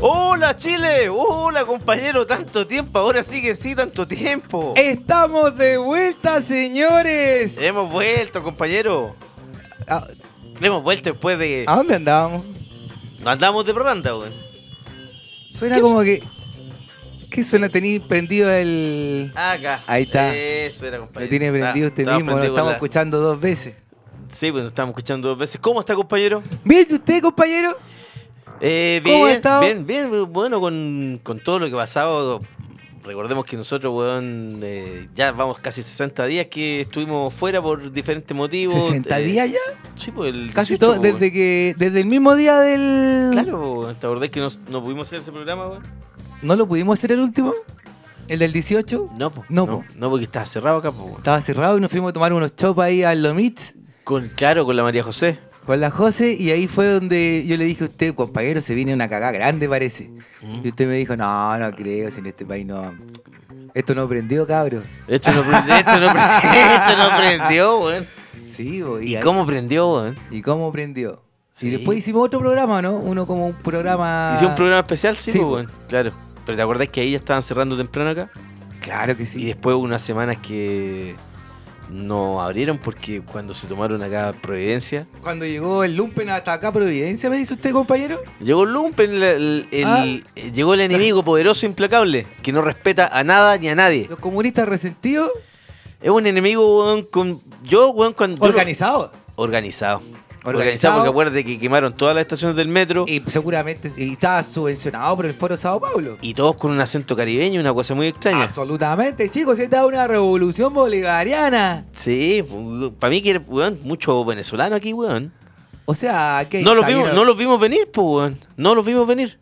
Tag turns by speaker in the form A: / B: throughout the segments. A: Hola Chile, hola compañero, tanto tiempo, ahora sí que sí, tanto tiempo.
B: Eh. Estamos de vuelta, señores.
A: Hemos vuelto, compañero.
B: ¿A,
A: Hemos vuelto después de...
B: a dónde andábamos?
A: Nos andamos de propaganda, weón.
B: Suena como que. ¿Qué suena? Tení prendido el.
A: Acá.
B: Ahí está.
A: Eso era, compañero.
B: Lo tiene prendido
A: Ah,
B: usted
A: estaba
B: mismo, lo
A: prendido
B: estamos
A: con la-
B: escuchando dos veces.
A: Sí, pues nos estamos escuchando dos veces. ¿Cómo está, compañero?
B: Bien, ¿y usted, compañero?
A: Eh, bien,
B: ¿Cómo ha estado?
A: bien, bien, eh, bueno, con, con todo lo que ha pasado. Recordemos que nosotros, weón, eh, ya vamos casi 60 días que estuvimos fuera por diferentes motivos.
B: 60
A: eh,
B: días ya,
A: Sí, pues el
B: casi
A: 18,
B: todo,
A: pues, weón.
B: desde que. Desde el mismo día del.
A: Claro, weón, ¿te acordás que nos- no pudimos hacer ese programa, weón?
B: ¿No lo pudimos hacer el último? ¿El del 18?
A: No, po. no,
B: No, po.
A: no, porque estaba cerrado acá, po.
B: Estaba cerrado y nos fuimos a tomar unos chops ahí al Lomitz
A: Con, claro, con la María José.
B: con la José y ahí fue donde yo le dije a usted, compañero, se viene una cagada grande parece.
A: Mm.
B: Y usted me dijo, no, no creo, si en este país no... Esto no prendió, cabro.
A: Esto no prendió, esto no prendió, esto no prendió, weón.
B: Sí, bo,
A: ¿Y
B: ahí-
A: cómo prendió, weón?
B: ¿Y cómo prendió?
A: Sí.
B: Y después hicimos otro programa, ¿no? Uno como un programa...
A: Hicimos un programa especial, sí,
B: Ah. Sí,
A: po,
B: po.
A: weón. Claro. Pero te acordás que ahí ya estaban cerrando temprano acá.
B: Claro que
A: Y
B: sí.
A: después hubo unas semanas que no abrieron porque cuando se tomaron acá Providencia.
B: Cuando llegó el Lumpen hasta acá, Providencia, ¿me dice usted, compañero?
A: Llegó Lumpen, el, el- el-
B: Ah.
A: eh, llegó el enemigo poderoso e implacable, que no respeta a nada ni a nadie.
B: Los comunistas resentidos,
A: Es un enemigo, weón, con. Yo, weón, cuando. yo lo-
B: organizados.
A: Organizado. Organizado.
B: Organizado.
A: porque acuérdate que quemaron todas las estaciones del metro y,
B: Y seguramente y estaba subvencionado por el Foro Sao Paulo.
A: todos con un acento caribeño, una cosa muy extraña.
B: Absolutamente, chicos, esta es una revolución bolivariana.
A: Sí, para mí que era, weón, mucho venezolano aquí, weón.
B: O sea, que
A: No los,
B: está
A: vimos,
B: lleno-
A: no los vimos venir, pues, weón. No los vimos venir.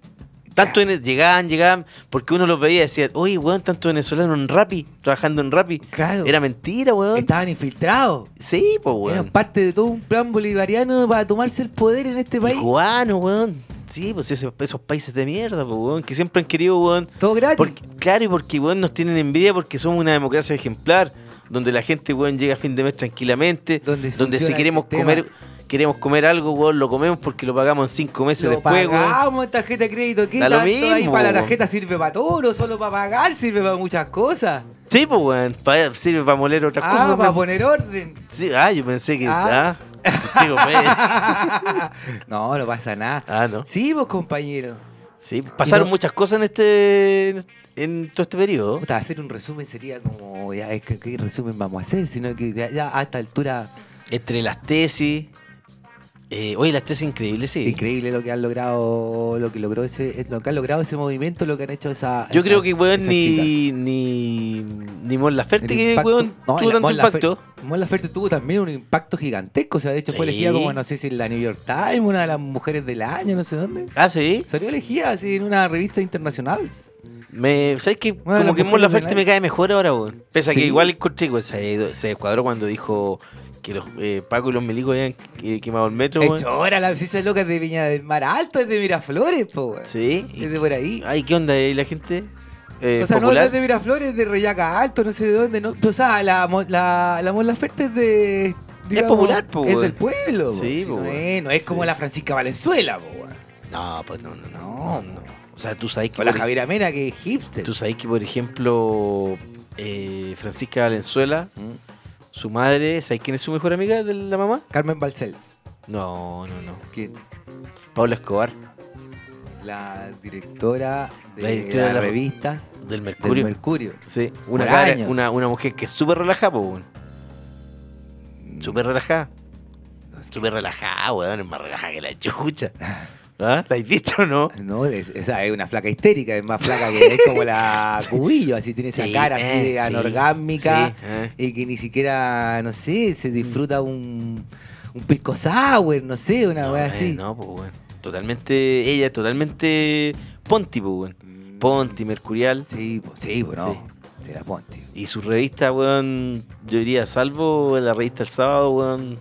A: Tanto vene- llegaban, llegaban, porque uno los veía y decía, oye, weón, tanto venezolano en Rappi, trabajando en Rappi.
B: Claro.
A: Era mentira, weón.
B: estaban infiltrados.
A: Sí, pues,
B: Eran
A: weón.
B: parte de todo un plan bolivariano para tomarse el poder en este país.
A: Y cubanos, weón. Sí, pues ese- esos países de mierda, pues, weón, que siempre han querido, weón,
B: Todo gratis.
A: Porque- claro, y porque weón, nos tienen envidia porque somos una democracia ejemplar, donde la gente weón, llega a fin de mes tranquilamente, donde
B: Donde
A: si
B: funciona el
A: queremos
B: sistema.
A: comer queremos comer algo, weón, lo comemos porque lo pagamos en cinco meses
B: lo
A: después, weón.
B: pagamos en tarjeta de crédito. ¿Qué
A: Da lo
B: tanto ahí
A: mismo,
B: para la
A: weón.
B: tarjeta sirve para todo? No solo para pagar, sirve para muchas cosas.
A: Sí, pues weón, pa- sirve para moler otras
B: Ah,
A: cosas.
B: para
A: weón.
B: poner orden.
A: Sí, ah, yo pensé que ah.
B: Ah.
A: digo, me-
B: no, no pasa nada.
A: ah, no.
B: Sí, vos, compañero.
A: Sí, pasaron
B: no-
A: muchas cosas en este en, en todo este periodo.
B: Puta, hacer un resumen sería como, ya, es que, ¿qué resumen vamos a hacer? Sino que ya, ya a esta altura,
A: Entre las tesis eh, oye, las tesis increíbles, sí.
B: increíble lo que han logrado, lo que logró ese, lo que han logrado ese movimiento, lo que han hecho esa.
A: Yo
B: esa-
A: creo que, weón,
B: esas chicas.
A: ni, ni, ni Mon Laferte,
B: El
A: que,
B: impacto-
A: weón, tuvo
B: no, la-
A: tanto
B: Mon Lafer-
A: impacto.
B: Mon Laferte tuvo también un impacto gigantesco. O sea, de hecho fue
A: Sí.
B: elegida como, no sé si en la New York Times, una de las mujeres del año, no sé dónde.
A: Ah, sí.
B: Salió elegida así en una revista internacional.
A: Me, ¿Sabes qué?
B: Bueno,
A: Como
B: las
A: que
B: mujeres
A: Mon Laferte
B: del
A: me cae mejor ahora, weón. Pese a que
B: Sí.
A: igual encontré, weón, se, se descuadró cuando dijo que los eh, Paco y los Milicos habían eh, quemado el metro, weón.
B: hecho, ahora la esa loca es de Viña del Mar Alto, es de Miraflores, po, weón.
A: Sí.
B: Es de por ahí.
A: Ay, ¿qué onda ahí la gente? Eh,
B: o sea, no, no
A: popular.
B: es de Miraflores, de Reyaca Alto, no sé de dónde. No, o sea, la, mo- la, la Mon Laferte es de.
A: popular, po,
B: Es
A: weón.
B: del pueblo, po.
A: Sí,
B: Si
A: po,
B: no,
A: weón.
B: es, no es como
A: Sí.
B: la Francisca Valenzuela, po, weón.
A: No, pues no, no, no.
B: No,
A: no.
B: no.
A: O sea, tú sabes que.
B: O la
A: por-
B: Javiera Mena, que es hipster.
A: Tú sabes que, por ejemplo, eh, Francisca Valenzuela,
B: Mm.
A: su madre, ¿sabes quién es su mejor amiga de la mamá?
B: Carmen Balcells.
A: No, no, no.
B: ¿Quién?
A: Paula Escobar.
B: la directora de,
A: La directora de
B: las
A: la-
B: revistas
A: Del
B: del
A: Mercurio.
B: Mercurio.
A: Sí, una,
B: Por
A: cara-
B: años.
A: una, una mujer que es súper relajada, pues, weón.
B: Mm.
A: Súper relajada. Súper relajada, weón. Es más relajada que la chucha. ¿Ah? ¿La has visto o no?
B: No, es, esa es una flaca histérica, es más flaca que es como la cubillo, así tiene esa
A: Sí,
B: cara así
A: eh,
B: de
A: sí,
B: anorgámica
A: sí, eh.
B: y que ni siquiera, no sé, se disfruta un, un pisco sour, no sé, una
A: No,
B: wea
A: eh,
B: así.
A: no, pues, weón. Totalmente, ella es totalmente Ponti, pues, weón.
B: Mm,
A: Ponti, Mercurial.
B: Sí, po- sí, po, no. Se la ponte.
A: Y su revista, weón, yo diría, salvo la revista El Sábado, weón.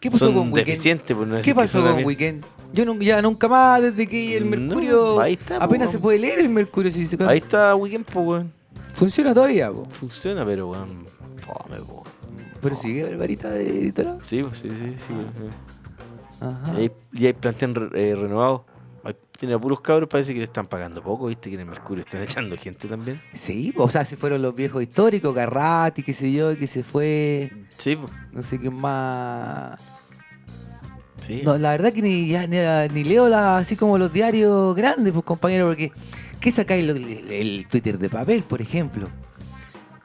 B: ¿Qué pasó
A: son
B: con Weekend?
A: deficientes, por no decir
B: ¿Qué
A: que
B: pasó
A: son
B: con
A: también-
B: Weekend? Yo nun- ya nunca más, desde que el
A: No,
B: Mercurio.
A: ahí está, po,
B: apenas
A: weón.
B: se puede leer el Mercurio. Si se
A: Ahí está Weekend, pues, weón.
B: Funciona todavía, po.
A: Funciona, pero, weón. Fome, po, weón.
B: Pero sigue Barbarita de editora.
A: Sí, pues, sí, sí, sí. weón.
B: Ah. Ajá.
A: Y hay, y hay plantel re- eh, renovado. Hay- Tiene a puros cabros, parece que le están pagando poco, viste, que en el Mercurio están echando gente también.
B: Sí, po, o sea, se fueron los viejos históricos, Garrati, qué sé yo, que se fue,
A: Sí, pues,
B: no sé qué más.
A: sí.
B: No, la verdad que ni, ya- ni, ni leo la- así como los diarios grandes, pues compañero, porque ¿qué sacáis lo- el, el Twitter de papel, por ejemplo?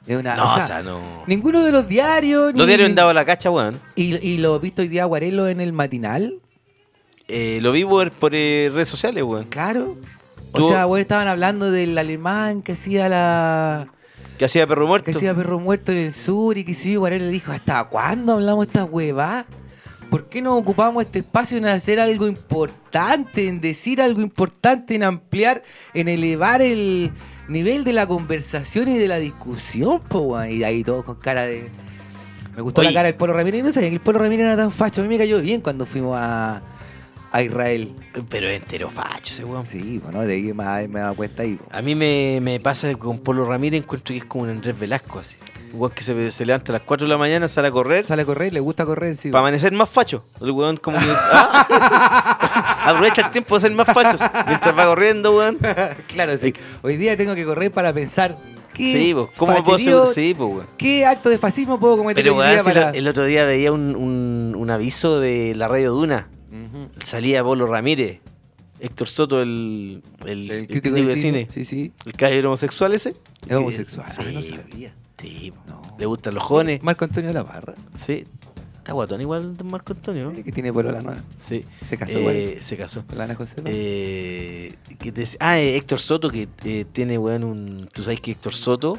B: Es una,
A: No,
B: o sea,
A: no.
B: ninguno de los diarios.
A: Los
B: ni-
A: diarios
B: ni-
A: han dado la cacha, weón.
B: y, y lo visto hoy día Guarelo en el matinal,
A: Eh, lo vi por, por, eh, redes sociales, weón.
B: claro. O
A: Tú-
B: sea, bueno, estaban hablando del alemán que hacía la.
A: Que hacía perro muerto.
B: Que hacía perro muerto en el sur y que si Guarelo le dijo, ¿hasta cuándo hablamos esta huevá? ¿Por qué no ocupamos este espacio en hacer algo importante, en decir algo importante, en ampliar, en elevar el nivel de la conversación y de la discusión, po, weón? Y ahí todos con cara de. Me gustó la
A: Oye.
B: cara del Polo Ramírez. Yo No sabía que el Polo Ramírez era tan facho. A mí me cayó bien cuando fuimos a, a Israel.
A: Pero es entero facho ese weón.
B: Sí, bueno, de ahí me, me he dado cuenta ahí. po.
A: A mí me, me pasa con Polo Ramírez, encuentro que es como un Andrés Velasco, así. Un weón que se, se levanta a las 4 de la mañana, sale a correr.
B: Sale a correr, le gusta correr, sí. po.
A: Para amanecer más facho. El weón como que. Ah. Aprovecha el tiempo de ser más facho. Mientras va corriendo, weón.
B: Claro, sí. Hoy día tengo que correr para pensar qué,
A: Sí, pues. ¿Cómo me puedo
B: facherío,
A: hacer? Sí, pues, weón.
B: qué acto de fascismo puedo cometer
A: Pero,
B: hoy día
A: weón, si lo-
B: para...
A: el otro día veía un, un- un aviso de la radio Duna.
B: Ujú.
A: Salía Polo Ramírez, Héctor Soto, el, el, el crítico
B: del
A: de cine.
B: Sí, sí.
A: El caballero homosexual ese.
B: Es homosexual. Ah,
A: Sí,
B: no sabía.
A: sí, po.
B: No.
A: Le gustan los jóvenes.
B: Marco Antonio Lavarra,
A: Sí. Está guatón igual de Marco Antonio.
B: eh,
A: ¿no?
B: que tiene polola nueva.
A: Sí.
B: Se casó
A: Eh,
B: parece,
A: se casó.
B: con la Ana José. ¿no?
A: Eh, que te- ah, eh, Héctor Soto que eh, tiene, weón, un... Tú sabes que Héctor Soto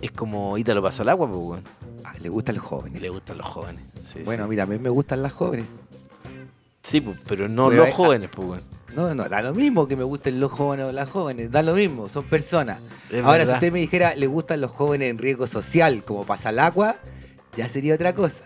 A: es como Ítalo pasa al agua, pues, weón.
B: Ah, le gustan los jóvenes.
A: Le gustan los jóvenes. Sí,
B: bueno, a
A: sí.
B: mí también me gustan las jóvenes.
A: Sí, po, pero no
B: Pero
A: los
B: hay-
A: jóvenes, pues, weón.
B: No, no, da lo mismo que me gusten los jóvenes o las jóvenes. Da lo mismo, son personas.
A: Es
B: Ahora, si
A: verdad.
B: usted me dijera, le gustan los jóvenes en riesgo social, como pasa el agua, ya sería otra cosa.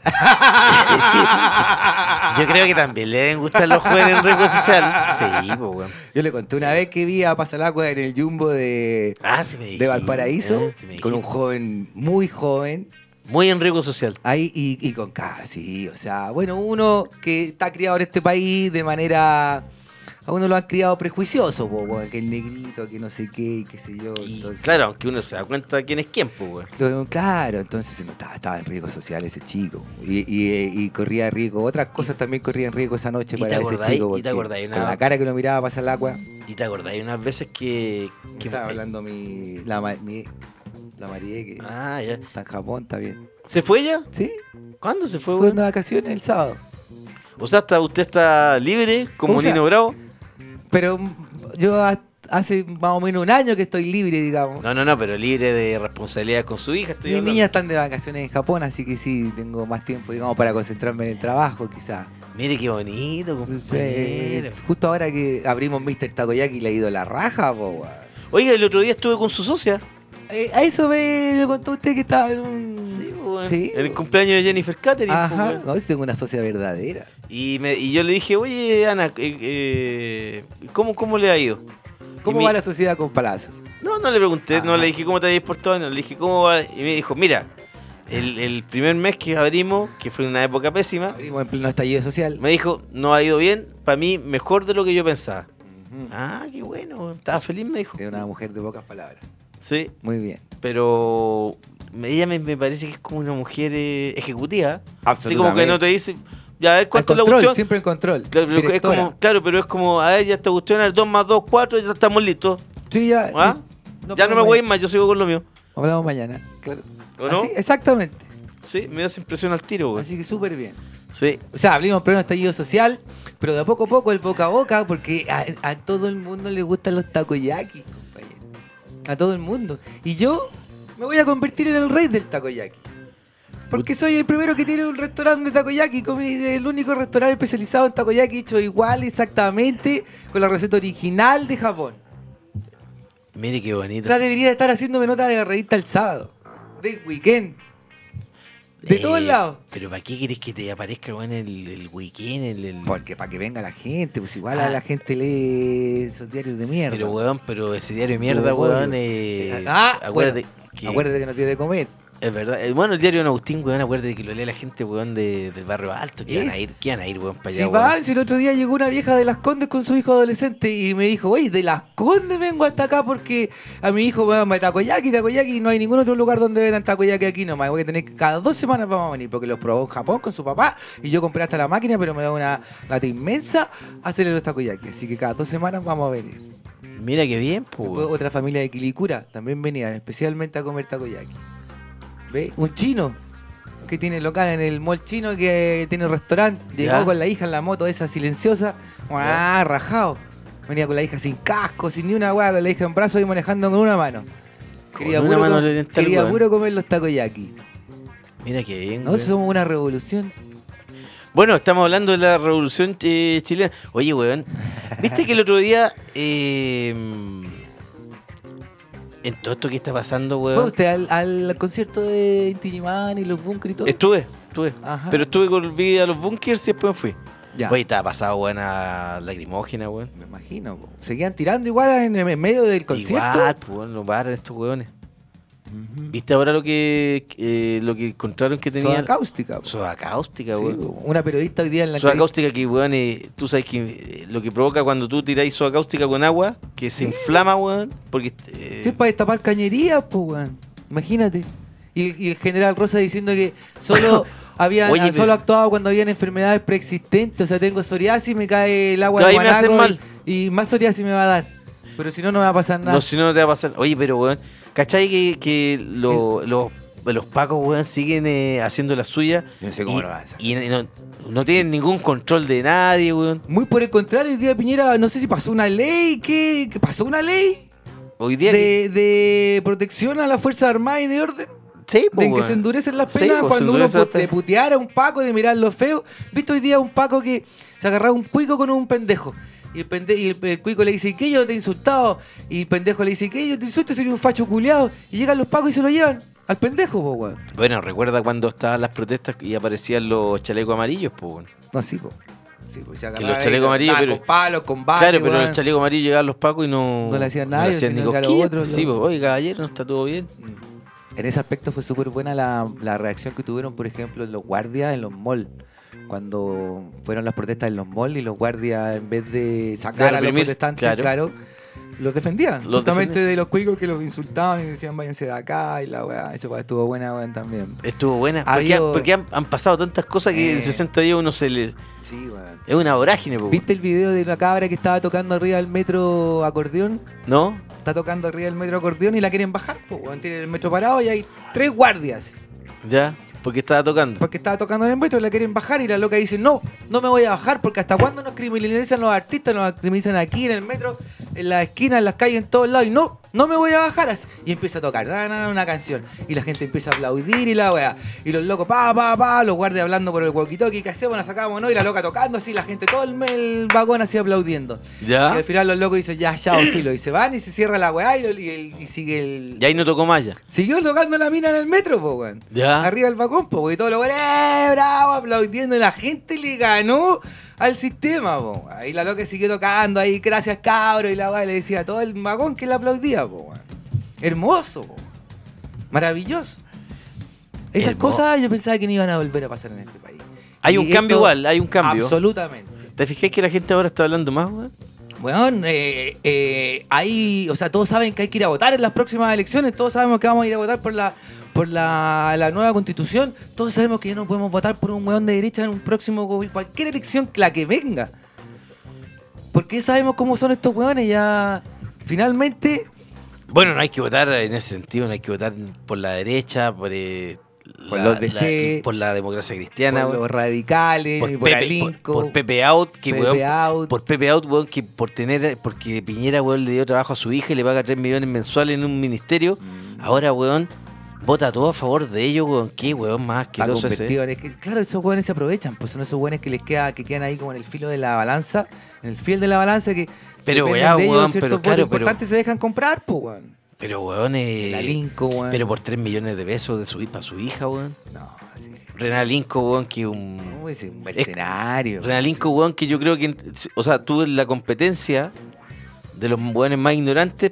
A: Yo creo que también le deben gustar los jóvenes en riesgo social. Sí, pues, weón.
B: Yo le conté una vez que vi a Pasalacua en el Jumbo de,
A: Ah, sí me
B: de
A: dijiste,
B: Valparaíso,
A: ah, sí me
B: con un
A: dijiste.
B: joven muy joven,
A: Muy en riesgo social.
B: ahí y, y con casi, o sea, bueno, uno que está criado en este país de manera... A uno lo han criado prejuicioso, po, weón, que el negrito, que no sé qué, qué sé yo.
A: Y
B: Oh, entonces-
A: claro, aunque uno se da cuenta de quién es quién, pues, weón.
B: Lo- Claro, entonces no, estaba, estaba en riesgo social ese chico. Y, y, eh, y corría riesgo. Otras cosas también corrían riesgo esa noche
A: ¿Y
B: para
A: te
B: ese
A: acordáis?
B: chico.
A: ¿Y te
B: porque
A: acordáis?
B: Con
A: Una-
B: la cara que lo miraba pasar el agua.
A: Y te acordás, hay unas veces que.
B: me
A: que- eh,
B: estaba hablando mi. La, ma- mi, la María que
A: Ah, ya.
B: está en Japón, está bien.
A: ¿Se fue ya?
B: ¿Sí?
A: ¿Cuándo se fue,
B: Fue
A: weón?
B: una vacaciones el sábado.
A: O sea, está- usted está libre, como
B: O sea-
A: Nino Bravo.
B: Pero mm, yo ha- hace más o menos un año que estoy libre, digamos.
A: No, no, no, pero libre de responsabilidad con su hija. Estoy
B: Mis
A: hablando.
B: niñas están de vacaciones en Japón, así que sí, tengo más tiempo, digamos, para concentrarme en el trabajo, quizás.
A: Mire qué bonito,
B: Entonces, eh,
A: compañero.
B: justo ahora que abrimos Mr. Takoyaki le ha ido la raja, po, weón.
A: Oiga, el otro día estuve con su socia.
B: Eh, a eso me lo contó usted que estaba en un.
A: Sí, weón.
B: Sí,
A: En el
B: weón.
A: cumpleaños de Jennifer Catherine.
B: Ajá,
A: weón.
B: no, si tengo una socia verdadera.
A: Y, me- y yo le dije, oye, Ana, eh, eh, ¿cómo, ¿cómo le ha ido?
B: ¿Cómo
A: mi-
B: va la Ah. sociedad con Palazzo?
A: No, no le pregunté, no
B: Ajá.
A: le dije cómo te habías portado, no le dije cómo va. Y me dijo, mira, el, el primer mes que abrimos, que fue una época pésima,
B: Abrimos en pleno estallido social.
A: me dijo, no ha ido bien, para mí mejor de lo que yo pensaba.
B: Ujú.
A: Ah, qué bueno, weón. estaba feliz, me dijo.
B: Es una mujer de pocas palabras.
A: Sí,
B: Muy bien.
A: pero me- ella me, me parece que es como una mujer eh, ejecutiva. Así como que no te dice, Ya, a ver cuánto es
B: Al
A: la
B: control,
A: cuestión.
B: Siempre en control.
A: Claro, pero es
B: Directora.
A: como, claro, pero es como, a ver, ya esta cuestión es 2 más 2, 4, ya estamos listos.
B: Sí, ya.
A: ¿Ah? ya no me
B: Eh, podemos
A: voy
B: ir.
A: más, yo sigo con lo mío.
B: Hablamos mañana. Claro.
A: ¿O no?
B: Así, exactamente.
A: Sí, me da esa impresión al tiro, güey.
B: Así que súper bien.
A: Sí.
B: O sea, abrimos primero un estallido social, pero de a poco a poco, el boca a boca, porque a, a todo el mundo le gustan los takoyaki, compañero. A todo el mundo. Y yo me voy a convertir en el rey del takoyaki. Porque soy el primero que tiene un restaurante de takoyaki, comí- el único restaurante especializado en takoyaki hecho igual, exactamente, con la receta original de Japón.
A: Mire qué
B: O
A: bonito.
B: sea, debería estar haciéndome nota de la revista el sábado, de weekend, de
A: Eh,
B: todos lados.
A: Pero ¿para qué querés que te aparezca, güey, en el, el weekend? El, el-
B: Porque para que venga la gente, pues igual
A: Ah.
B: a la gente lee esos diarios de mierda.
A: Pero, weón, pero ese diario de mierda,
B: Obvio.
A: weón. Eh,
B: Ah,
A: acuérdate. que-
B: Acuérdate que no tiene de comer.
A: Es verdad. Eh, Bueno, el diario de Agustín, weón, acuérdate que lo lee la gente, weón, de- del barrio alto. Que van
B: Es-
A: a ir, que van a ir, weón, para
B: Si
A: allá,
B: va,
A: weón.
B: si el otro día llegó una vieja de Las Condes con su hijo adolescente y me dijo, oye, de Las Condes vengo hasta acá porque a mi hijo me va takoyaki, takoyaki y no hay ningún otro lugar donde vendan takoyaki aquí nomás. Voy a tener que cada dos semanas vamos a venir porque los probó en Japón con su papá y yo compré hasta la máquina, pero me da una lata inmensa hacerle los takoyaki. Así que cada dos semanas vamos a venir.
A: Mira qué bien, pues,
B: Después,
A: weón.
B: otra familia de Quilicura también venían especialmente a comer takoyaki. ¿Ve? Un chino que tiene local en el mall chino que tiene un restaurante. Llegó
A: Ya.
B: con la hija en la moto esa silenciosa. ¡Ah, rajado! Venía con la hija sin casco, sin ni una hueá, con la hija en brazos y manejando con una mano. Quería,
A: una
B: puro,
A: mano
B: com-
A: oriental,
B: quería
A: weón.
B: puro comer los takoyaki.
A: Mira qué bien,
B: Nosotros
A: weón.
B: somos una revolución.
A: Bueno, estamos hablando de la revolución eh, chilena. Oye, weón, viste que el otro día. eh, en todo esto que está pasando,
B: ¿Fue
A: weón.
B: usted al, al concierto de Intilimán y los Bunker y todo?
A: Estuve, estuve.
B: Ajá.
A: Pero estuve con vi a los bunkers y después me fui.
B: Ah. Ya.
A: Oye, estaba pasado, weón, a lagrimógena, weón.
B: Me imagino. po. Seguían tirando igual en, en medio del concierto.
A: Igual, pues, weón, los bares, estos weones.
B: Ujú.
A: ¿Viste ahora lo que eh, lo que encontraron que tenía?
B: Soda cáustica. po.
A: Soda cáustica,
B: Sí, pues,
A: weón.
B: po. una periodista hoy día en la
A: Soda
B: entrevista-
A: cáustica que, weón, eh, tú sabes que eh, lo que provoca cuando tú tiráis soda cáustica con agua, que se inflama, weón, porque... eh,
B: Sí, pues, es para destapar cañerías, pues, weón. Imagínate. Y, el- y el general Rosa diciendo que solo había ah,
A: Oye,
B: solo
A: pero-
B: actuaba cuando habían enfermedades preexistentes. O sea, tengo psoriasis, me cae el agua
A: Ahí
B: del
A: me hacen
B: guanaco
A: mal.
B: Y, y más psoriasis me va a dar. Pero si no, no me va a pasar nada.
A: no, si no, no te va a pasar. Oye, pero, weón, ¿cachai que, que lo- lo- los pacos, weón, siguen eh, haciendo la suya?
B: No sé
A: y, y no, no tienen ningún control de nadie, weón.
B: Muy por el contrario, hoy día Piñera, no sé si pasó una ley, que pasó una ley
A: Hoy día... que-
B: de, de protección a la Fuerza Armada y de orden.
A: sí, po,
B: De que
A: weón.
B: se endurecen las
A: Sí,
B: penas
A: po, se
B: cuando uno
A: endurecen las
B: pu- de
A: penas.
B: putear a un Paco, de mirarlo feo. Viste hoy día un Paco que se agarraba un cuico con un pendejo. Y el, pende- y el, el cuico le dice, ¿qué? Yo no te he insultado. Y el pendejo le dice, ¿qué? Yo te insulto, sería un facho culiado. Y llegan los Pacos y se lo llevan al pendejo, po, weón.
A: Bueno, recuerda cuando estaban las protestas y aparecían los chalecos amarillos, pues, weón.
B: No, sí, po. Sí, po, se
A: los
B: agarraba ahí,
A: chalecos amarillos,
B: andaba
A: pero-
B: Con palos, con bates,
A: Claro, pero
B: weón.
A: el chaleco amarillo llegaban los pacos y no.
B: No le hacían nada,
A: le hacían ni
B: sino que a los
A: cosquillas.
B: otros
A: sí,
B: los-
A: pues, oye, caballero, no está todo bien.
B: Mm. En ese aspecto fue súper buena la, la reacción que tuvieron, por ejemplo, los guardias en los malls. Cuando fueron las protestas en los malls y los guardias, en vez de sacar
A: De
B: a los
A: reprimir,
B: protestantes,
A: claro.
B: claro, los defendían.
A: Los
B: justamente
A: defendían.
B: de los cuicos que los insultaban y decían váyanse de acá y la weá. Esa weá estuvo buena, weón, también.
A: Estuvo buena.
B: Ha
A: porque
B: habido-
A: porque han, han pasado tantas cosas que en
B: Eh.
A: 60 días uno se le.
B: Sí, weón.
A: Es una vorágine, pues.
B: ¿Viste el video de la cabra que estaba tocando arriba del metro acordeón?
A: ¿No?
B: Está tocando arriba del metro acordeón y la quieren bajar, pues, weón. Tienen el metro parado y hay tres guardias.
A: Ya. Porque estaba tocando.
B: porque estaba tocando en el metro, la quieren bajar y la loca dice, no, no me voy a bajar porque hasta cuándo nos criminalizan los artistas, nos criminalizan aquí en el metro, en las esquinas, en las calles, en todos lados, y no, no me voy a bajar así. Y empieza a tocar na, na, na, una canción y la gente empieza a aplaudir y la weá. Y los locos, pa, pa, pa, los guardias hablando por el walkie-talkie, ¿qué hacemos? ¿La sacamos? ¿No? Y la loca tocando así, la gente, todo el, el vagón así aplaudiendo. Y
A: Ya.
B: al final los locos dicen, ya, ya, filo, y se van y se cierra la weá y, lo- y el- y sigue el...
A: Y ahí no tocó más ya.
B: Siguió tocando la mina en el metro, po, weón.
A: Ya.
B: Arriba del vagón, po, y todo lo bueno, ¡eh, bravo, aplaudiendo. Y la gente le ganó al sistema, po. Ahí la loca siguió tocando, ahí, gracias, cabro. Y la weá le decía a todo el vagón que le aplaudía, po, weón. Hermoso, po. Maravilloso. Esas
A: Hermoso.
B: cosas yo pensaba que no iban a volver a pasar en este país.
A: Hay
B: Y
A: un
B: esto-
A: cambio igual, hay un cambio.
B: Absolutamente.
A: ¿Te fijás que la gente ahora está hablando más, weón?
B: Weón, eh, eh, hay, o sea, todos saben que hay que ir a votar en las próximas elecciones, todos sabemos que vamos a ir a votar por la por la, la nueva constitución, todos sabemos que ya no podemos votar por un weón de derecha en un próximo gobi- cualquier elección, la que venga. Porque sabemos cómo son estos weones, ya finalmente
A: Bueno, no hay que votar en ese sentido, no hay que votar por la derecha, por, eh,
B: Por
A: la,
B: los DC,
A: la- por la democracia cristiana,
B: por
A: weón,
B: los radicales, por,
A: Pepe,
B: Alinco,
A: por- por Pepe Out, que
B: Pepe
A: weón,
B: Out.
A: por Pepe Out, weón, que por tener, porque Piñera, weón, le dio trabajo a su hija y le paga 3 millones mensuales en un ministerio,
B: Mm.
A: ahora, weón, vota todo a favor de ellos, weón, qué weón más
B: Está
A: asqueroso ese.
B: convertido en- es que, claro, esos hueones se aprovechan, pues son esos hueones que les queda, que quedan ahí como en el filo de la balanza, en el fiel de la balanza que
A: Pero,
B: dependen
A: weá,
B: de ellos, Pues,
A: weón,
B: ciertos
A: pero
B: votos
A: claro, pero,
B: importantes se dejan comprar, pues weón.
A: pero weón, eh,
B: la Linco, weón.
A: pero por 3 millones de pesos de su, para su hija, weón.
B: No, así
A: Renan Linco, weón, que un...
B: no, ese es un mercenario.
A: Renalinco, weón, que yo creo que. O sea, tuve la competencia de los weones más ignorantes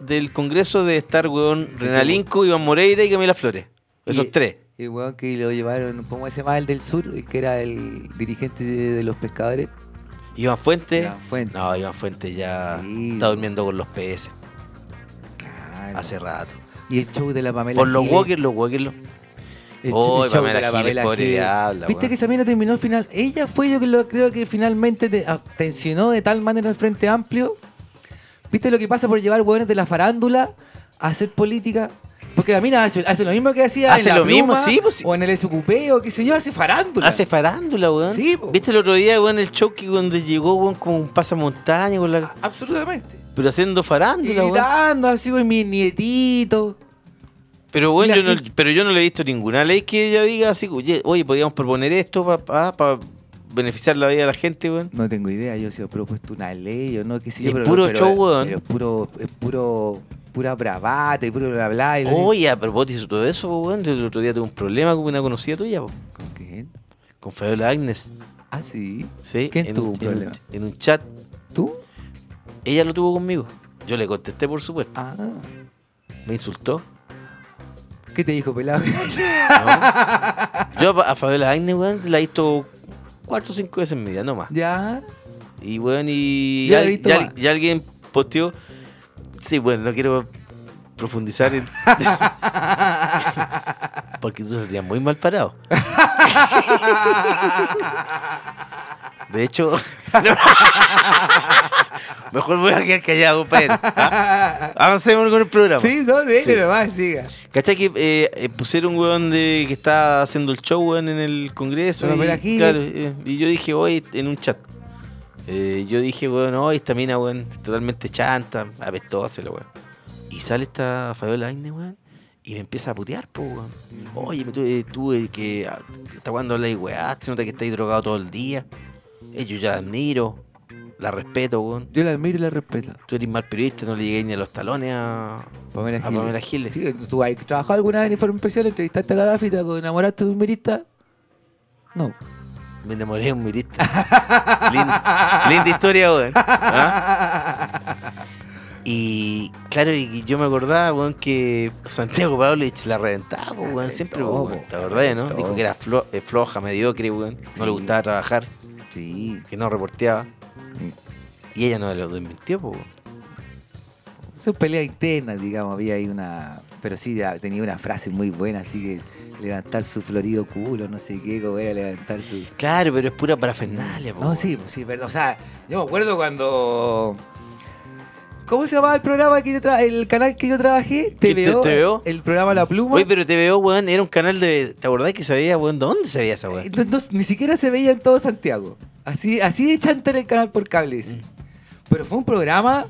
A: del Congreso de estar, weón, Renalinco, Iván Moreira y Camila Flores. Esos
B: Y-
A: tres.
B: El weón que lo llevaron, ¿cómo se llama el del sur? El que era el dirigente de, de los pescadores.
A: Iván Fuentes.
B: Iván Fuentes.
A: No, Iván Fuentes ya
B: Sí.
A: está durmiendo con los PS
B: Claro.
A: hace rato.
B: Y el show de la Pamela
A: Por los
B: Giles.
A: walkers, los walkers. los-
B: El
A: Oh,
B: ch- el show
A: Pamela
B: de la
A: Giles,
B: Pamela
A: pobre
B: Giles.
A: diabla,
B: Viste
A: weón.
B: que esa mina terminó final. Ella fue yo que lo creo que finalmente te- ah, tensionó de tal manera el Frente Amplio. ¿Viste lo que pasa por llevar hueones de la farándula a hacer política? Porque la mina hace, hace lo mismo que hacía en
A: Hace
B: la
A: lo mismo,
B: Pluma,
A: sí, pues sí.
B: o en el SQP o qué sé yo, hace farándula.
A: Hace farándula, weón.
B: Sí, po.
A: ¿Viste el otro día, weón, el show que cuando llegó, weón, como un pasamontaña, con la...
B: A- Absolutamente.
A: pero haciendo
B: Y
A: farándula, weón.
B: gritando así, güey, mi nietito.
A: Pero bueno, yo
B: Y la
A: no, pero yo no le he visto ninguna ley que ella diga así, oye, oye podríamos proponer esto para beneficiar la vida de la gente, weón.
B: No tengo idea, yo si he propuesto una ley o no, qué sé
A: Y
B: yo. pero-
A: puro
B: pero-
A: show, weón.
B: Pero es puro, es puro, pura bravata y puro bla bla. y-
A: Oye, a propósito de todo eso, po, weón, yo el otro día tuve un problema con una conocida tuya, po,
B: ¿Con quién?
A: con Fabiola Agnes.
B: Ah, sí.
A: ¿sí?
B: ¿Quién
A: en,
B: tuvo un
A: en
B: problema?
A: en un chat,
B: ¿Tú?
A: ella lo tuvo conmigo. Yo le contesté, por supuesto.
B: Ah.
A: Me insultó.
B: ¿Qué te dijo, pelado?
A: ¿no? yo a a Fabiola Agnes, weón, la he visto cuatro o cinco veces en mi vida, no más.
B: ya.
A: Y bueno, y,
B: Ya
A: al-
B: he visto
A: y al-
B: más.
A: y alguien posteó. Sí, bueno, no quiero profundizar en. Porque tú serías muy mal parado. De hecho. Mejor voy a quedar callado, compadre. ¿ah? Avancemos con el programa.
B: Sí, no, dele
A: Sí.
B: nomás, siga.
A: ¿Cachai que eh, eh, pusieron un weón de, que está haciendo el show weón, en el Congreso?
B: Pero,
A: y,
B: pero aquí-
A: claro, eh, y yo dije hoy en un chat. eh, yo dije, weón, hoy esta mina, weón, totalmente chanta, apestosa, la weón. Y sale esta Fabiola Aine, weón, y me empieza a putear, po, weón. Oye, me tuve, tuve que. ¿Hasta cuándo habláis, weá? Se nota que estáis drogado todo el día. Eh, yo ya la admiro, la respeto, weón.
B: Yo la admiro y la respeto.
A: Tú eres mal periodista, no le llegué ni a los talones a.
B: Pamela
A: A
B: Giles.
A: Pamela Giles.
B: Sí, ¿Tú has trabajado alguna vez en informe especial? ¿Entrevistaste a Gaddafi? ¿Te enamoraste de un mirista? No.
A: Me enamoré de un mirista. linda, linda historia, weón. ¿Ah? Y claro, y yo me acordaba, weón, que Santiago Pavlovich la reventaba, po, weón, siempre, po,
B: reventó,
A: weón.
B: po,
A: ¿Te acordás, no?
B: reventó.
A: Dijo que era flo- eh, floja, mediocre, weón. No le
B: Sí.
A: gustaba trabajar,
B: Sí.
A: que no reporteaba.
B: Mm.
A: Y ella no lo desmintió, po, weón.
B: Son peleas internas, digamos. Había ahí una. Pero sí, ya tenía una frase muy buena, así que levantar su florido culo, no sé qué, como era levantar su.
A: Claro, pero es pura parafernalia, po,
B: No,
A: weón.
B: sí, pues sí, perdón. O sea, yo me acuerdo cuando. ¿Cómo se llamaba el programa que yo tra- el canal que yo trabajé?
A: ¿Qué te-
B: TVO,
A: TVO?
B: El programa La Pluma.
A: Oye, pero TVO, weón, era un canal de. ¿Te acordás que sabía, weón? ¿Dónde sabía esa
B: Eh,
A: weón?
B: no- no- ni siquiera se veía en todo Santiago. Así, así de chanta era el canal por cable
A: Mm.
B: ese. Pero fue un programa.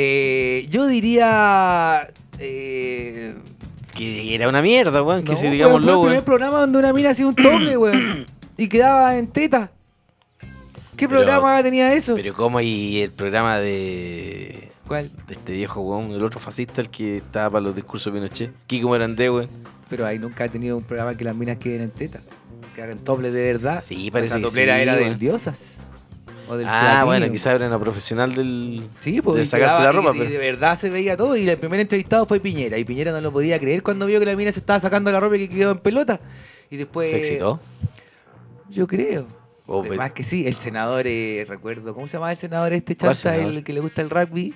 B: eh, yo diría. eh,
A: Que era una mierda, weón. Que
B: no,
A: si eh.
B: weón,
A: digámoslo,
B: fue el
A: weón.
B: primer programa donde una mina hacía un doble, weón. y quedaba en teta. ¿Qué
A: Pero-
B: programa tenía eso?
A: Pero como y el programa de,
B: ¿Cuál?
A: de este viejo weón, el otro fascista, el que estaba para los discursos de Pinochet, Kiko Morandé, weón.
B: Pero ahí nunca he tenido un programa que las minas queden en teta. Que hagan doble de verdad.
A: Sí, parece
B: Esa
A: que
B: doblera
A: sí,
B: era
A: bueno.
B: del diosas. O del
A: Ah,
B: platino.
A: bueno, quizás era una profesional del
B: Sí, pues, porque
A: de sacarse la ropa, pues.
B: de
A: pero
B: verdad se veía todo. Y el primer entrevistado fue Piñera. Y Piñera no lo podía creer cuando vio que la mina se estaba sacando la ropa y que quedó en pelota. Y después.
A: se excitó.
B: Yo creo.
A: Oh,
B: Además
A: pero-
B: que sí, el senador, eh, recuerdo, ¿cómo se llama el senador este
A: ¿Cuál
B: chanta,
A: senador?
B: el que le gusta el rugby?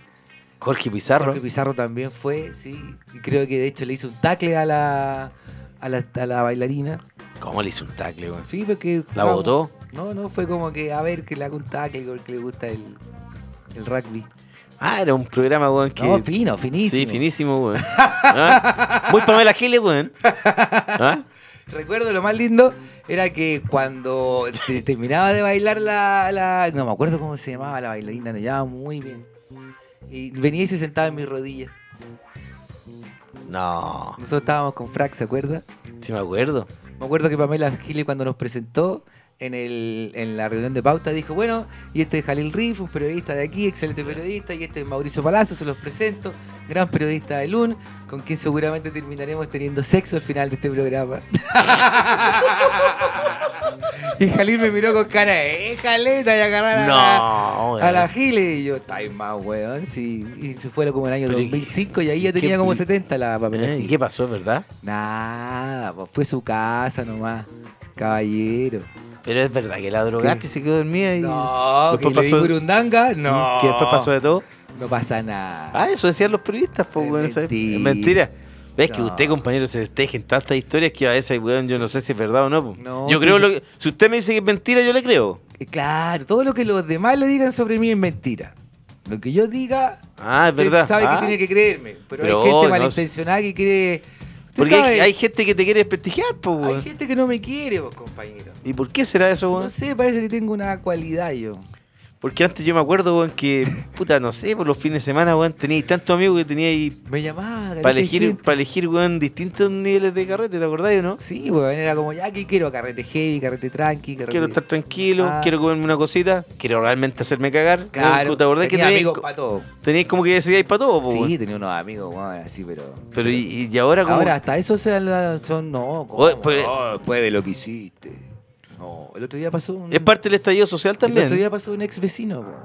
A: Jorge Pizarro.
B: Jorge Pizarro también fue, sí. Y creo que de hecho le hizo un tackle a la, a la, a la bailarina.
A: ¿Cómo le hizo un tackle, weón?
B: Sí, porque.
A: ¿La
B: jugamos-
A: botó?
B: No, no, fue como que a ver que le haga un tackle porque le gusta el, el rugby.
A: Ah, era un programa, weón, que...
B: No, fino, finísimo.
A: Sí, finísimo, weón. ¿Ah? Muy Pamela Giles, weón. ¿Ah?
B: Recuerdo lo más lindo era que cuando te- terminaba de bailar la, la- No me acuerdo cómo se llamaba la bailarina, nos llevaba muy bien. Y venía y se sentaba en mis rodillas.
A: No,
B: Nosotros estábamos con Frac, ¿se acuerda?
A: sí me acuerdo.
B: Me acuerdo que Pamela Giles cuando nos presentó en, el, en la reunión de pauta dijo, bueno, y este es Jalil Riff, un periodista de aquí, excelente periodista, y este es Mauricio Palazzo, se los presento, gran periodista de LUN, con quien seguramente terminaremos teniendo sexo al final de este programa. y Jalil me miró con cara, de, eh, Jaleta, y agarrar a, la-
A: No,
B: a la
A: weón.
B: Giles, y yo, time más, weón, sí. Y se fue como en el año
A: Pero,
B: 2005, y ahí ya
A: ¿qué-
B: tenía como
A: qué-
B: 70 la Pamela
A: Eh, ¿Y
B: Giles.
A: qué pasó, verdad?
B: Nada, pues fue su casa nomás, caballero.
A: Pero es verdad que la drogaste y se quedó dormida y...
B: No, que
A: después
B: le di
A: pasó- ¿Mm?
B: burundanga, no.
A: Que después pasó de todo.
B: No pasa nada.
A: Ah, eso decían los periodistas, po,
B: Es
A: weón. esa-
B: mentira.
A: Es mentira. Ves que
B: No.
A: usted, compañero, se tejen tantas historias que a veces, weón, yo no sé si es verdad o no. po.
B: No,
A: yo
B: que-
A: creo lo que... Si usted me dice que es mentira, yo le creo.
B: Eh, Claro, todo lo que los demás le digan sobre mí es mentira. Lo que yo diga,
A: Ah, es
B: usted
A: verdad.
B: sabe
A: Ah,
B: que tiene que creerme. Pero,
A: Pero
B: hay gente
A: no,
B: malintencionada que quiere. usted
A: Porque hay,
B: sabe,
A: hay gente que te quiere desprestigiar, po,
B: hay
A: weón.
B: gente que no me quiere, vos, compañero.
A: ¿Y por qué será eso,
B: No
A: weón?
B: sé, parece que tengo una cualidad yo.
A: Porque antes yo me acuerdo, weón, que, puta, no sé, por los fines de semana, weón, tenía tantos amigos que tenía ahí
B: Me llamaba.
A: para
B: caleta de
A: elegir,
B: gente.
A: para elegir, weón, distintos niveles de carrete, ¿te acordás o no?
B: Sí, weón, era como, ya que quiero carrete heavy, carrete tranqui, carrete.
A: Quiero estar tranquilo,
B: Ah.
A: quiero comerme una cosita, quiero realmente hacerme cagar.
B: Claro,
A: ¿Te acordás que
B: tenía
A: tenías,
B: amigos para todo.
A: tenías como que decidíais para todo, po,
B: Sí,
A: weón?
B: tenía unos amigos, weón, así, pero.
A: Pero y, y ahora como...
B: Ahora, hasta eso se la- son. No, ¿cómo?
A: Oye, pues-
B: No, después de lo que hiciste. No, el otro día pasó un.
A: es parte del estallido social
B: El
A: también.
B: otro día pasó un ex vecino, po, weón.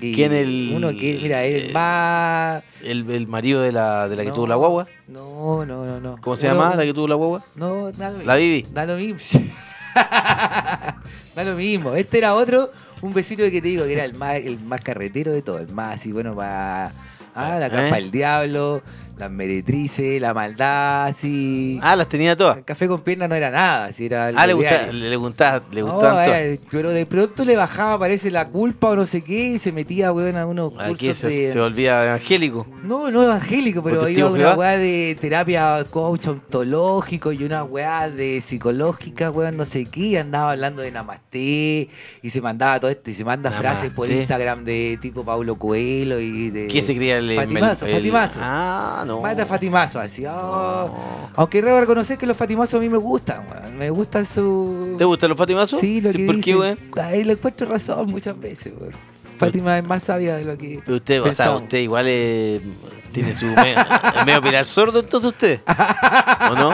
B: Y
A: ¿Quién el-
B: Uno que, mira, el
A: eh,
B: más.
A: El, el marido de la, de la que
B: No.
A: tuvo la guagua.
B: No, no, no, no.
A: ¿Cómo se
B: Uno-
A: llamaba la que tuvo la guagua?
B: No, da lo mismo.
A: La Vivi.
B: Da lo mismo. da lo mismo. Este era otro, un vecino que te digo que era el más, el más carretero de todo, el más así, bueno, para. Ah, la capa
A: ¿Eh?
B: del diablo, las meretrices, la maldad, así.
A: Ah, las tenía todas.
B: El café con pierna no era nada, si era algo
A: Ah, le gustaba,
B: diario.
A: le, le gustaba, le
B: No, eh,
A: gustaban todas.
B: era- pero de pronto le bajaba, parece, la culpa o no sé qué, y se metía, weón, a unos
A: Aquí
B: cursos
A: Ah, se,
B: de...
A: se volvía evangélico.
B: No, no evangélico, pero
A: ¿Por
B: iba a
A: testigos
B: una
A: Jehová?
B: weá de terapia coach ontológico y una weá de psicológica, weón, no sé qué, andaba hablando de Namaste, y se mandaba todo esto, y se manda
A: Namasté.
B: frases por Instagram de tipo Pablo Coelho y de...
A: ¿Qué se creía el el-
B: Eh, Fatimazo,
A: el-
B: Fatimazo.
A: Ah, no.
B: Mata Fatimazo, así, oh.
A: No.
B: Aunque debo reconocer que los Fatimazos a mí me gustan, weón, me gustan su...
A: ¿Te gustan los Fatimazos?
B: Sí, lo que
A: ¿Por
B: dice,
A: qué, weón?
B: Ahí le encuentro razón muchas veces, weón. Fátima es más sabia de lo que
A: Pero usted, o sea,
B: pensamos.
A: usted igual eh, tiene su medio, es medio pilar sordo, entonces usted. ¿O no?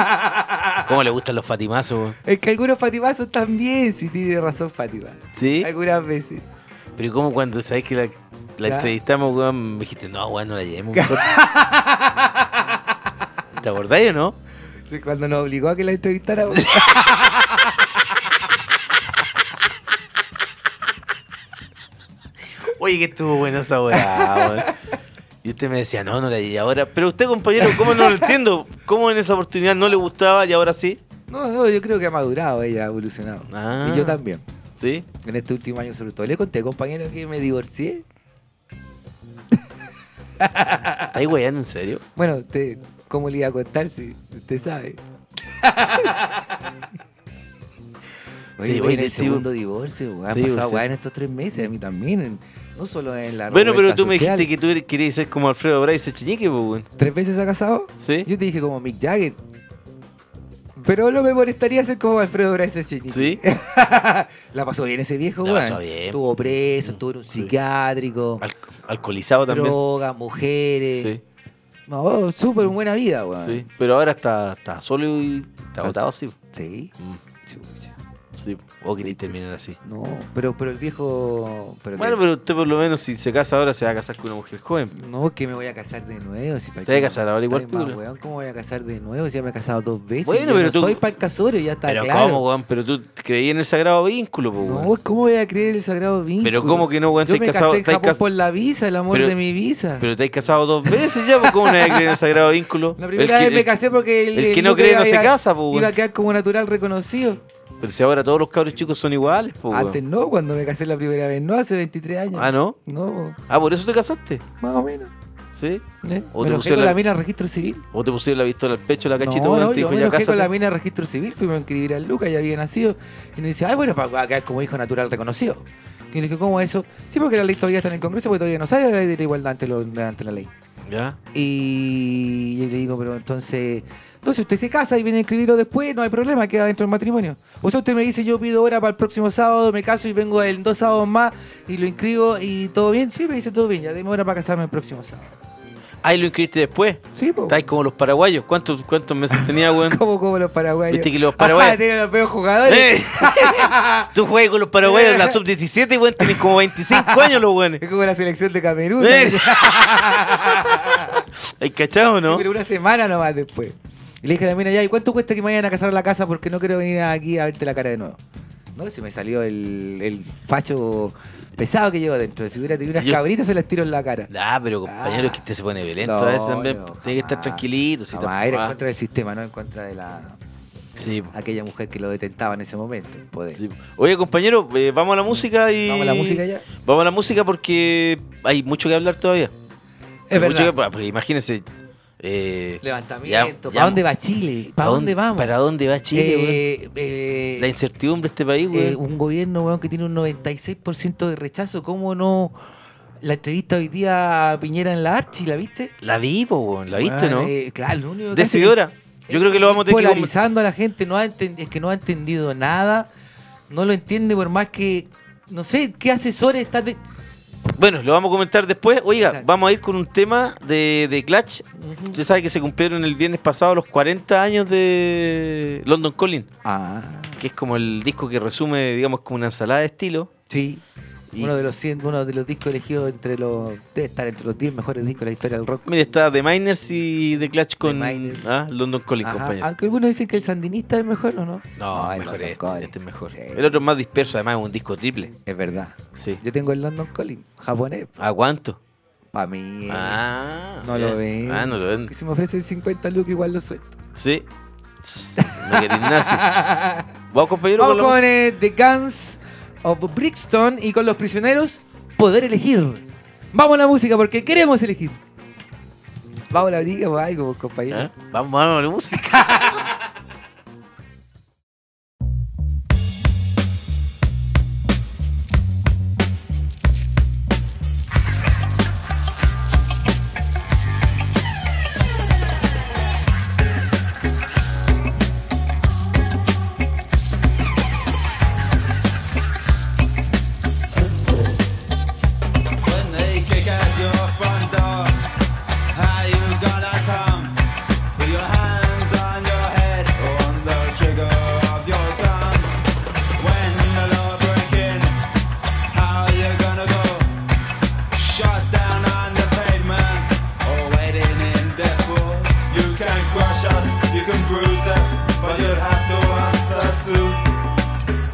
A: ¿Cómo le gustan los Fatimazos, weón?
B: Es que algunos Fatimazos también sí tiene razón Fátima.
A: Sí.
B: Algunas veces.
A: Pero como cuando sabes que la, la
B: Ya.
A: entrevistamos, weón, me dijiste, no, weón, no la llevemos. mejor". ¿Te acordáis o no?
B: Sí, Cuando nos obligó a que la entrevistara.
A: Oye, que estuvo buena esa weá, weón. Y usted me decía, no, no la llevé ahora. Pero usted, compañero, ¿cómo no lo entiendo? ¿Cómo en esa oportunidad no le gustaba y ahora sí?
B: No, no, yo creo que ha madurado ella, ha evolucionado.
A: Ah.
B: Y yo también.
A: ¿Sí?
B: En este último año sobre todo. Le conté, compañero, que me divorcié.
A: ¿Estáis weyando en serio?
B: Bueno, te, ¿cómo le iba a contar si usted sabe? Oye,
A: Sí,
B: voy
A: oye,
B: en el
A: sí,
B: segundo divorcio, weón.
A: sí, pues,
B: han pasado
A: sí.
B: weá en estos tres meses, a mí también, en- no solo en la
A: Bueno, pero
B: revuelta
A: tú me
B: social.
A: dijiste que tú eres- querías ser como Alfredo Bryce ese Cheñique, pues, weón.
B: ¿Tres veces ha casado?
A: ¿Sí?
B: Yo te dije como Mick Jagger. Pero no me molestaría ser como Alfredo Bryce Chichi.
A: ¿Sí?
B: La pasó bien ese viejo,
A: La
B: weón.
A: pasó bien.
B: Estuvo preso,
A: Mm,
B: estuvo en un
A: sí.
B: psiquiátrico,
A: Al- alcoholizado también.
B: drogas, mujeres.
A: Sí,
B: No, súper buena vida, weón.
A: sí. Pero ahora está, está solo y está
B: Ah.
A: agotado, sí.
B: Sí.
A: Mm.
B: Chucha.
A: Sí, o queréis terminar así.
B: No, pero, pero el viejo. Pero
A: Bueno, pero usted por lo menos si se casa ahora se va a casar con una mujer joven.
B: No, que me voy a casar de nuevo. Si
A: Te
B: pa'
A: vas a
B: qué,
A: casar ahora igual
B: está más
A: tú, ¿no?
B: weón, ¿Cómo voy a casar de nuevo? Si ya me he casado dos veces.
A: Bueno,
B: yo
A: pero
B: no
A: tú-
B: soy pa'l casorio, ya está
A: pero
B: claro.
A: ¿cómo, weón? Pero tú creí en el sagrado vínculo, po,
B: No,
A: weón.
B: ¿cómo voy a creer el sagrado vínculo?
A: Pero ¿cómo que no, weón?
B: Yo
A: Estáis
B: me
A: casado-
B: casé en
A: estáis
B: Japón
A: cas-
B: por la visa, el amor
A: Pero-
B: de mi visa.
A: Pero te has casado dos veces ya, pues, ¿cómo no vas a creer en el sagrado vínculo?
B: la
A: El
B: primera
A: que-
B: vez me
A: el-
B: casé porque el,
A: el que
B: el
A: no
B: loco
A: cree
B: iba
A: no se
B: a-
A: casa, po,
B: Iba a
A: weón.
B: quedar como natural reconocido.
A: Pero si ahora todos los cabros chicos son iguales, pues, weón.
B: Antes no, cuando me casé la primera vez, no, hace 23 años.
A: Ah, ¿no?
B: No,
A: Ah, ¿por eso te casaste?
B: más o menos.
A: ¿Sí?
B: ¿eh?
A: O
B: Me
A: te
B: enojé
A: pusieron
B: con
A: la-
B: la mina registro civil.
A: ¿O te pusieron la pistola al pecho, la cachito,
B: no,
A: weón?
B: no,
A: te
B: yo
A: dijo,
B: me
A: ya
B: enojé con
A: cásate?
B: la mina de registro civil, fuimos a inscribir al Lucas, ya había nacido. Y nos dice, ay, bueno, para acá es como hijo natural reconocido. Y le dije, ¿cómo eso? Sí, porque la ley todavía está en el Congreso, porque todavía no sale la ley de la igualdad ante, lo- ante la ley.
A: ¿Ya?
B: Y yo le digo, pero entonces, entonces usted se casa y viene a inscribirlo después, no hay problema, queda dentro del matrimonio. O sea, usted me dice, yo pido hora para el próximo sábado, me caso y vengo en dos sábados más y lo inscribo y todo bien. Sí, me dice todo bien, ya tengo hora para casarme el próximo sábado.
A: Ahí lo inscribiste después.
B: Sí, pues.
A: Estáis como los paraguayos. ¿Cuántos, cuántos meses tenía, weón?
B: Como, como los paraguayos.
A: Viste que los paraguayos-
B: Ajá, tienen los peores jugadores.
A: ¡Eh! Tú juegas con los paraguayos en la sub-17, weón. Tenés como 25 años, los weones.
B: Es como la selección de Camerún.
A: ¡Eh!
B: ¿no?
A: ¿Hay cachado, no?
B: Pero una semana nomás después. Y le dije a la mina, ya, ¿y cuánto cuesta que me vayan a casar a la casa? Porque no quiero venir aquí a verte la cara de nuevo. No, se me salió el, el facho pesado que llevo adentro. Si hubiera tenido unas
A: Yo-
B: cabritas, se las tiro en la cara.
A: Ah, pero compañero,
B: Ah.
A: es que usted se pone violento
B: No,
A: a veces también.
B: no,
A: Tiene que estar
B: jamás.
A: tranquilito. Si
B: Jamás,
A: tampoco-
B: era en
A: ah,
B: contra del sistema, no en contra de la
A: sí, po,
B: aquella mujer que lo detentaba en ese momento. el poder.
A: sí, po. Oye, compañero, eh, vamos a la música y.
B: Vamos a la música ya.
A: Vamos a la música porque hay mucho que hablar todavía. Hay
B: Es
A: mucho
B: verdad.
A: que- porque imagínense. eh,
B: Levantamiento.
A: Ya-
B: ¿Para
A: ya-
B: dónde va Chile? ¿Para
A: ¿pa'
B: dónde vamos?
A: ¿Para dónde va Chile, weón?
B: Eh, eh,
A: La incertidumbre de este país,
B: Eh,
A: weón.
B: un gobierno weón, que tiene un 96% de rechazo. ¿Cómo no? La entrevista hoy día a Piñera en la Archi, ¿la viste?
A: la vi, po, weón. La viste,
B: Weón,
A: ¿no?
B: eh, claro, lo único que hace
A: Decidora.
B: es-
A: Yo creo que lo vamos a tener que conversar.
B: Polarizando a la gente, no ha enten- es que no ha entendido nada, no lo entiende por más que. No sé, ¿qué asesores está.? te-
A: Bueno, lo vamos a comentar después. Oiga,
B: Exacto.
A: vamos a ir con un tema de, de Clutch.
B: Ujú.
A: Usted sabe que se cumplieron el viernes pasado los 40 años de London Calling,
B: Ah,
A: que es como el disco que resume, digamos, como una ensalada de estilo.
B: sí.
A: Y,
B: Uno, de los cien- uno de los discos elegidos entre los. Debe estar entre los 10 mejores discos de la historia del rock.
A: Mira, está The Miners y The Clutch con
B: Miners.
A: ah, London Calling,
B: Ajá,
A: compañero.
B: Aunque algunos dicen que el sandinista es mejor, ¿o no?
A: no,
B: el
A: mejor
B: London
A: este,
B: Calling.
A: este es mejor.
B: Sí.
A: El otro es más disperso, además es un disco triple.
B: Es verdad.
A: Sí.
B: Yo tengo el London Calling, japonés.
A: ¿A cuánto?
B: Para mí. es-
A: Ah,
B: no
A: ya.
B: lo ven.
A: Ah, no lo ven.
B: Que si me ofrecen 50 lucas, igual lo suelto.
A: Sí. No querés nazi. Vamos, compañero,
B: Vamos
A: con la
B: con eh, The Guns of Brixton y con los prisioneros, poder elegir. Vamos a la música porque queremos elegir. Vamos a la música o algo, pues, compañero.
A: ¿Eh? Vamos, vamos a la música.
C: When they kick at your front door, how you gonna come? With your hands on your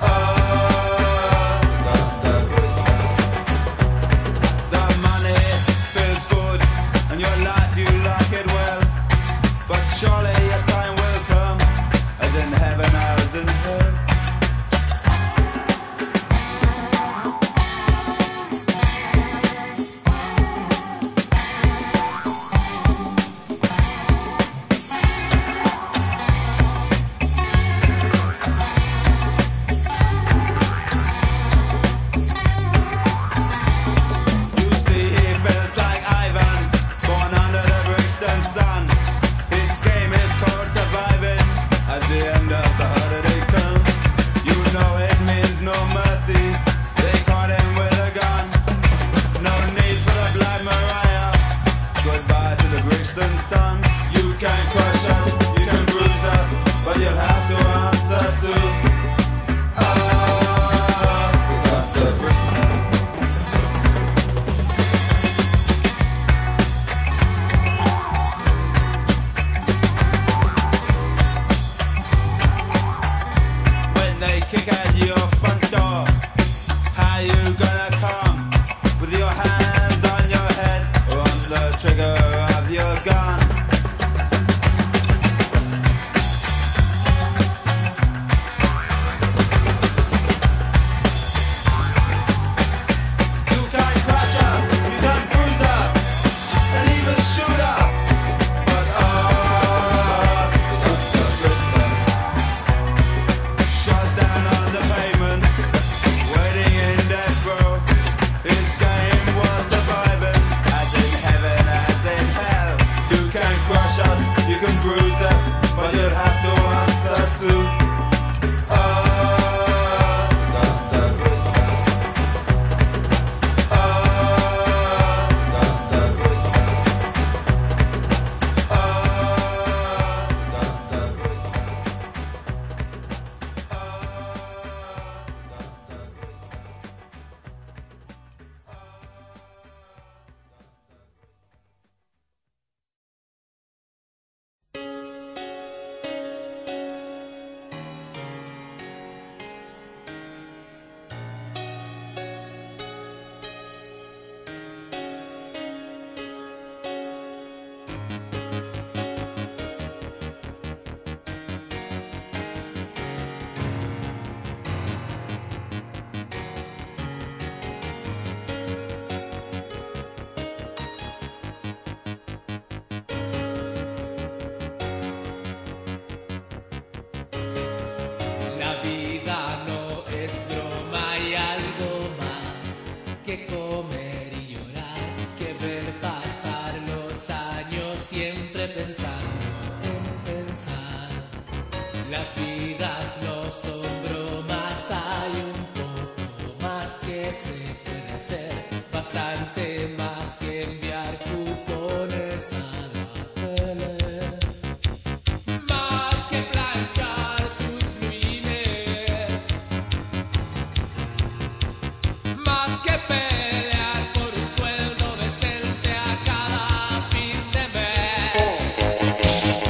D: Ah. oh. uh,
E: nuestras vidas no son bromas, hay un poco más que se puede hacer, bastante más que enviar cupones a la tele. Más que planchar tus ruines, más que pelear por un sueldo decente a cada fin de mes.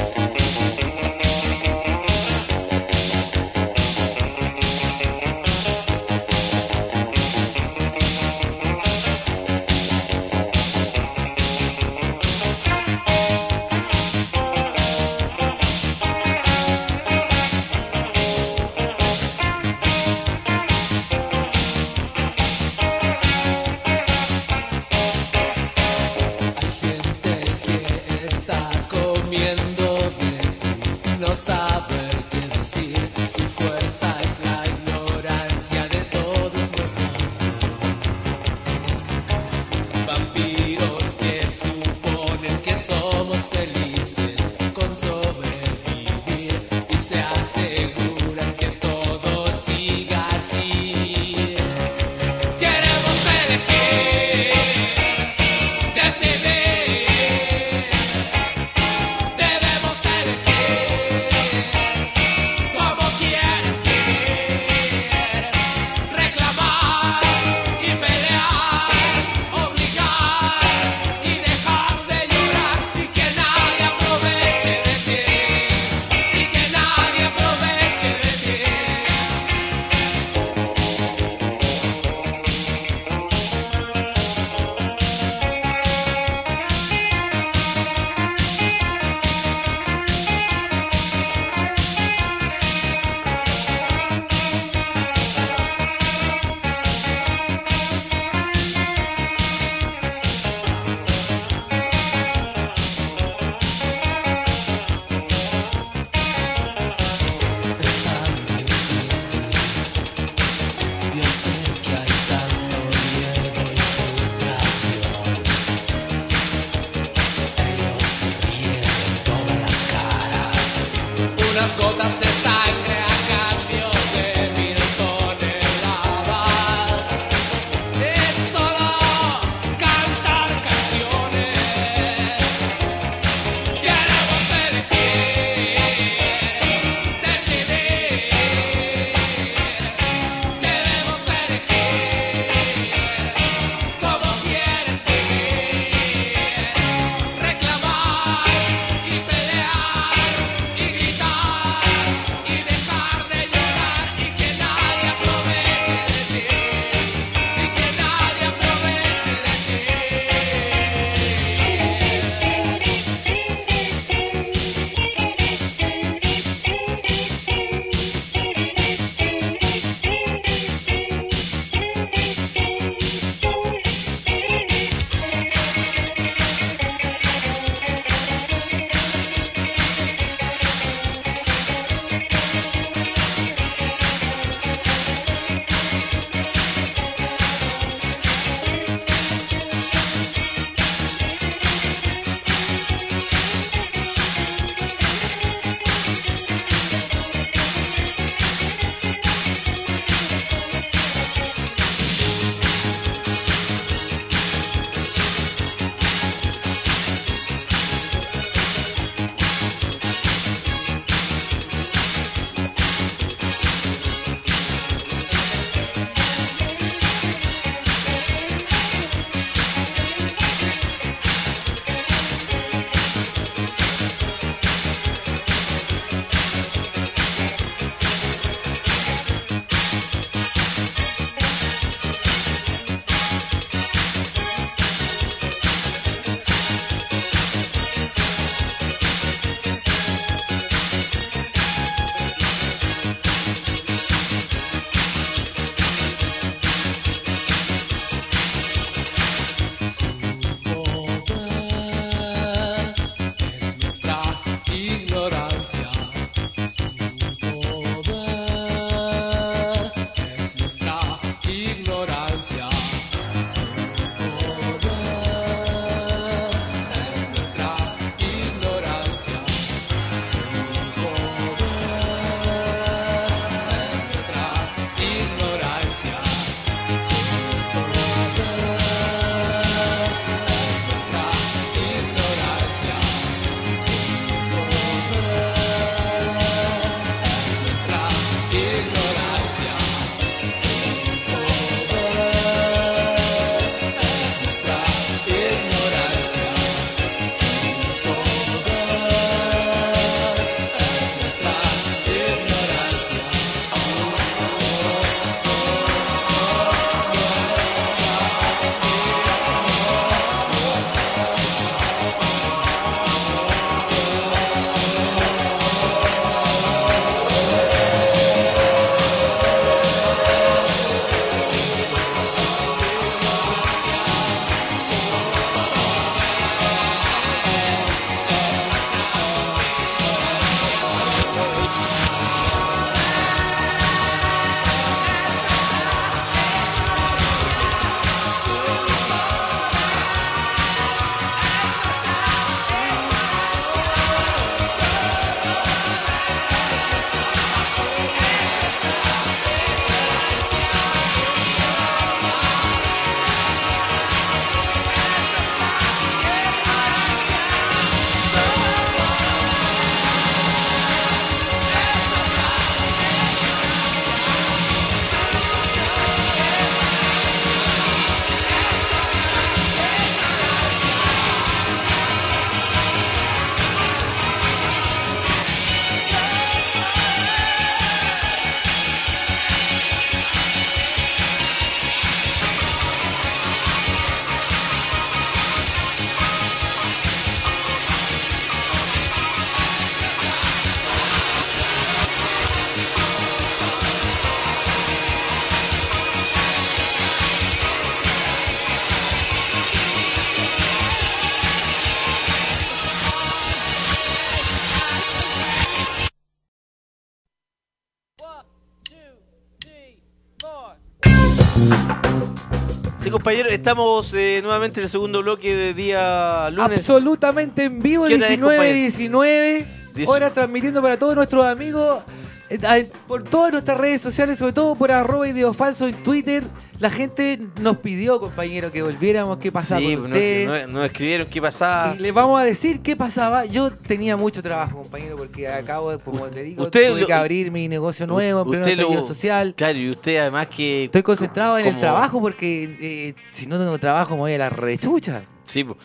A: Sí, compañeros, estamos eh, nuevamente en el segundo bloque de día lunes.
B: Absolutamente en vivo,
A: ¿Qué hora es,
B: 19,
A: compadre?
B: 19
A: Dieci-
B: horas transmitiendo para todos nuestros amigos, eh, eh, por todas nuestras redes sociales, sobre todo por arroba ideo falso en Twitter. La gente nos pidió, compañero, que volviéramos, qué pasaba
A: Sí,
B: con
A: nos
B: usted.
A: no, no escribieron qué pasaba.
B: Y les vamos a decir qué pasaba. Yo tenía mucho trabajo, compañero, porque acabo, de- como te digo,
A: Usted
B: tuve
A: lo-
B: que abrir mi negocio nuevo, en pleno
A: Usted lo-
B: estallido social.
A: Claro, y usted además que...
B: Estoy concentrado en el
A: como-
B: trabajo porque eh, si no tengo trabajo me voy a la rechucha.
A: Sí, po.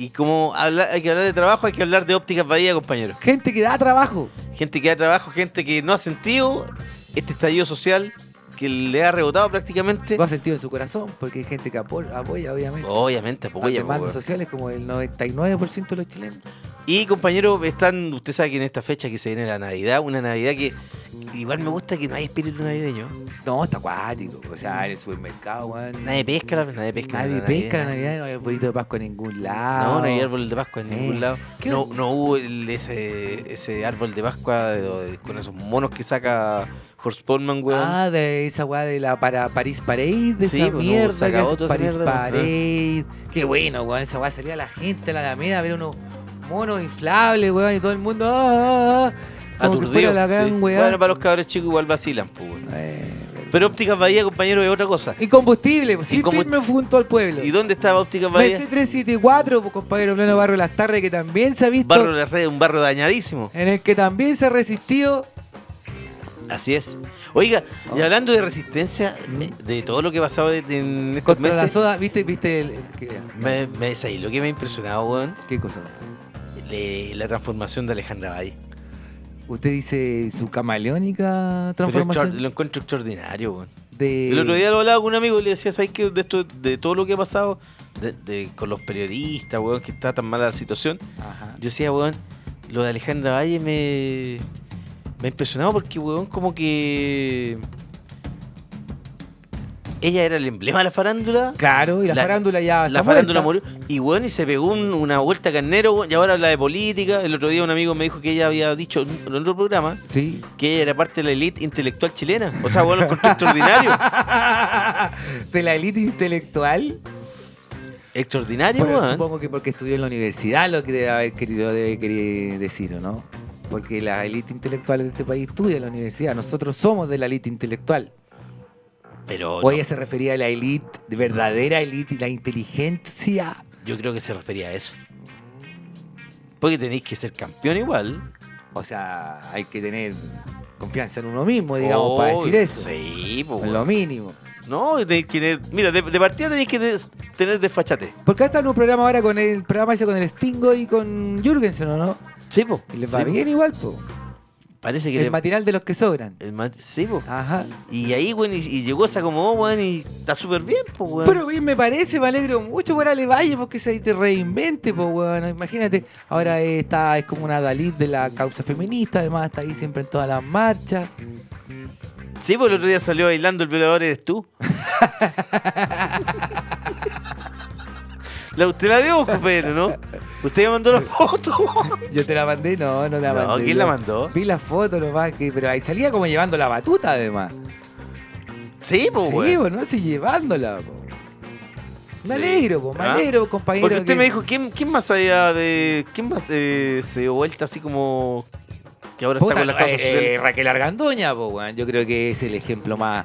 A: y como habla- hay que hablar de trabajo, hay que hablar de ópticas Bahía, compañeros.
B: Gente que da trabajo.
A: Gente que da trabajo, gente que no ha sentido este estallido social que le ha rebotado prácticamente.
B: Lo ha sentido en su corazón porque hay gente que apo- apoya,
A: Oh,
B: obviamente.
A: Obviamente,
B: Las
A: apoya, po,
B: demandas
A: weón.
B: sociales como el 99% de los chilenos.
A: Y compañeros, están, usted sabe que en esta fecha que se viene la Navidad, una Navidad que igual me gusta que no hay espíritu navideño.
B: No, está acuático. O sea, en el supermercado, weón.
A: Nadie pesca, la- nadie pesca.
B: Nadie
A: la
B: pesca en Navidad, no hay arbolito de Pascua en ningún lado.
A: No, no hay árbol de Pascua en
B: Eh.
A: ningún lado.
B: ¿Qué?
A: No, no hubo el- ese, ese árbol de Pascua de lo- de- con esos monos que saca Horst Pullman, weón.
B: Ah, de esa weá de la para París Parade, de
A: Sí, pues,
B: esa
A: no, se
B: mierda que
A: acabó
B: es
A: toda esa
B: París
A: mierda, pues.
B: Parade. Qué bueno, weón, esa weá salía la gente a la Alameda a ver unos monos inflables, weón, y todo el mundo ah, ah, ah, como que
A: Aturdido.
B: fuera la gran
A: sí.
B: weá.
A: Bueno, para los cabros chicos igual vacilan, pues, weón.
B: Eh,
A: Pero Ópticas Bahía, compañero, es otra cosa.
B: Y combustible, pues, sí,
A: combu-
B: firme junto al pueblo.
A: ¿Y dónde estaba Ópticas
B: Me
A: Bahía?
B: 374, pues, compañero pleno barrio de las tardes, que también se ha visto,
A: Barro de la red, un barro dañadísimo.
B: en el que también se ha resistido.
A: Así es. Oiga,
B: Oh.
A: y hablando de resistencia, me- de todo lo que pasaba de- de- en estos
B: Contra la
A: meses,
B: soda, ¿viste? ¿Viste? el- qué,
A: me, me ahí lo que me ha impresionado, weón,
B: qué cosa?
A: le- la transformación de Alejandra Valle.
B: Usted dice su camaleónica
A: Pero
B: transformación.
A: extra- Lo encuentro extraordinario, weón.
B: de...
A: El otro día lo hablaba con un amigo y le decía, ¿sabes qué? De, esto, de todo lo que ha pasado de- de- con los periodistas, weón, que está tan mala la situación.
B: Ajá.
A: Yo decía, weón, lo de Alejandra Valle me, me ha impresionado porque, weón, como que... Ella era el emblema de la farándula.
B: Claro, y la,
A: La-
B: farándula ya
A: La
B: está
A: farándula
B: muerta.
A: murió. Y bueno, y se pegó un- una vuelta carnero, weón, y ahora habla de política. El otro día un amigo me dijo que ella había dicho en en otro programa
B: Sí.
A: que ella era parte de la elite intelectual chilena. O sea, bueno, lo encontré extraordinario.
B: De la élite intelectual.
A: Extraordinario,
B: Bueno,
A: weón.
B: supongo que porque estudió en la universidad lo que debe haber querido debe querer decir, ¿o no? Porque la élite intelectual de este país estudia en la universidad. Nosotros somos de la élite intelectual.
A: Pero
B: O ella se refería a la élite, de verdadera élite, la inteligencia.
A: no, yo creo que se refería a eso. Porque tenéis que ser campeón igual.
B: O sea, hay que tener confianza en uno mismo, digamos, para
A: Obvio.
B: decir eso.
A: Sí, pues,
B: Lo mínimo.
A: No, tenéis que tener- Mira, de, de partida tenéis que tener, tener desfachate.
B: Porque hasta en un programa ahora con el programa ese con el Stingo y con Jürgensen, ¿o no?
A: Sí, po.
B: Y les
A: Sí,
B: va
A: po.
B: bien igual, po.
A: Parece que.
B: El
A: le-
B: matinal de los que sobran.
A: el mat- sí, po.
B: Ajá.
A: Y ahí, weón, y, y llegó esa como, weón, y está súper bien, pues, weón.
B: Pero bien, me parece, me alegro mucho por Ale Valle, porque pues, se te reinvente, pues, bueno, imagínate, ahora eh, está, es como una Dalit de la causa feminista, además está ahí siempre en todas las marchas.
A: Sí, pues el otro día salió bailando el violador eres tú. la, usted la vio, compañero, ¿no? Usted me mandó la foto.
B: Yo te la mandé, no, no la
A: No,
B: mandé.
A: ¿quién
B: yo
A: la mandó?
B: Vi la foto nomás, que, pero ahí salía como llevando la batuta además.
A: Sí, pues,
B: sí,
A: weón.
B: pues, no sé, llevándola, po. Me
A: Sí.
B: alegro, po, me
A: Ah.
B: alegro, compañero.
A: Porque usted
B: que-
A: me dijo, ¿quién, quién más allá de. ¿Quién más eh, se dio vuelta así como. que ahora
B: Puta,
A: está con la causa
B: eh,
A: social?
B: eh, Raquel Argandoña, po, weón. yo creo que es el ejemplo más.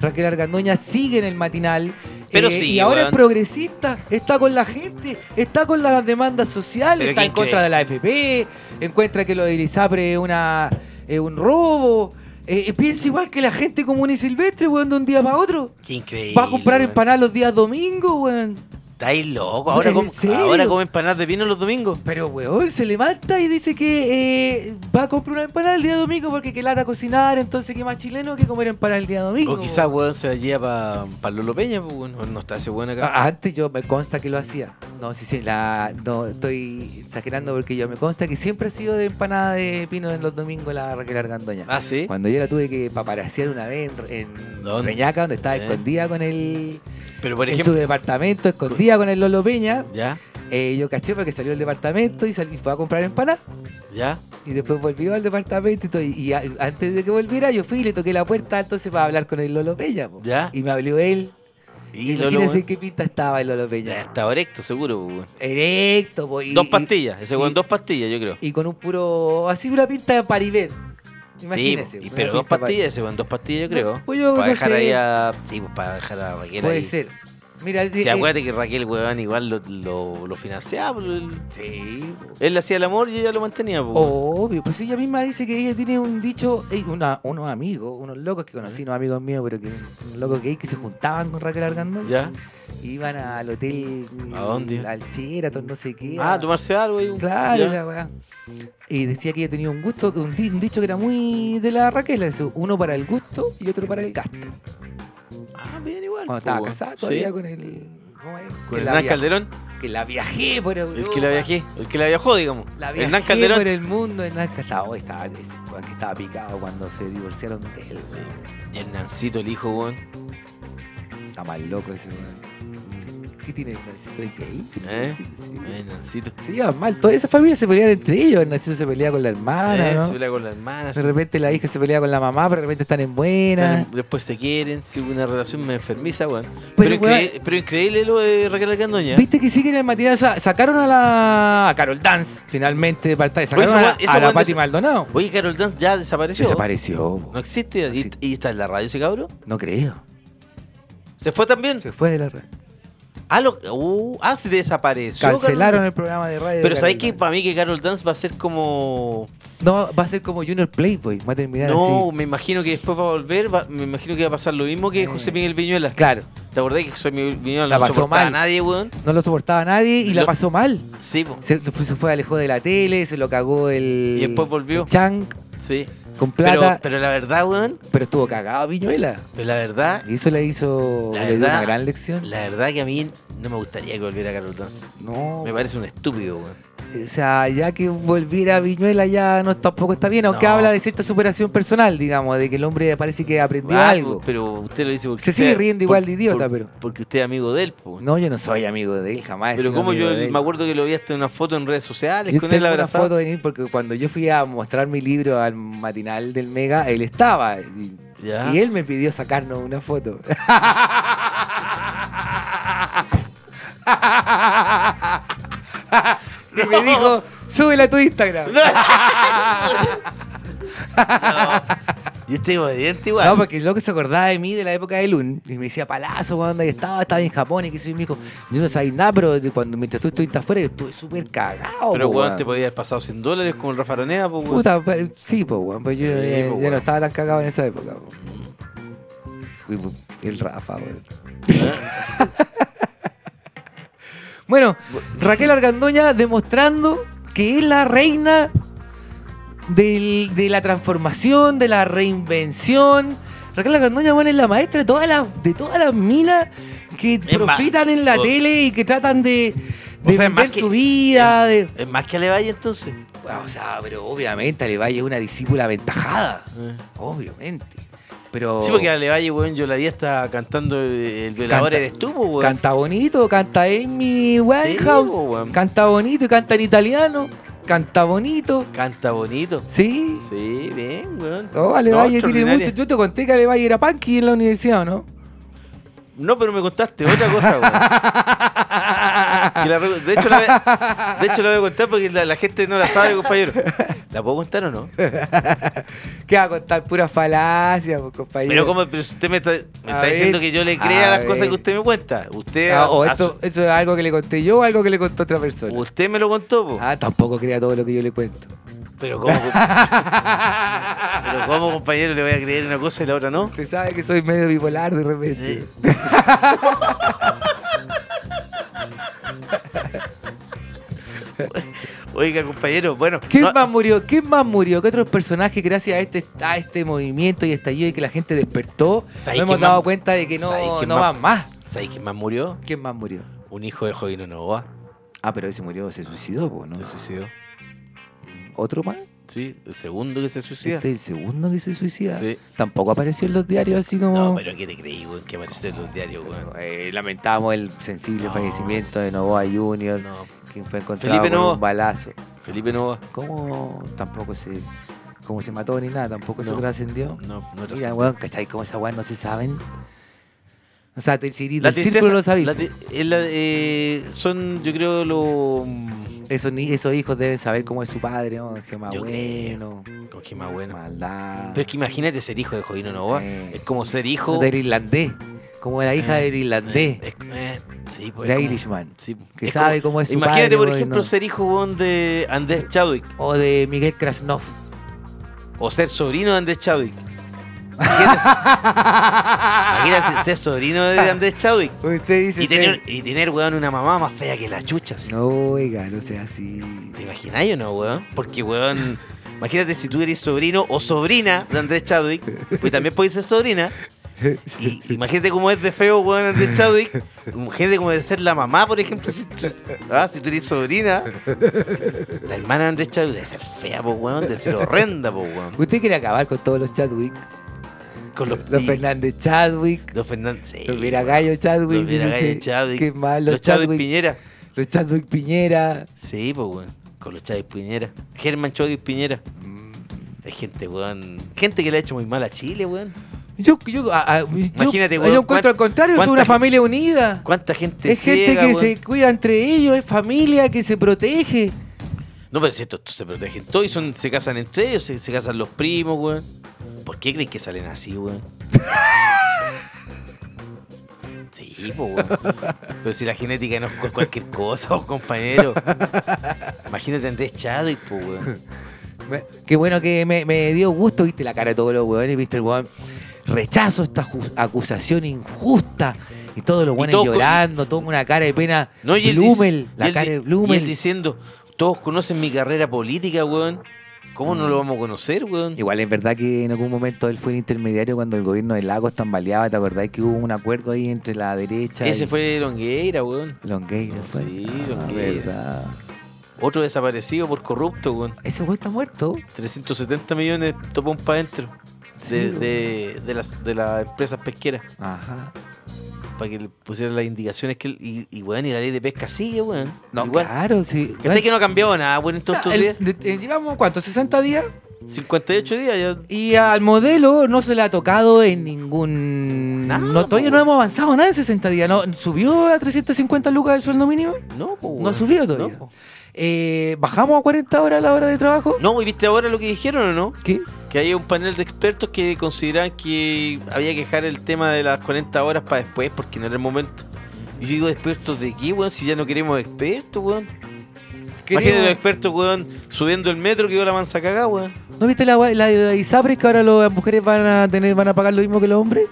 B: Raquel Argandoña sigue en el matinal.
A: Pero
B: eh,
A: sí,
B: y ahora
A: weón.
B: es progresista, está con la gente, está con las demandas sociales,
A: Pero
B: está en
A: ¿quién
B: contra
A: cree?
B: de la AFP, encuentra que lo de Elizapre es una, es un robo. eh, eh, piensa igual que la gente común y silvestre, weón, de un día para otro.
A: Qué increíble.
B: Va a comprar
A: weón.
B: empanadas los días domingos, weón.
A: Estáis loco. Ahora,
B: ¿En
A: com-
B: serio?
A: ahora comen empanadas de vino los domingos.
B: Pero, weón, se levanta y dice que eh, va a comprar una empanada el día domingo porque que lata cocinar, entonces que más chileno que comer empanada el día domingo.
A: O quizás, weón, se la lleva para Lolo Peña, pues, weón. No está ese weón acá.
B: A- Antes yo me consta que lo hacía. No, sí, sí, la, no, estoy exagerando porque yo me consta que siempre ha sido de empanada de pino en los domingos la Raquel Argandoña.
A: Ah, sí.
B: Cuando yo la tuve que paparaciar una vez en, en
A: ¿Dónde?
B: Reñaca, donde estaba
A: ¿Eh?
B: escondida con el,
A: Pero por
B: en su
A: ejemplo.
B: departamento, escondida con el Lolo Peña,
A: Ya,
B: eh, yo caché porque salió del departamento y salí, fue a comprar empanada.
A: ya.
B: Y después volvió al departamento y, todo, y- y a- antes de que volviera yo fui y le toqué la puerta entonces para hablar con el Lolo Peña. po.
A: Ya.
B: Y me habló él.
A: Y Lolo,
B: Imagínense en
A: weón.
B: qué pinta estaba el Lolo
A: Ya
B: Peña.
A: estaba erecto, seguro, pues, weón.
B: Erecto, po, y-
A: Dos
B: y-
A: pastillas, ese weón,
B: y-
A: dos pastillas, yo creo.
B: Y con un puro, así una pinta de paribet.
A: sí,
B: Imagínense.
A: y-
B: una
A: pero dos
B: pinta de
A: pastillas, ese weón, dos pastillas, yo
B: No,
A: creo.
B: pues yo
A: para
B: no
A: dejar
B: sé.
A: ahí a. Sí, pues para dejar a Raquel
B: Puede
A: ahí.
B: ser. Mira,
A: Sí,
B: eh,
A: acuérdate que Raquel, weón, igual lo, lo, lo financiaba. pues, Él,
B: Sí.
A: él le hacía el amor y ella lo mantenía, pues, weón.
B: Obvio, pues ella misma dice que ella tiene un dicho, ey, una- unos amigos, unos locos que conocí, unos amigos míos, pero que unos locos gays que se juntaban con Raquel Argandón.
A: ¿Ya?
B: Y iban al hotel,
A: ¿A dónde?
B: al Sheraton, no sé qué.
A: Ah,
B: a-
A: tomarse algo y.
B: Claro,
A: ya.
B: la weá. Y decía que ella tenía un gusto, un, di- un dicho que era muy de la Raquel, eso, uno para el gusto y otro para el gasto.
A: Ah, bien, igual.
B: Cuando
A: pues,
B: estaba
A: weón.
B: casada
A: Sí,
B: todavía con el. ¿Cómo es?
A: Con
B: Que
A: el
B: la
A: Hernán
B: via-
A: Calderón,
B: Que la viajé por
A: el que la
B: Europa.
A: viajé, el que la viajó, digamos.
B: La viajé
A: Hernán Calderón.
B: por el mundo, Hernán Calderón. Oh, estaba, ese weón que estaba picado cuando se divorciaron de él, weón.
A: Y Hernancito, el hijo, weón.
B: Está más loco ese weón. ¿Qué tiene Hernancito? ¿Es gay?
A: ¿Eh?
B: Sí, sí.
A: Hernancito.
B: Se llevan mal. Toda esa familia se peleaban entre ellos. Hernancito se peleaba con la hermana,
A: Eh,
B: Ah, ¿no?
A: Se pelea con la hermana.
B: De
A: se-
B: repente la hija se pelea con la mamá, pero de repente están en buena.
A: Después se quieren, si hubo una relación me enfermiza, weón. Pero,
B: Pero, weón-
A: increíble, pero increíble lo de Raquel Argandoña. ¿eh?
B: ¿Viste que siguen en el matinal? Sa- sacaron a la. a Carol Dance, finalmente, de pantalla. Sacaron
A: esa
B: a,
A: weá- esa
B: a
A: weá
B: la Pati
A: desa-
B: Maldonado.
A: Oye, Carol Dance ya desapareció.
B: Desapareció, po.
A: No existe. ¿Y-
B: existe.
A: ¿Y, está en la radio ese cabro?
B: no creo.
A: ¿Se fue también?
B: Se fue de la red.
A: Ah, lo- uh, ah, se desapareció. Carol
B: Cancelaron
A: Dance.
B: el programa de radio. de
A: Pero ¿sabes
B: Carol
A: que
B: Dance.
A: Para mí que Carol Dance va a ser como...
B: No, va a ser como Junior Playboy. Va a terminar
A: no,
B: así.
A: me imagino que después va a volver, va- me imagino que va a pasar lo mismo que
B: Eh.
A: José Miguel Viñuela.
B: Claro,
A: ¿Te acordás que José Miguel Viñuela
B: La
A: no
B: pasó
A: soportaba
B: mal.
A: a nadie, weón?
B: no lo soportaba nadie y la
A: Lo-
B: pasó mal.
A: Sí, po.
B: Se, después se fue, alejó de la tele, se lo cagó el.
A: Y después volvió.
B: el Chang
A: sí.
B: con plata,
A: Pero,
B: pero,
A: pero la verdad, weón,
B: estuvo cagado Viñuela.
A: pero la verdad,
B: Y eso le hizo.
A: La
B: le dio
A: verdad-
B: una gran lección.
A: la verdad que a mí no me gustaría que volviera Carol Dance.
B: No.
A: Me parece un estúpido, weón.
B: O sea, ya que volviera a Viñuela ya no tampoco está bien, aunque
A: No.
B: habla de cierta superación personal, digamos, de que el hombre parece que aprendió
A: Ah,
B: algo.
A: Pero usted lo dice porque...
B: Se sigue
A: usted-
B: riendo igual de idiota, pero-
A: Porque usted es amigo de él, po.
B: No, yo no soy amigo de él, jamás. he
A: Pero
B: sido
A: como
B: amigo
A: yo
B: de él.
A: me acuerdo que lo vi hasta en una foto en redes sociales
B: Yo
A: con
B: tengo
A: él
B: una
A: abrazado.
B: foto de él porque cuando yo fui a mostrar mi libro al matinal del Mega, él estaba. Y,
A: Ya.
B: y él me pidió sacarnos una foto. y me dijo, súbela a tu Instagram.
A: Yo estoy obediente igual.
B: No, porque el loco se acordaba de mí de la época de Lun y me decía, palazo, cuando ahí estaba, estaba en Japón y que soy mi hijo. Yo no sabía nada, pero de cuando mientras tú estuviste afuera, yo estuve súper cagado.
A: pero
B: po,
A: weón, te
B: Oh, weón.
A: podía haber pasado 100 dólares con el Rafa Araneda, po, weón.
B: Puta, pero- sí, pues, weón, pues yo
A: Sí,
B: ya-
A: po,
B: ya,
A: weón.
B: no estaba tan cagado en esa época. po. Fui po- El Rafa, weón. bueno, Raquel Argandoña demostrando que es la reina del- de la transformación, de la reinvención. Raquel Argandoña, weón, es la maestra de todas las, de todas las minas que
A: Es más,
B: profitan en la
A: o-
B: tele y que tratan de,
A: o
B: de
A: sea, es más
B: vender
A: que-
B: su vida. de-
A: Es más que a Levalle entonces.
B: Ah, O sea, pero obviamente Alevalle es una discípula aventajada. Obviamente. Pero.
A: Sí, porque a Levalle, weón, yo la vi hasta cantando el, el violador
B: Canta-
A: eres tú, po, weón.
B: Canta bonito, canta Amy Winehouse.
A: po, weón.
B: canta bonito y canta en italiano. Canta bonito.
A: Canta bonito.
B: Sí.
A: Sí, bien, weón.
B: Oh, Alevalle tiene
A: extraordinaria.
B: mucho. Yo te conté que Alevalle era punky en la universidad, ¿o ¿no?
A: No, pero me contaste otra cosa, weón. Que la re- de, hecho, la, ve- de hecho, la voy a contar porque la, la gente no la sabe, compañero. ¿La puedo contar o no?
B: Que va a contar pura falacia, pues, compañero.
A: Pero como pero si usted me está, me está
B: ver,
A: diciendo que yo le crea
B: a
A: las cosas
B: ver.
A: que usted me cuenta. Usted,
B: Ah, o
A: asu-
B: esto, eso es algo que le conté yo o algo que le contó otra persona.
A: usted me lo contó, po.
B: Ah, tampoco crea todo lo que yo le cuento.
A: Pero cómo, com- pero cómo, compañero, le voy a creer una cosa y la otra no.
B: Usted sabe que soy medio bipolar de repente.
A: Oiga, compañero, bueno.
B: ¿Quién
A: no-
B: más murió? ¿Quién más murió? ¿Qué otros personajes gracias a este, a este movimiento y estallido y que la gente despertó? Nos
A: ¿Sabéis
B: hemos
A: quién
B: dado
A: más-
B: cuenta de que
A: ¿sabéis
B: no,
A: quién
B: no
A: más-
B: van más.
A: ¿Sabes quién más murió?
B: ¿Quién más murió?
A: Un hijo de Jovino Novoa.
B: Ah, pero ese murió, se suicidó, po, ¿no?
A: Se suicidó.
B: ¿Otro más?
A: Sí, el segundo que se suicida.
B: Este es el segundo que se suicida.
A: Sí.
B: Tampoco apareció en los diarios así como.
A: No, pero ¿qué te creí, weón? Que aparece en los diarios, weón.
B: Eh, lamentamos el sensible
A: No.
B: fallecimiento de Novoa Junior,
A: No.
B: quien fue encontrado
A: Felipe
B: con
A: Novoa.
B: un balazo.
A: Felipe Nova.
B: ¿Cómo tampoco se, como se mató ni nada? ¿Tampoco se
A: No.
B: trascendió?
A: No, no
B: Mira,
A: trascendió.
B: weón, ¿cachai? ¿Cómo esas weas no se saben? O sea, te, si
A: La
B: del círculo lo sabéis.
A: la tri- es la- eh, son, yo creo, los.
B: Esos, ni- esos hijos deben saber cómo es su padre, ¿no? Qué más
A: Yo
B: bueno.
A: Con que más bueno.
B: Maldad.
A: Pero es que imagínate ser hijo de Jodino Novoa.
B: Eh.
A: Es como ser hijo.
B: No, Del irlandés. Como la hija
A: Eh,
B: del irlandés.
A: eh, eh, sí, pues,
B: de
A: es como-
B: Irishman.
A: sí,
B: que
A: es
B: sabe
A: como-
B: cómo es su
A: Imagínate,
B: padre,
A: por
B: weón,
A: ejemplo,
B: no.
A: ser hijo weón, de Andrés Chadwick.
B: O de Miguel Krasnov.
A: O ser sobrino de Andrés Chadwick. Imagínate, imagínate ser sobrino de Andrés Chadwick.
B: Usted dice.
A: Y tener, y tener, weón, una mamá más fea que la chucha. así.
B: No, oiga, no sea así.
A: ¿Te imagináis o no, weón? Porque, weón, imagínate si tú eres sobrino o sobrina de Andrés Chadwick, pues también puedes ser sobrina. Y imagínate cómo es de feo, weón, Andrés Chadwick. Imagínate cómo debe ser la mamá, por ejemplo, si tú, ah, si tú eres sobrina. La hermana de Andrés Chadwick debe ser fea, po, weón, debe ser horrenda, po, weón.
B: Usted quiere acabar con todos los Chadwick.
A: Con los,
B: Los
A: y-
B: Fernández Chadwick.
A: Los Fernández. sí,
B: Los Viragallo Chadwick.
A: Los Viragallo
B: dice que-
A: Chadwick.
B: Qué mal.
A: los,
B: Los
A: Chadwick
B: Chadwick.
A: Piñera.
B: Los Chadwick Piñera.
A: Sí, pues, weón. Con los Chávez Piñera. Germán Chávez Piñera.
B: Mm.
A: Hay gente, weón. Gente que le ha hecho muy mal a Chile, weón.
B: Yo, yo, a- a- yo-
A: Imagínate,
B: yo
A: weón,
B: encuentro al
A: cuán-
B: contrario, es
A: cuánta
B: una
A: gente-
B: familia unida.
A: ¿Cuánta gente
B: Es gente
A: ciega,
B: que
A: weón?
B: se cuida entre ellos, es familia que se protege.
A: No, pero si estos estos se protegen todos y son, se casan entre ellos, se, se casan los primos, weón. ¿Por qué creen que salen así, weón? Sí, po, weón. Pero si la genética no es cu- cualquier cosa, oh, compañero. Imagínate a Andrés Chadwick, po, weón.
B: Me- Qué bueno que me, me dio gusto, viste la cara de todos los weones, viste el weón. Rechazo esta ju- acusación injusta. Y todos los
A: Y
B: weones
A: todos con-
B: llorando, todo con una cara de pena.
A: No, y él
B: Blumel,
A: dice- y
B: la
A: él
B: cara
A: di-
B: de
A: y él
B: Blumel.
A: diciendo, todos conocen mi carrera política, weón. ¿Cómo no lo vamos a conocer, weón?
B: Igual es verdad que en algún momento él fue el intermediario cuando el gobierno de Lagos tambaleaba. ¿Te acordás que hubo un acuerdo ahí entre la derecha
A: Ese
B: y
A: fue Longueira, weón.
B: Longueira? fue?
A: Sí,
B: Ah,
A: Longueira.
B: verdad.
A: Otro desaparecido por corrupto, weón.
B: Ese weón está muerto.
A: 370 millones topó un pa' adentro
B: Sí,
A: de,
B: weón.
A: de, de las, de las empresas pesqueras
B: Ajá.
A: para que le pusieran las indicaciones que él- y, y, weón, y la ley de pesca sigue, weón.
B: No,
A: Igual.
B: claro, sí.
A: ¿Cachai que no ha cambiado nada, weón, en todos estos
B: El-
A: días?
B: de- de- llevamos cuánto, 60 días.
A: 58 días ya.
B: Y al modelo no se le ha tocado en ningún.
A: Nada,
B: no, todavía
A: po.
B: no hemos avanzado nada en 60 días. ¿No? ¿Subió a 350 lucas el sueldo mínimo?
A: No, po,
B: No
A: weón.
B: subió todavía.
A: No, po.
B: Eh, ¿Bajamos a 40 horas la hora de trabajo?
A: No, ¿y viste ahora lo que dijeron o no?
B: ¿Qué?
A: Que hay un panel de expertos que consideran que había que dejar el tema de las 40 horas para después, porque no era el momento. Y yo digo, ¿expertos de qué, weón? Si ya no queremos expertos, weón. Imagínate los expertos, weón, subiendo el metro que dio la mansa cagada, weón.
B: ¿No viste la, la, la ISAPRES que ahora las mujeres van a tener van a pagar lo mismo que los hombres?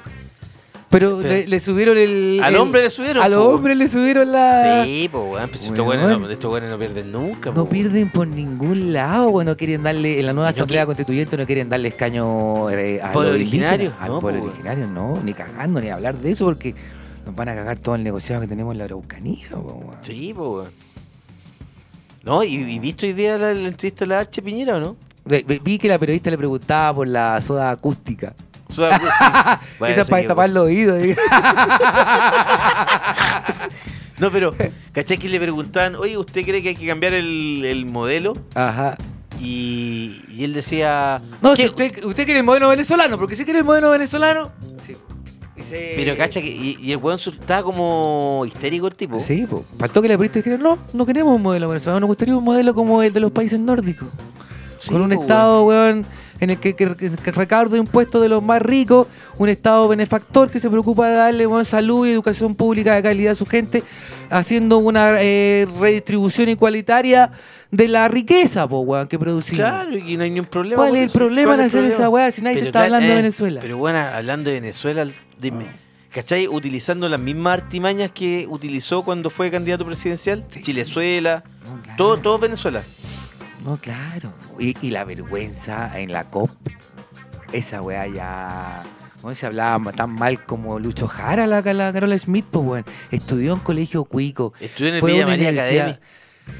B: Pero
A: Pero-
B: le, le subieron el.
A: Al
B: el-
A: hombre le subieron.
B: A los
A: po, weón.
B: hombres le subieron la.
A: Sí, pues, weón. Pues si estos
B: Ah. Weón.
A: weones no, estos weones no pierden nunca, po,
B: No
A: weón.
B: pierden por ningún lado, güey. No quieren darle, en la nueva
A: Y no
B: asamblea
A: quiere-
B: constituyente no quieren darle escaño eh, a
A: Pueblo
B: los
A: originario,
B: indígenas, Al
A: no,
B: pueblo
A: pues, güey.
B: originario, no. Ni cagando, ni hablar de eso, porque nos van a cagar todo el negociado que tenemos en la Araucanía, güey.
A: Sí, pues, weón. No, ¿y, y viste hoy día la, la entrevista de la Arche Piñera o no?
B: Ve- ve- Vi que la periodista le preguntaba por la soda acústica.
A: O sea, pues, sí. Bueno,
B: Esa es
A: sé
B: para
A: que,
B: destapar los oídos. diga.
A: weón. No, pero, ¿cachai que le preguntaban, oye, ¿usted cree que hay que cambiar el, el modelo?
B: Ajá.
A: Y, y él decía.
B: No,
A: ¿qué-
B: si usted, usted quiere el modelo venezolano, porque si quiere el modelo venezolano. Sí. Dice-
A: Pero, cacha, que, y, y el weón su- estaba como histérico el tipo.
B: Sí, po. faltó que la periodista dijera, no, no queremos un modelo venezolano, nos gustaría un modelo como el de los países nórdicos.
A: Mm. Sí,
B: con un
A: po, weón.
B: Estado, weón, en el que, que, que recauda impuestos de los más ricos, un Estado benefactor que se preocupa de darle weón, salud y educación pública de calidad a su gente, haciendo una eh, redistribución igualitaria de la riqueza, po, weón, que producimos.
A: Claro, y no hay ningún problema.
B: ¿Cuál
A: con
B: es el
A: eso.
B: problema
A: ¿Cuál
B: en
A: es el
B: hacer
A: problema?
B: esa weá si nadie te
A: Pero
B: está
A: claro,
B: hablando de
A: eh,
B: Venezuela? Ah.
A: Pero bueno, hablando de Venezuela, dime, ¿cachai? Utilizando las mismas artimañas que utilizó cuando fue candidato presidencial.
B: Sí. Ah.
A: Chilezuela,
B: No, claro.
A: todo, todo Venezuela.
B: No, claro. Y, y la vergüenza en la COP. Esa weá ya. No se hablaba ma- tan mal como Lucho Jara, la, la Carola Smith, pues weón. Estudió en colegio cuico.
A: Estudió en el
B: Fue a
A: Villa
B: una
A: María
B: universidad-
A: Academy.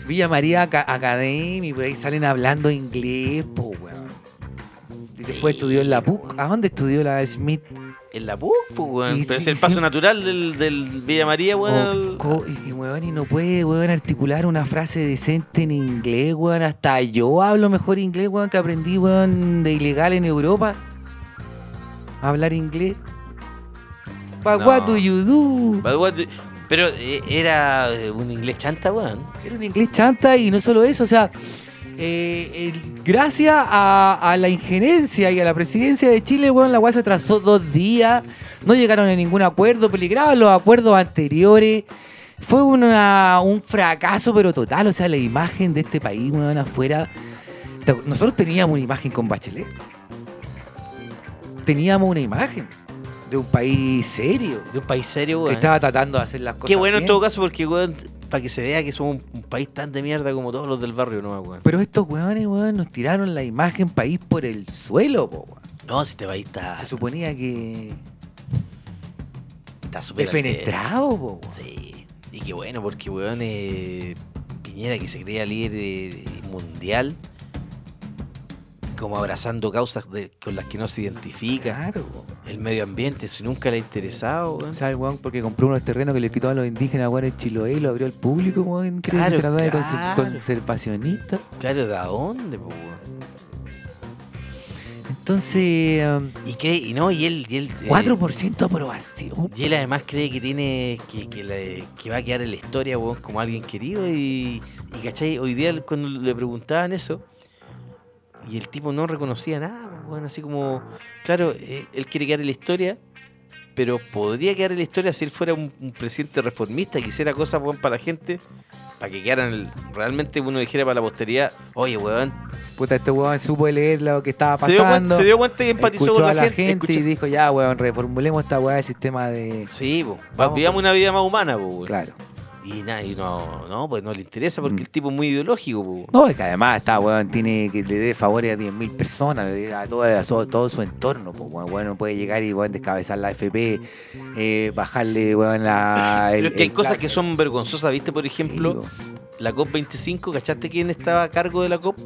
B: Villa María Aca- Academy, pues ahí salen hablando inglés, pues weón. Y después
A: Sí,
B: estudió en la
A: po,
B: PUC.
A: weón.
B: ¿A dónde estudió la Smith?
A: En la PUC, pues, weón.
B: Y
A: Pero
B: sí,
A: es el
B: y
A: paso
B: sí.
A: natural del, del Villa María, weón.
B: O-
A: al-
B: Oh, co- y, y, weón, y no puede, weón, articular una frase decente en inglés, weón. Hasta yo hablo mejor inglés, weón, que aprendí, weón, de ilegal en Europa. Hablar inglés. But
A: No.
B: what do you do?
A: But what do- Pero eh, era eh, un inglés chanta, weón.
B: Era un inglés chanta y no solo eso, o sea, eh, el- gracias a, a la injerencia y a la presidencia de Chile, weón, la weá se atrasó dos días, no llegaron a ningún acuerdo, peligraban los acuerdos anteriores. Fue una- un fracaso, pero total, o sea, la imagen de este país, weón, afuera. Te acu- Nosotros teníamos una imagen con Bachelet. Teníamos una imagen de un país serio,
A: De un país serio,
B: que
A: weón.
B: estaba tratando de hacer las cosas.
A: Qué bueno en
B: bien.
A: todo caso, porque, weón, para que se vea que somos un, un país tan de mierda como todos los del barrio, no, weón.
B: Pero estos weones, weón, nos tiraron la imagen país por el suelo, po, weón.
A: No, si te va a está.
B: Se suponía que.
A: Está súper.
B: Defenestrado, po, weón.
A: Sí. Y qué bueno, porque, weón, eh, Piñera que se creía líder eh, mundial, como abrazando causas de- con las que no se identifica.
B: Claro, po.
A: El medio ambiente, si nunca le ha interesado, weón.
B: O sea, el weón, porque compró unos terrenos que le quitó a los indígenas, weón, en Chiloé y lo abrió al público, weón. Creo que
A: Claro,
B: se trataba de
A: claro.
B: conser- conservacionista.
A: Claro, ¿de dónde, po, weón?
B: Entonces, um,
A: Y cree, y no, y él. Y él eh,
B: 4% aprobación.
A: Y él además cree que tiene que, que la- que va a quedar en la historia weón, como alguien querido y, y ¿cachai? hoy día cuando le preguntaban eso y el tipo no reconocía nada, weón, así como, claro, eh, él quiere quedar en la historia, pero podría quedar en la historia si él fuera un, un presidente reformista que hiciera cosas weón, para la gente, para que quedaran el- realmente uno dijera para la posteridad, oye weón,
B: Puta, este weón supo leer lo que estaba
A: se dio, cuenta,
B: pasando.
A: se dio cuenta que empatizó
B: escuchó
A: con
B: a
A: la,
B: la gente,
A: gente.
B: y
A: escuchó-
B: dijo, ya, weón, reformulemos esta weá del sistema de.
A: Sí, po,
B: Vamos,
A: vivamos
B: po.
A: una vida más humana, po, weón.
B: Claro.
A: Y, na- y no, no, pues no le interesa porque
B: Mm.
A: el tipo es muy ideológico. po.
B: No, es que además está, weón, tiene que le dé favores a 10.000 personas, le dé a todo, a todo- todo su entorno, pues, weón, Weón, no puede llegar y, weón, descabezar la FP, eh, bajarle, weón, la...
A: Pero
B: el-
A: es que hay
B: el-
A: cosas que son vergonzosas, ¿viste? Por
B: Sí,
A: ejemplo,
B: weón.
A: la COP25, ¿cachaste quién estaba a cargo de la COP?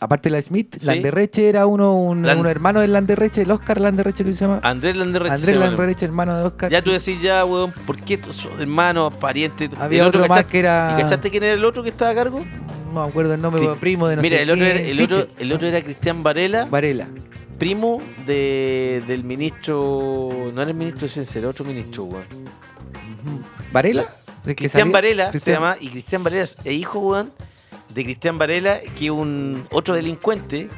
B: Aparte la Smith,
A: Sí.
B: Landerreche era uno, un,
A: Lan-
B: un hermano del Landerreche, el Oscar Landerreche que se llama.
A: Andrés Landerreche.
B: Andrés
A: se llama.
B: Landerreche, hermano de Oscar.
A: Ya tú
B: sí.
A: decís, ya, weón, ¿por qué estos son hermanos, parientes?
B: Había
A: El
B: otro, más
A: ¿cachaste?
B: que era...
A: ¿Y cachaste quién era el otro que estaba a cargo?
B: No me acuerdo el nombre,
A: Sí.
B: weón, primo de no
A: Mira,
B: sé
A: el otro,
B: quién,
A: era, el, otro,
B: Fischer.
A: el otro era Cristian Varela,
B: Varela.
A: primo de, del ministro. No era el ministro de Ciencia, era otro ministro, weón.
B: Ujú. ¿Varela? El que
A: Cristian
B: salía-
A: Varela se
B: Cristian-
A: llama, y Cristian Varela es es hijo, weón, de Cristian Varela, que es un otro delincuente,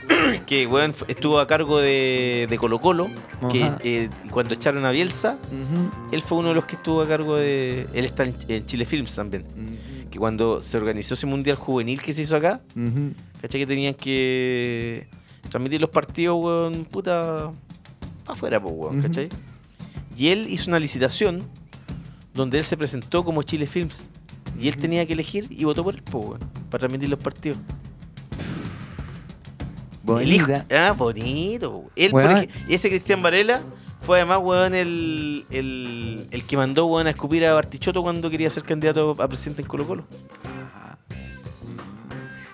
A: que, weón, f- estuvo a cargo de, de Colo Colo, que
B: Ajá.
A: eh, cuando echaron a Bielsa,
B: Ujú.
A: él fue uno de los que estuvo a cargo de... Él está en, en Chile Films también,
B: Ujú.
A: que cuando se organizó ese Mundial Juvenil que se hizo acá,
B: Ujú.
A: ¿cachai? Que tenían que transmitir los partidos, weón, puta, pa' afuera, pues, weón,
B: Ujú.
A: ¿cachai? Y él hizo una licitación donde él se presentó como Chile Films. Y él tenía que elegir y votó por él, pues, weón, para transmitir los partidos. El hijo-
B: Bonita.
A: ah, bonito. po. Él, por
B: Weón.
A: ej- ese Cristian Varela fue además, weón, el, el, el que mandó, weón, a escupir a Bartichotto cuando quería ser candidato a presidente en Colo Colo.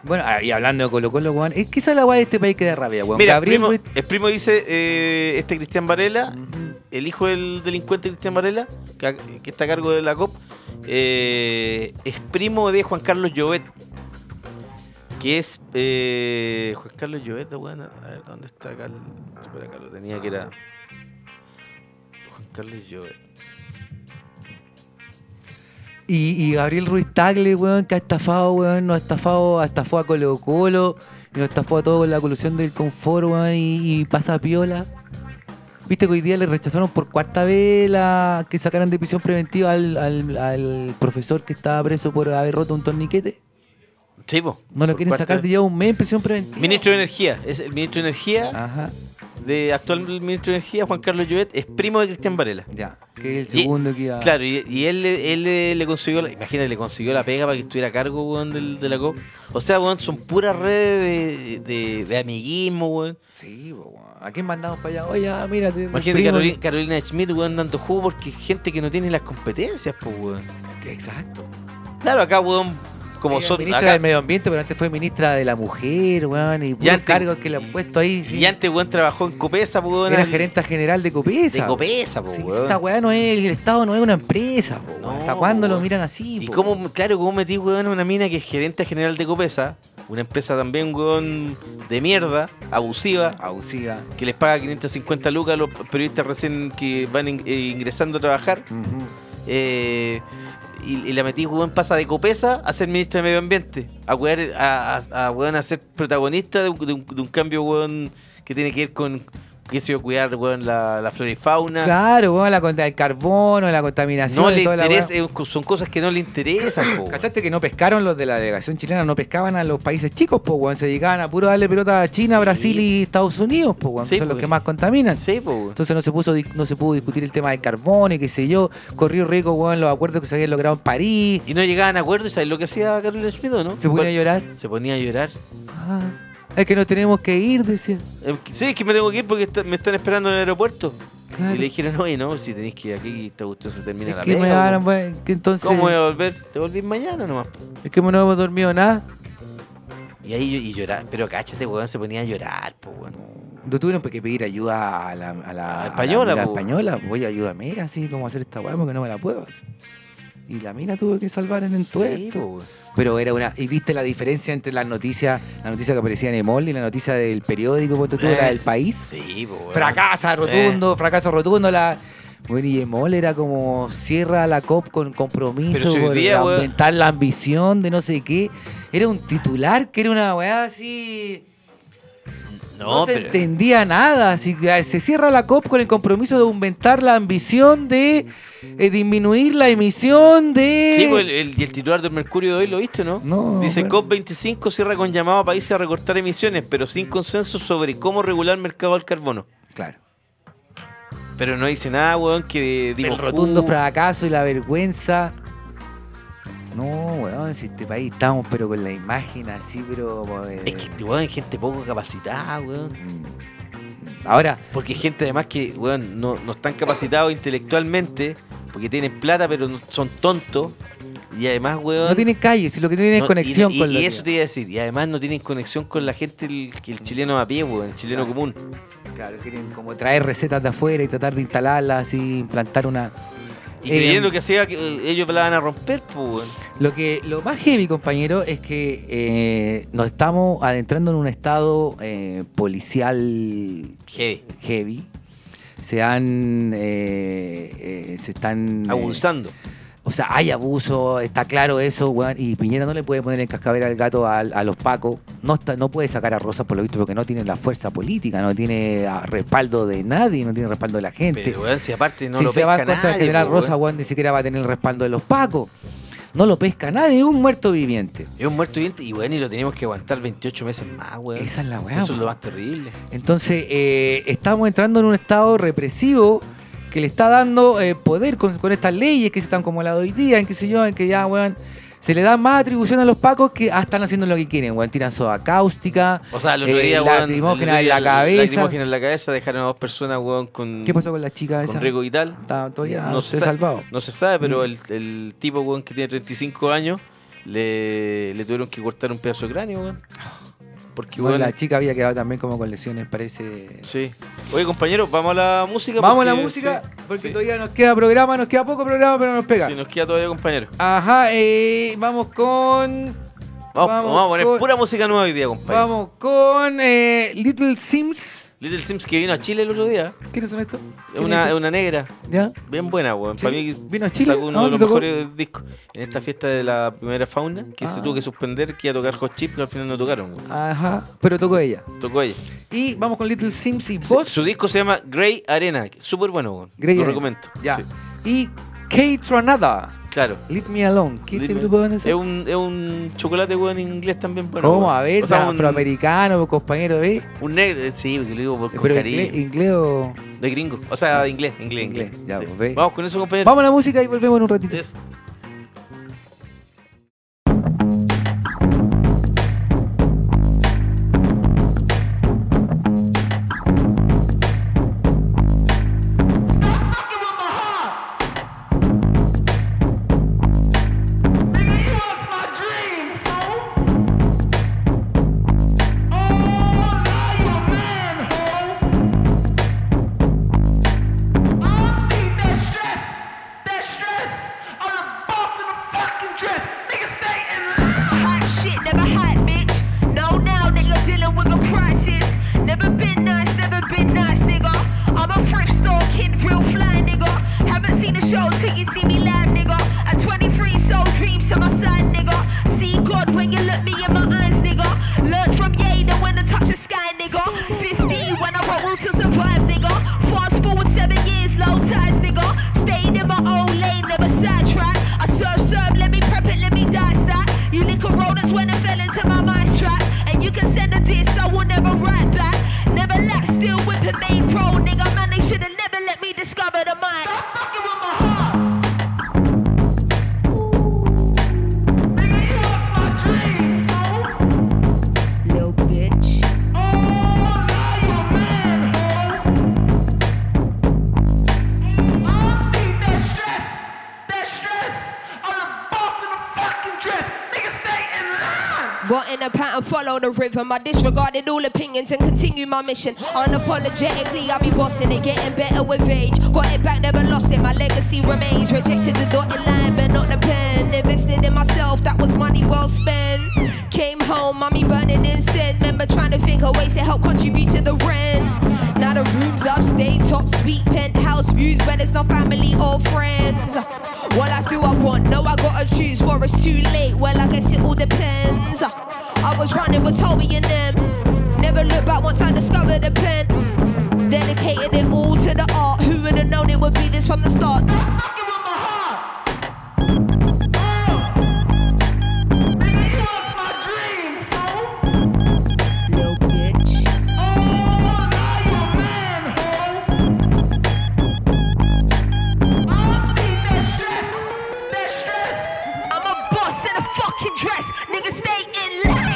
B: Bueno, ah, y hablando de Colo Colo, weón, es que esa es la weá de este país que da rabia, weón.
A: Mira,
B: Gabriel,
A: primo-
B: weón,
A: el primo dice, eh, este Cristian Varela,
B: Ujú.
A: el hijo del delincuente Cristian Varela, que, a- que está a cargo de la COP, eh, es primo de Juan Carlos Llobet. Que es. eh, Juan Carlos Llobet, weón, A ver, ¿dónde está acá? el- por acá lo tenía que era. Juan Carlos Llobet.
B: y, y Gabriel Ruiz Tagle, weón, que ha estafado, weón, nos ha estafado, estafó a Colo Colo, y nos estafó a todos con la colusión del confort, weón, y, y pasa piola. Viste que hoy día le rechazaron por cuarta vez la que sacaran de prisión preventiva al, al- al profesor que estaba preso por haber roto un torniquete.
A: Sí, po,
B: No lo
A: por
B: quieren
A: parte
B: sacar de
A: del-
B: ya un mes en prisión preventiva.
A: Ministro de Energía. Es el ministro de Energía,
B: Ajá,
A: de actual ministro de Energía, Juan Carlos Llobet, es primo de Cristian Varela.
B: ya. Que es el
A: Y-
B: segundo que iba.
A: Claro, y, y él, le- él le, le consiguió, la- imagínate, le consiguió la pega para que estuviera a cargo, weón, del- de la COP. O sea, weón, son puras redes de, de, de amiguismo, weón.
B: Sí, po, weón. ¿a quién mandamos para allá? Oye, ah, mira, te-
A: Imagínate
B: primo,
A: Carolina, Carolina Schmidt, weón, dando jugo porque gente que no tiene las competencias, pues, weón.
B: que- Exacto.
A: Claro, acá, weón, como
B: Era
A: son.
B: ministra
A: acá-
B: del Medio Ambiente, pero antes fue ministra de la Mujer, weón, y
A: Y
B: puros
A: antes-
B: cargos que le han puesto ahí. sí.
A: Y antes, weón, trabajó en Copesa, po, weón.
B: Era
A: al-
B: gerenta general de Copesa.
A: De Copesa, po,
B: Sí,
A: weón.
B: esta weá no es, el Estado no es una empresa, po,
A: No,
B: ¿Hasta cuándo
A: po,
B: lo
A: weón.
B: miran así,
A: Y
B: po?
A: cómo, claro, cómo metí, weón, una mina que es gerente general de Copesa, una empresa también, weón, de mierda, abusiva,
B: Abusiva.
A: que les paga 550 lucas a los periodistas recién que van in- eh, ingresando a trabajar.
B: Ujú.
A: Eh, y, y la metí, weón, pasa de Copesa a ser ministra de Medio Ambiente. A, wear- a, a, a, weón, a ser protagonista de un, de un- de un cambio, weón, que tiene que ver con, qué sé yo, cuidar, weón, la, la flora y fauna.
B: Claro, weón, la contra el carbono, la contaminación,
A: No
B: y
A: le
B: toda la
A: interesa,
B: weá.
A: eh, son cosas que no le interesan, po, weón.
B: ¿Cachaste que no pescaron los de la delegación chilena? No pescaban a los países chicos, po, weón. Se dedicaban a puro darle pelota a China,
A: Sí.
B: Brasil y Estados Unidos, po, weón. que
A: Sí,
B: son los
A: po.
B: que más contaminan.
A: Sí, po, weón.
B: Entonces no se puso dis- no se pudo discutir el tema del carbono y qué sé yo. Corrió rico, weón, los acuerdos que se habían logrado en París.
A: Y no llegaban a acuerdo, ¿y sabes lo que hacía Carolina Schmidt o no?
B: Se ponía a llorar.
A: Se ponía a llorar.
B: Ah, es que nos tenemos que ir, decía.
A: Eh, Sí, es que me tengo que ir porque está- me están esperando en el aeropuerto.
B: Claro.
A: Y le dijeron, oye, no, si tenéis que ir aquí, esta cuestión se termina
B: Es
A: la
B: que me
A: pega,
B: van a-
A: po.
B: que entonces.
A: ¿Cómo voy a volver? Te volví mañana nomás. po.
B: Es que no hemos dormido nada.
A: Y ahí yo- y llorar. Pero cáchate, weón, se ponía a llorar, po, weón.
B: No tuvieron que pedir ayuda a la, a la-
A: A la española,
B: a la mina
A: po.
B: española, po, oye, ayúdame, así como hacer esta weá, porque no me la puedo. hacer. Y la mina tuvo que salvar en el
A: Sí, po,
B: tuerto.
A: weón.
B: Pero era una. ¿Y viste la diferencia entre las noticias, la noticia que aparecía en Emol y la noticia del periódico, ponte tú,
A: Eh,
B: la del país?
A: Sí, po, weón. Eh.
B: Fracasa rotundo, fracaso rotundo la. Bueno, y Emol era como cierra la COP con
A: Pero
B: compromiso,
A: si hoy
B: por
A: día, weón-
B: aumentar la ambición de no sé qué. Era un titular que era una weá así. No,
A: No,
B: se
A: pero.
B: entendía nada. Así que, eh, se cierra la COP con el compromiso de aumentar la ambición de eh, disminuir la emisión de.
A: Sí, po, el, el- y el titular del Mercurio de hoy lo viste, ¿no?
B: No,
A: Dice
B: bueno.
A: COP25 cierra con llamado a países a recortar emisiones, pero sin consenso sobre cómo regular el mercado del carbono.
B: Claro.
A: Pero no dice nada, weón, que digo,
B: el rotundo
A: uh,
B: fracaso y la vergüenza. No, weón, si este país estamos, pero con la imagen así, pero. eh,
A: Es que, weón, hay gente poco capacitada, weón.
B: mm. Ahora,
A: Porque hay gente además que, weón, no, no están capacitados intelectualmente, porque tienen plata, pero no- son tontos. Y además, weón...
B: no tienen calle, si lo que tienen
A: no-
B: es conexión
A: y, y-
B: con la
A: y eso te iba a decir. Y además no tienen conexión con la gente el- que el chileno a pie, weón, el chileno
B: Claro.
A: común.
B: Claro, quieren como traer recetas de afuera y tratar de instalarlas, así, implantar una.
A: Y
B: Eh,
A: creyendo que hacía que eh, ellos la van a romper, pues, weón.
B: Lo que lo más heavy, compañero, es que eh, nos estamos adentrando en un estado eh, policial
A: Heavy.
B: heavy. Se han. eh, eh, se están. eh,
A: Abusando.
B: o sea, hay abuso, está claro eso, weón. Y Piñera no le puede poner el cascabel al gato al- a, los pacos. No, está, no puede sacar a Rosas, por lo visto, porque no tiene la fuerza política, no tiene ah, respaldo de nadie, no tiene respaldo de la gente
A: Pero, weón, si aparte no
B: si
A: lo
B: se va en
A: pesca
B: contra del
A: nadie,
B: general
A: pues,
B: Rosa,
A: weón.
B: weón, ni siquiera va a tener el respaldo de los pacos. No lo pesca nadie, es un muerto viviente.
A: Es un muerto viviente y, weón, y lo tenemos que aguantar 28 meses más, weón.
B: Esa es la weá, pues.
A: Eso es
B: weón.
A: lo más terrible.
B: Entonces, eh, estamos entrando en un estado represivo que le está dando eh, poder con, con estas leyes que se están como la de hoy día, en qué sé yo, en que ya, weón, se le da más atribución a los pacos que ah, están haciendo lo que quieren, weón. Tiran soda cáustica,
A: O sea, el otro
B: eh,
A: día, weón. el
B: lacrimógena
A: otro día
B: en la cabeza.
A: Lacrimógena en la cabeza, dejaron a dos personas, weón, con.
B: ¿Qué pasó con la chica esa?
A: Con Rico y tal.
B: Está- todavía
A: No
B: no se Mm. ha
A: sa-
B: salvado.
A: No se sabe, pero el, el tipo, weón, que tiene 35 años, le, le tuvieron que cortar un pedazo de cráneo, weón. Porque,
B: Bueno,
A: weón.
B: la chica había quedado también como con lesiones, parece...
A: Sí. Oye, compañero, vamos a la música.
B: Vamos a la
A: porque-
B: música,
A: sí,
B: porque
A: sí.
B: todavía nos queda programa, nos queda poco programa, pero nos pega.
A: Sí, nos queda todavía, compañero.
B: Ajá, eh, vamos con.
A: Vamos,
B: Vamos
A: vamos a poner
B: con-
A: pura música nueva hoy día, compañero.
B: Vamos con eh, Little Sims.
A: Little Sims que vino a Chile el otro día.
B: ¿Quiénes son estos?
A: Es una, es una negra.
B: ¿Ya?
A: Bien buena, weón.
B: Sí.
A: Para mí
B: ¿Vino a Chile?
A: sacó uno
B: ¿A
A: de
B: dónde
A: los
B: tocó?
A: mejores discos. En esta fiesta de la primera fauna, que se
B: Ah.
A: tuvo que suspender, que iba a tocar Hot Chip, pero al final no tocaron, weón.
B: Ajá, pero tocó ella.
A: Tocó ella.
B: Y vamos con Little Sims y
A: Se-
B: Boss.
A: Su disco se llama Grey Arena, que es súper bueno, weón.
B: Grey
A: Lo
B: Arena.
A: recomiendo.
B: Ya.
A: Sí,
B: Y Kate Tronada.
A: claro.
B: Leave Me Alone. ¿Qué este
A: Dime,
B: grupo van a
A: es un, es un chocolate, weón, en inglés también bueno.
B: ¿Cómo?
A: weón.
B: A ver,
A: O sea, un,
B: afroamericano, compañero, ¿eh?
A: un negro, eh, sí, porque lo digo por, con
B: Pero
A: cariño.
B: inglés, inglés o-
A: De gringo. O sea, de inglés, inglés, inglés.
B: Inglés, ya,
A: Sí.
B: pues, ve.
A: Vamos con eso, compañero.
B: Vamos a la música y volvemos en un ratito.
A: Yes.
F: Nigga, you lost my dream.
G: show till you see me land, nigga. At 23, sold dreams to my son, nigga. See God when you look me in my eyes, nigga. Learn from Ye, then when I touch the sky, nigga. 50 when I want will to survive, nigga. Fast forward seven years, low ties, nigga. Stayed in my own lane, never sidetracked. I serve, serve, let me prep it, let me dice that. You lick a roll, that's when it fell into my mind trap. And you can send a diss, I will never write back. Never lack, still whipping main pro, nigga. Man, they should've never let me discover the mind. Stop fucking with my heart. Nigga, you lost my dream, fool. Little bitch. Oh, now you're mad, ho. I need that stress, that stress. I'm the boss in the fucking dress. Nigga, stay in line.
H: Got in a pattern, follow the rhythm. I disregarded all opinions and continue my mission. Unapologetically, I be bossing it, getting better with age. Got it back, never lost it. My legacy remains. Rejected the dotted line, but not the pen. Invested in myself, that was money well spent. Came home, mommy burning in sin. Remember trying to think of ways to help contribute to the rent. Now the rooms upstate, top suite, penthouse views, where there's no family or friends. What life do I want? No, I gotta choose, for it's too late. Well, I guess it all depends. I was running with Toby and them. Never looked back once I discovered the pen. Dedicated it all to the art. Who would have known it would be this from the start?
G: Fucking with my heart. Oh, nigga, you lost my dream, fool.
H: Little bitch.
G: Oh, now you're mad, ho. I need that stress, that stress. I'm a boss in a fucking dress, nigga. Stay in line.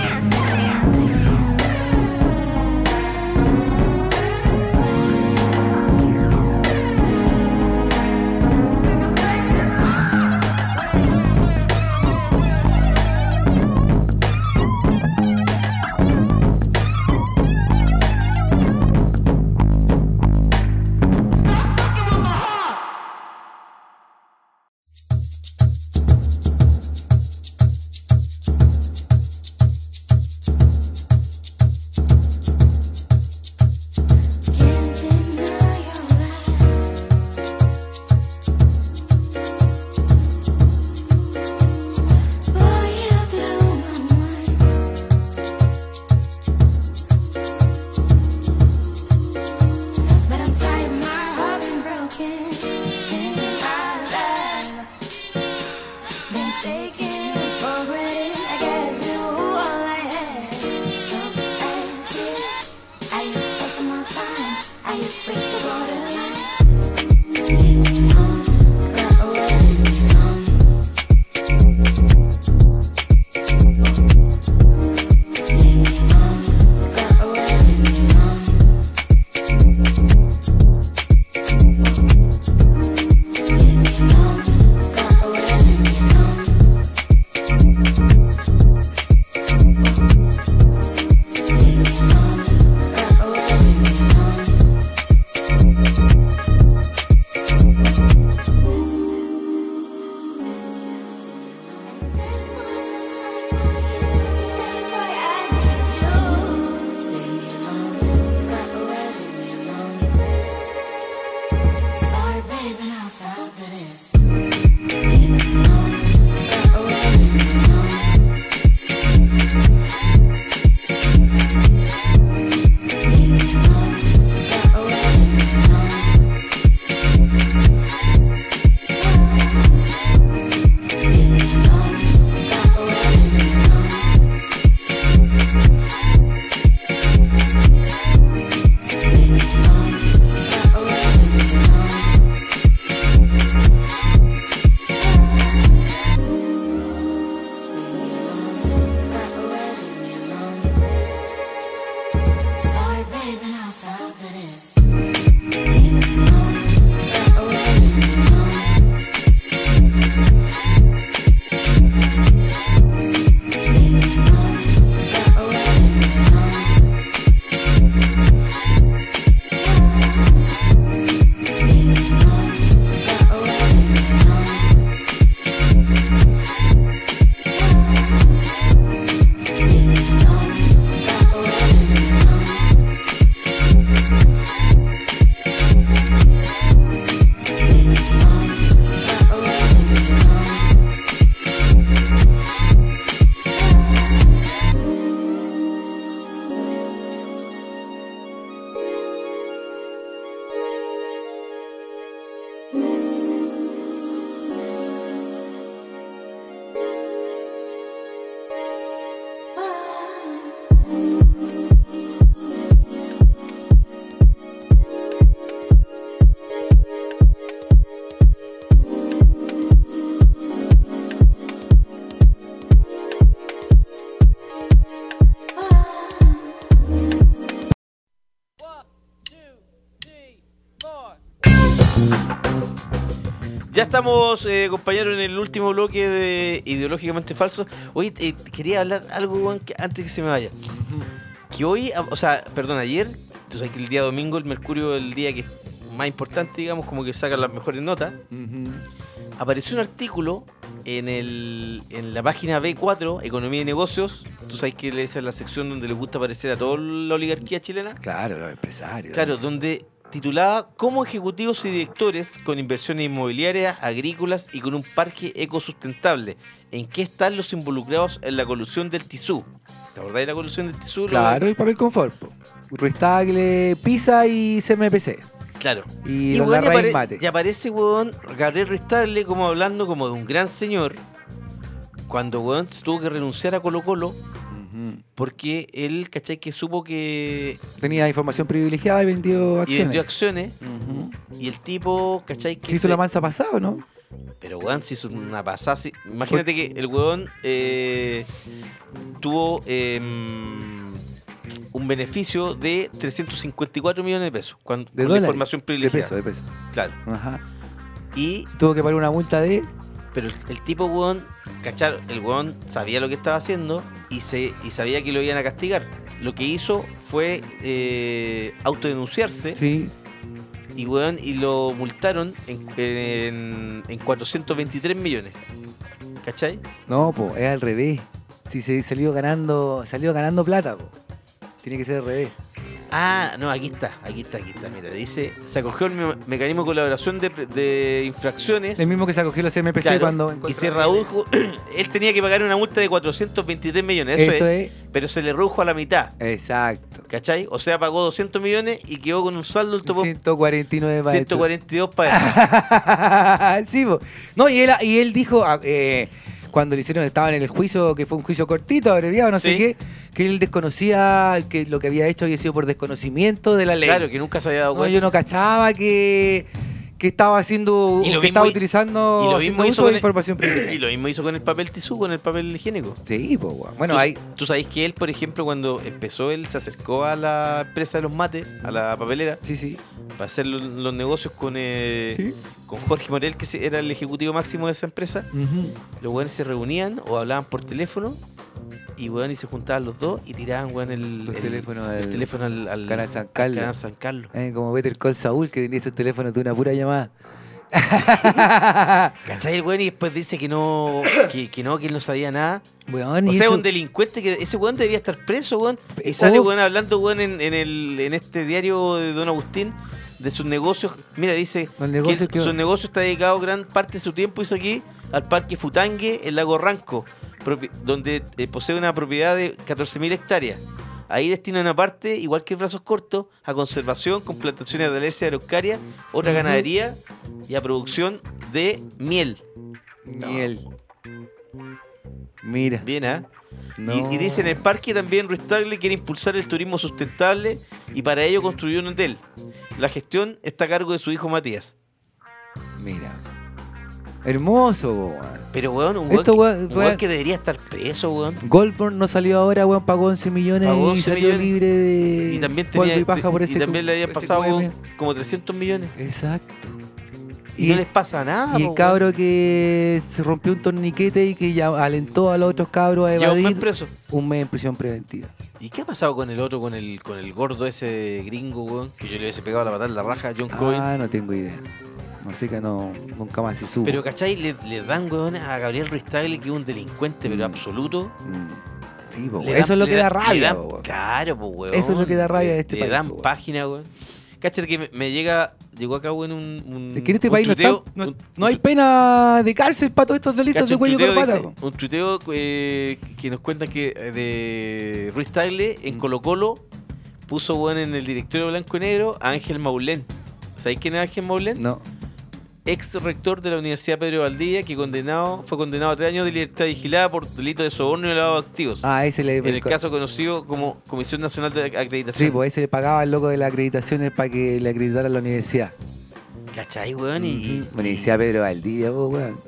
I: Can't deny your life. Boy, you blew my mind. But I'm tired, my heart been broken. In my life, been taken for granted. I gave you all I had, so that's it. Are you wasting my time? Are you break the borderline? Got away, um. Got away, um. Got away, um. Sorry, baby, not time for this. Got away,
A: Ya estamos, eh, compañeros, en el último bloque de Ideológicamente Falso. Hoy quería hablar algo weón, que- antes que se me vaya. Que hoy, a- o sea, perdón, ayer, tú sabes que el día domingo, el Mercurio, el día que es más importante, digamos, como que sacan las mejores notas, apareció un artículo en, el, en la página B4, Economía y Negocios. Tú sabes que esa es la sección donde les gusta aparecer a toda la oligarquía chilena.
B: Claro, los empresarios.
A: Claro, donde titulada Cómo ejecutivos y directores con inversiones inmobiliarias, agrícolas y con un parque ecosustentable. ¿En qué están los involucrados en la colusión del tisú? ¿Te acordáis de la colusión del tisú?
B: Claro, y papel confort. po. Ruiz Tagle, Pisa y CMPC.
A: Claro.
B: Y,
A: Y,
B: los
A: weón, y,
B: Larraín
A: apare-
B: Mate.
A: y aparece, weón, Gabriel Restable como hablando como de un gran señor. Cuando, weón, se tuvo que renunciar a Colo Colo
B: Ujú.
A: porque él, ¿cachai? Que supo que...
B: Tenía información privilegiada y vendió
A: Y
B: acciones.
A: vendió acciones.
B: Ujú.
A: Y el tipo, ¿cachai?
B: Se
A: Que
B: hizo
A: se-
B: la mansa pasado, ¿no?
A: Pero, weón, si hizo una pasada. si- Imagínate que el weón eh, tuvo eh, un beneficio de 354 millones de pesos. Cuando, con
B: De
A: la
B: dólares.
A: información
B: De
A: privilegiada.
B: peso, de peso.
A: Claro.
B: Ajá.
A: Y,
B: Tuvo que pagar una multa de.
A: pero el, el tipo, weón, cachar, el weón sabía lo que estaba haciendo y, se, y sabía que lo iban a castigar. Lo que hizo fue eh, autodenunciarse
B: Sí.
A: y, weón, y lo multaron en, en, en 423 millones. ¿Cachai?
B: No, po, es al revés. Si se salió ganando, salió ganando plata, po. Tiene que ser al revés.
A: Ah, no, aquí está, aquí está, aquí está. Mira, dice, se acogió el me- mecanismo de colaboración de, pre- de infracciones.
B: El mismo que se acogió los MPC
A: Claro,
B: cuando.
A: y se redujo, él tenía que pagar una multa de 423 millones, eso,
B: Eso
A: es,
B: es.
A: pero se le redujo a la mitad,
B: Exacto.
A: ¿cachai? O sea, pagó 200 millones y quedó con un saldo del topo
B: 149 para esto.
A: 142
B: Ah,
A: para él.
B: sí, po. No, y él, y él dijo, ah, eh, cuando le hicieron, estaban en el juicio, que fue un juicio cortito, abreviado, no
A: Sí.
B: sé qué, que él desconocía que lo que había hecho había sido por desconocimiento de la ley.
A: Claro, que nunca se había dado
B: No,
A: cuenta.
B: yo no cachaba que, que estaba haciendo,
A: Y lo mismo
B: que estaba
A: hi-
B: utilizando
A: y lo
B: haciendo
A: mismo hizo
B: uso
A: con
B: de
A: el-
B: información privilegiada.
A: y lo mismo hizo con el papel tisú, con el papel higiénico.
B: Sí, pues, weón. bueno,
A: tú,
B: hay
A: tú sabes que él, por ejemplo, cuando empezó, él se acercó a la empresa de los mates, a la papelera,
B: Sí, sí.
A: para hacer lo- los, negocios con, eh,
B: Sí.
A: con Jorge Morel, que se- era el ejecutivo máximo de esa empresa. Los weones se reunían o hablaban por teléfono y weón y se juntaban los dos y tiraban weón el,
B: Los
A: el-
B: teléfonos
A: los
B: al-
A: teléfonos al, al-
B: Canal San
A: al
B: Carlos.
A: Canal San Carlos.
B: Eh, como Better Call Saúl, que vendía esos teléfonos de una pura llamada.
A: ¿Cachai el weón? Y después dice que no, que, que no, que él no sabía nada.
B: Weón,
A: O
B: y
A: sea,
B: eso-
A: un delincuente que ese weón debería estar preso, weón. Y sale,
B: Oh.
A: weón, hablando, weón, en, en el, en este diario de Don Agustín de sus negocios. Mira, dice
B: Los negocios
A: que,
B: que-
A: su negocio está dedicado gran parte de su tiempo, dice aquí, al Parque Futangue, el lago Ranco, propi- donde eh, posee una propiedad de 14.000 hectáreas. Ahí destina una parte, igual que brazos cortos, a conservación con plantaciones de alercia araucaria, otra
B: Ujú.
A: ganadería y a producción de miel.
B: Miel. Mira.
A: Bien, ¿ah?
B: No.
A: Y, y dice en el parque también Ruiz Tagle quiere impulsar el turismo sustentable y para ello construyó un hotel. La gestión está a cargo de su hijo Matías.
B: Mira. Hermoso, po, weón.
A: Pero weón, un weón,
B: Esto,
A: que,
B: weón,
A: un
B: weón-
A: weón que debería estar preso, weón.
B: Goldborn no salió ahora, weón, pagó 11 millones
A: Pagó
B: y
A: 11
B: salió
A: millones.
B: libre de
A: Y también
B: polvo
A: tenía
B: y paja por
A: y
B: ese
A: también le
B: cu-
A: habían
B: por ese
A: pasado
B: cubo de mierda.
A: como 300 millones.
B: Exacto.
A: Y, no les pasa nada,
B: Y
A: po,
B: el
A: weón.
B: cabro que se rompió un torniquete y que ya alentó a los otros cabros a
A: Lleva un mes
B: evadir
A: preso.
B: un mes en prisión preventiva.
A: ¿Y qué ha pasado con el otro, con el con el gordo ese gringo, weón? Que yo le hubiese pegado la patada en la raja, John Cohen.
B: Ah, no tengo idea. No sé que no, nunca más se supo.
A: Pero, ¿cachai? Le, le dan, weón, a Gabriel Ruiz Tagle, que es un delincuente, pero
B: Mm.
A: absoluto.
B: Mm. Sí, po,
A: Le
B: weón.
A: dan-
B: eso es lo
A: le
B: que da
A: dan- le
B: rabia.
A: dan-
B: po, weón.
A: claro, pues, weón.
B: Eso es lo que da rabia
A: Le-
B: de este
A: le
B: país,
A: dan
B: po, weón.
A: página, weón. Cáchate que me, me llega, llegó acá, weón, un. un
B: Es que en este
A: un
B: país no,
A: tuiteo-
B: está- no-
A: un-
B: no hay
A: un-
B: pena de cárcel para todos estos delitos
A: cacha,
B: de
A: un
B: cuello y
A: tuiteo
B: corbata.
A: dice-
B: po.
A: Un tuiteo eh, que nos cuentan que eh, de Ruiz Tagle en
B: Mm.
A: Colo-Colo puso, weón, en el directorio blanco y negro a Ángel Maulén. ¿Sabéis quién es Ángel Maulén?
B: No.
A: Ex rector de la Universidad Pedro Valdivia, que condenado, fue condenado a tres años de libertad vigilada por delito de soborno y lavado de activos.
B: Ah, ese le.
A: en el caso conocido como Comisión Nacional de Acreditación.
B: Sí, pues ese le pagaba al loco de las acreditaciones para que le acreditara a la universidad.
A: ¿Cachai, weón? Y, y-
B: Universidad Pedro Valdivia, po, weón.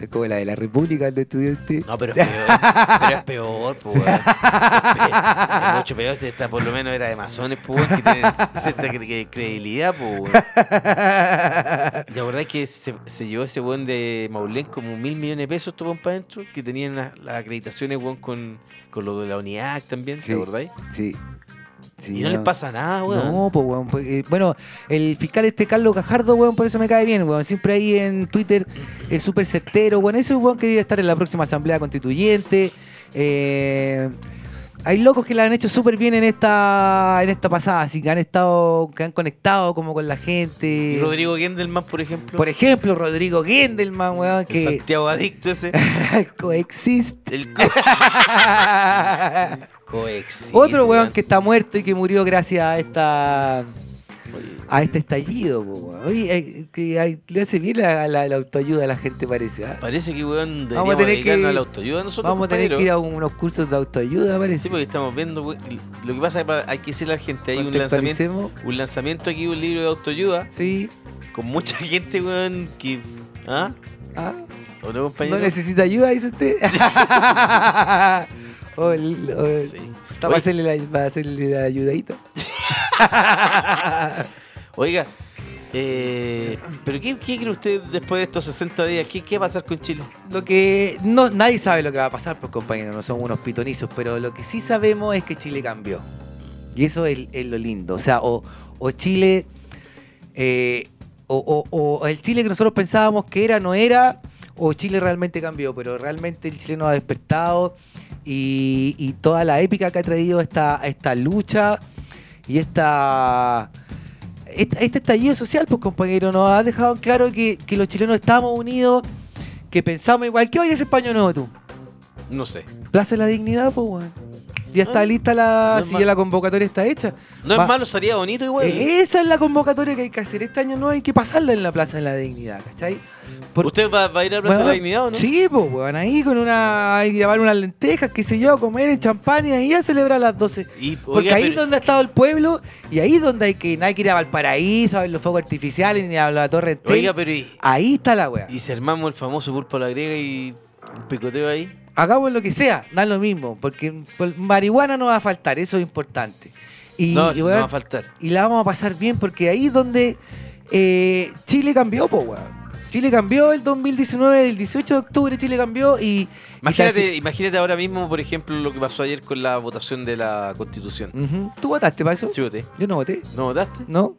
B: Es como la de la República de estudiantes.
A: No, pero es peor. pero es peor, pues. weón. Es pe- es mucho peor. si Esta por lo menos era de masones, pues, weón, que tienen cierta cre- cre- credibilidad, pues. weón. La verdad es que se, se llevó ese weón de Maulén como mil millones de pesos, tuvo para adentro, que tenían las, las acreditaciones, weón, con, con lo de la UNIAC también,
B: Sí.
A: ¿te acordáis?
B: Sí. Sí,
A: y no, les pasa nada, weón.
B: No, pues, weón. pues, eh, bueno, el fiscal este Carlos Gajardo, weón, por eso me cae bien, weón. Siempre ahí en Twitter es súper certero, weón. Ese es un weón que debe estar en la próxima asamblea constituyente. Eh, hay locos que la han hecho súper bien en esta en esta pasada, así que han estado, que han conectado como con la gente.
A: Y Rodrigo Gendelman, por ejemplo.
B: eh, Por ejemplo, Rodrigo Gendelman, weón,
A: el
B: que
A: Santiago Adicto ese.
B: coexiste.
A: El co coexiste,
B: Otro weón que está muerto y que murió gracias a esta a este estallido. po, weón. Oye, eh, que hay- le hace bien la, la- la autoayuda a la gente, parece. ¿ah?
A: Parece que weón
B: Vamos
A: deberíamos
B: a tener
A: dedicarnos
B: que-
A: a la autoayuda nosotros.
B: Vamos a tener
A: compañero.
B: que ir a unos cursos de autoayuda,
A: Sí,
B: parece.
A: porque estamos viendo. we- Lo que pasa es que hay que decirle a la gente: hay un lanzamiento,
B: Contextualicemos.
A: un lanzamiento aquí, un libro de autoayuda,
B: Sí.
A: con mucha gente, weón, que. ¿Ah?
B: Ah,
A: ¿O no, compañero?
B: ¿No necesita ayuda, dice usted? O el- o el-
A: Sí.
B: está para
A: Oye.
B: hacerle, la, para hacerle la ayudadita.
A: Oiga, eh, ¿pero qué, qué cree usted después de estos 60 días? ¿Qué, qué va a pasar con Chile?
B: Lo que no, nadie sabe lo que va a pasar, pues compañeros, no somos unos pitonizos, pero lo que sí sabemos es que Chile cambió. Y eso es, es lo lindo. O sea, o, o Chile, eh, o, o- o el Chile que nosotros pensábamos que era, no era, o Chile realmente cambió, pero realmente el chileno ha despertado y, y toda la épica que ha traído esta, esta lucha y esta... Este, este estallido social, pues compañero, nos ha dejado en claro que, que los chilenos estamos unidos, que pensamos igual. ¿Qué vaya a ese paño nuevo tú?
A: No sé.
B: Plaza de la dignidad, pues, weón. Ya está
A: No,
B: lista la.
A: no es
B: si
A: malo.
B: ya la convocatoria está hecha.
A: No
B: Va-
A: es malo, sería bonito igual.
B: Eh, Esa es la convocatoria que hay que hacer. Este año no hay que pasarla en la Plaza de la Dignidad, ¿cachai? por-
A: ¿Usted va, va a ir a Plaza de la
B: Weón,
A: Dignidad o no?
B: Sí, pues, weón. Ahí con una. Hay que llevar unas lentejas, qué sé yo, comer en champán y ahí a celebrar las 12.
A: Y,
B: Porque
A: oiga,
B: ahí es
A: pero-
B: donde ha estado el pueblo y ahí es donde hay que, no hay que ir a Valparaíso, a ver los fuegos artificiales, ni a la Torre Eiffel.
A: Oiga, pero y,
B: Ahí está la weá.
A: y si armamos el famoso pulpo a la griega y un picoteo ahí?
B: Hagamos lo que sea, da lo mismo, porque por- marihuana no va a faltar, eso es importante. Y,
A: no,
B: y,
A: eso no
B: weón,
A: va a faltar.
B: y la vamos a pasar bien, porque ahí es donde eh, Chile cambió, po, weón. Chile cambió el 2019, el 18 de octubre Chile cambió y...
A: Imagínate, imagínate ahora mismo, por ejemplo, lo que pasó ayer con la votación de la Constitución.
B: Ujú. ¿Tú votaste para eso?
A: Sí voté.
B: Yo no voté,
A: ¿No votaste?
B: ¿no?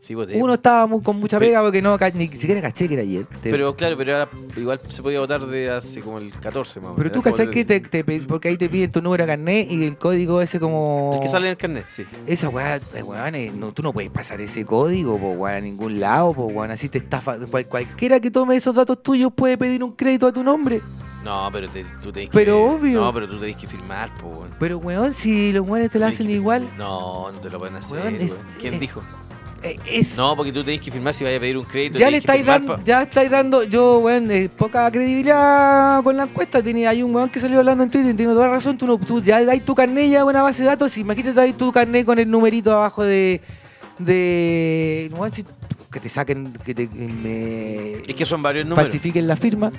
A: Sí voté.
B: Uno estaba mu- con mucha
A: Pero-
B: pega porque no, ca- ni siquiera caché que era ayer. Te-
A: Pero claro, pero ahora igual se podía votar de hace como el 14 más o menos.
B: Pero tú
A: Era como
B: cachás
A: el-
B: que te, te pe- porque ahí te piden tu número de carnet y el código ese como...
A: El que sale en el carnet, sí.
B: Esa weá, eh, weón, eh, no, tú no puedes pasar ese código, po, weón, a ningún lado, po, weón. Así te estafa. cual- cualquiera que tome esos datos tuyos puede pedir un crédito a tu nombre.
A: No, pero te- tú tenés
B: Pero
A: que...
B: obvio.
A: No, pero tú tenés que firmar, po, weón.
B: Pero, weón, si los weones te lo
A: Tenés
B: hacen
A: que-
B: igual,
A: No, no te lo pueden hacer,
B: Weón, es-
A: weón. ¿Quién
B: eh,
A: dijo?
B: eh, es.
A: No, porque tú tenés que firmar si vas a pedir un crédito.
B: ya
A: tenés
B: le
A: que
B: estáis
A: firmar
B: dando,
A: pa-
B: ya estáis dando, yo, weón, eh, poca credibilidad con la encuesta. Tenía, hay un weón que salió hablando en Twitter, tiene toda razón, tú, no, tú ya dais tu carnet ya una base de datos, imagínate dais tu carnet con el numerito abajo de. de. weón, si- que te saquen, que te. me-
A: Es que son varios números.
B: falsifiquen la firma.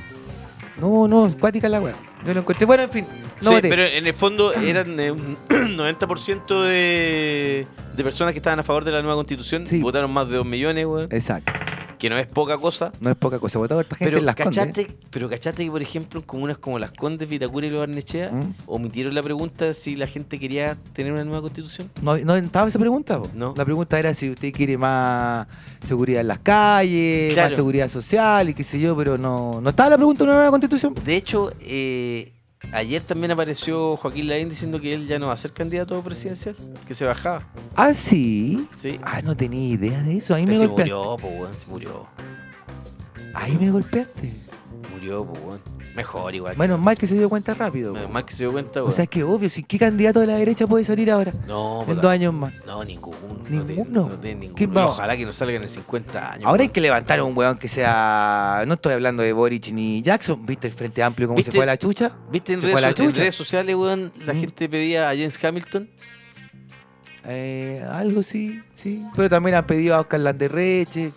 B: No, no, es cuática la weá. Yo lo encontré. Bueno, en fin. No
A: Sí,
B: voté.
A: pero en el fondo eran eh, un 90% de, de personas que estaban a favor de la nueva constitución.
B: Sí.
A: Votaron más de 2 millones, weón.
B: Exacto.
A: Que no es poca cosa.
B: No es poca cosa. Votaba esta gente
A: Pero
B: en las Condes.
A: cachate, pero cachate que, por ejemplo, en comunas como Las Condes, Vitacura y Los Barnechea
B: ¿Mm?
A: omitieron la pregunta de si la gente quería tener una nueva constitución.
B: No, no estaba esa pregunta. po.
A: No.
B: La pregunta era si usted quiere más seguridad en las calles,
A: Claro.
B: más seguridad social y qué sé yo, pero no, no estaba la pregunta de una nueva constitución.
A: De hecho, eh, ayer también apareció Joaquín Lavín diciendo que él ya no va a ser candidato presidencial, que se bajaba.
B: Ah, sí.
A: Sí.
B: Ah, no tenía idea de eso. Ahí me
A: Pero se
B: golpeaste.
A: murió, po, weón, se murió.
B: Ahí me golpeaste.
A: Murió, po, weón. Mejor igual.
B: Menos mal que se dio cuenta rápido.
A: Menos
B: po.
A: mal que se dio cuenta,
B: o
A: weón.
B: sea, es que obvio, si qué candidato de la derecha puede salir ahora.
A: no,
B: en
A: puta,
B: dos años más.
A: No, ninguno. No tiene-
B: ¿Ninguno?
A: no tiene ninguno.
B: ¿Quién
A: Y
B: va?
A: ojalá que no salgan en 50 años.
B: Ahora hay
A: weón.
B: que levantar a un weón que sea. No estoy hablando de Boric ni Jackson. ¿Viste el Frente Amplio cómo se
A: ¿Viste?
B: fue a la chucha?
A: ¿Viste en
B: se fue a la
A: redes, so- en
B: chucha.
A: redes sociales, weón? La gente pedía a James Hamilton.
B: Eh, algo sí, sí. Pero también han pedido a Oscar Landerreche.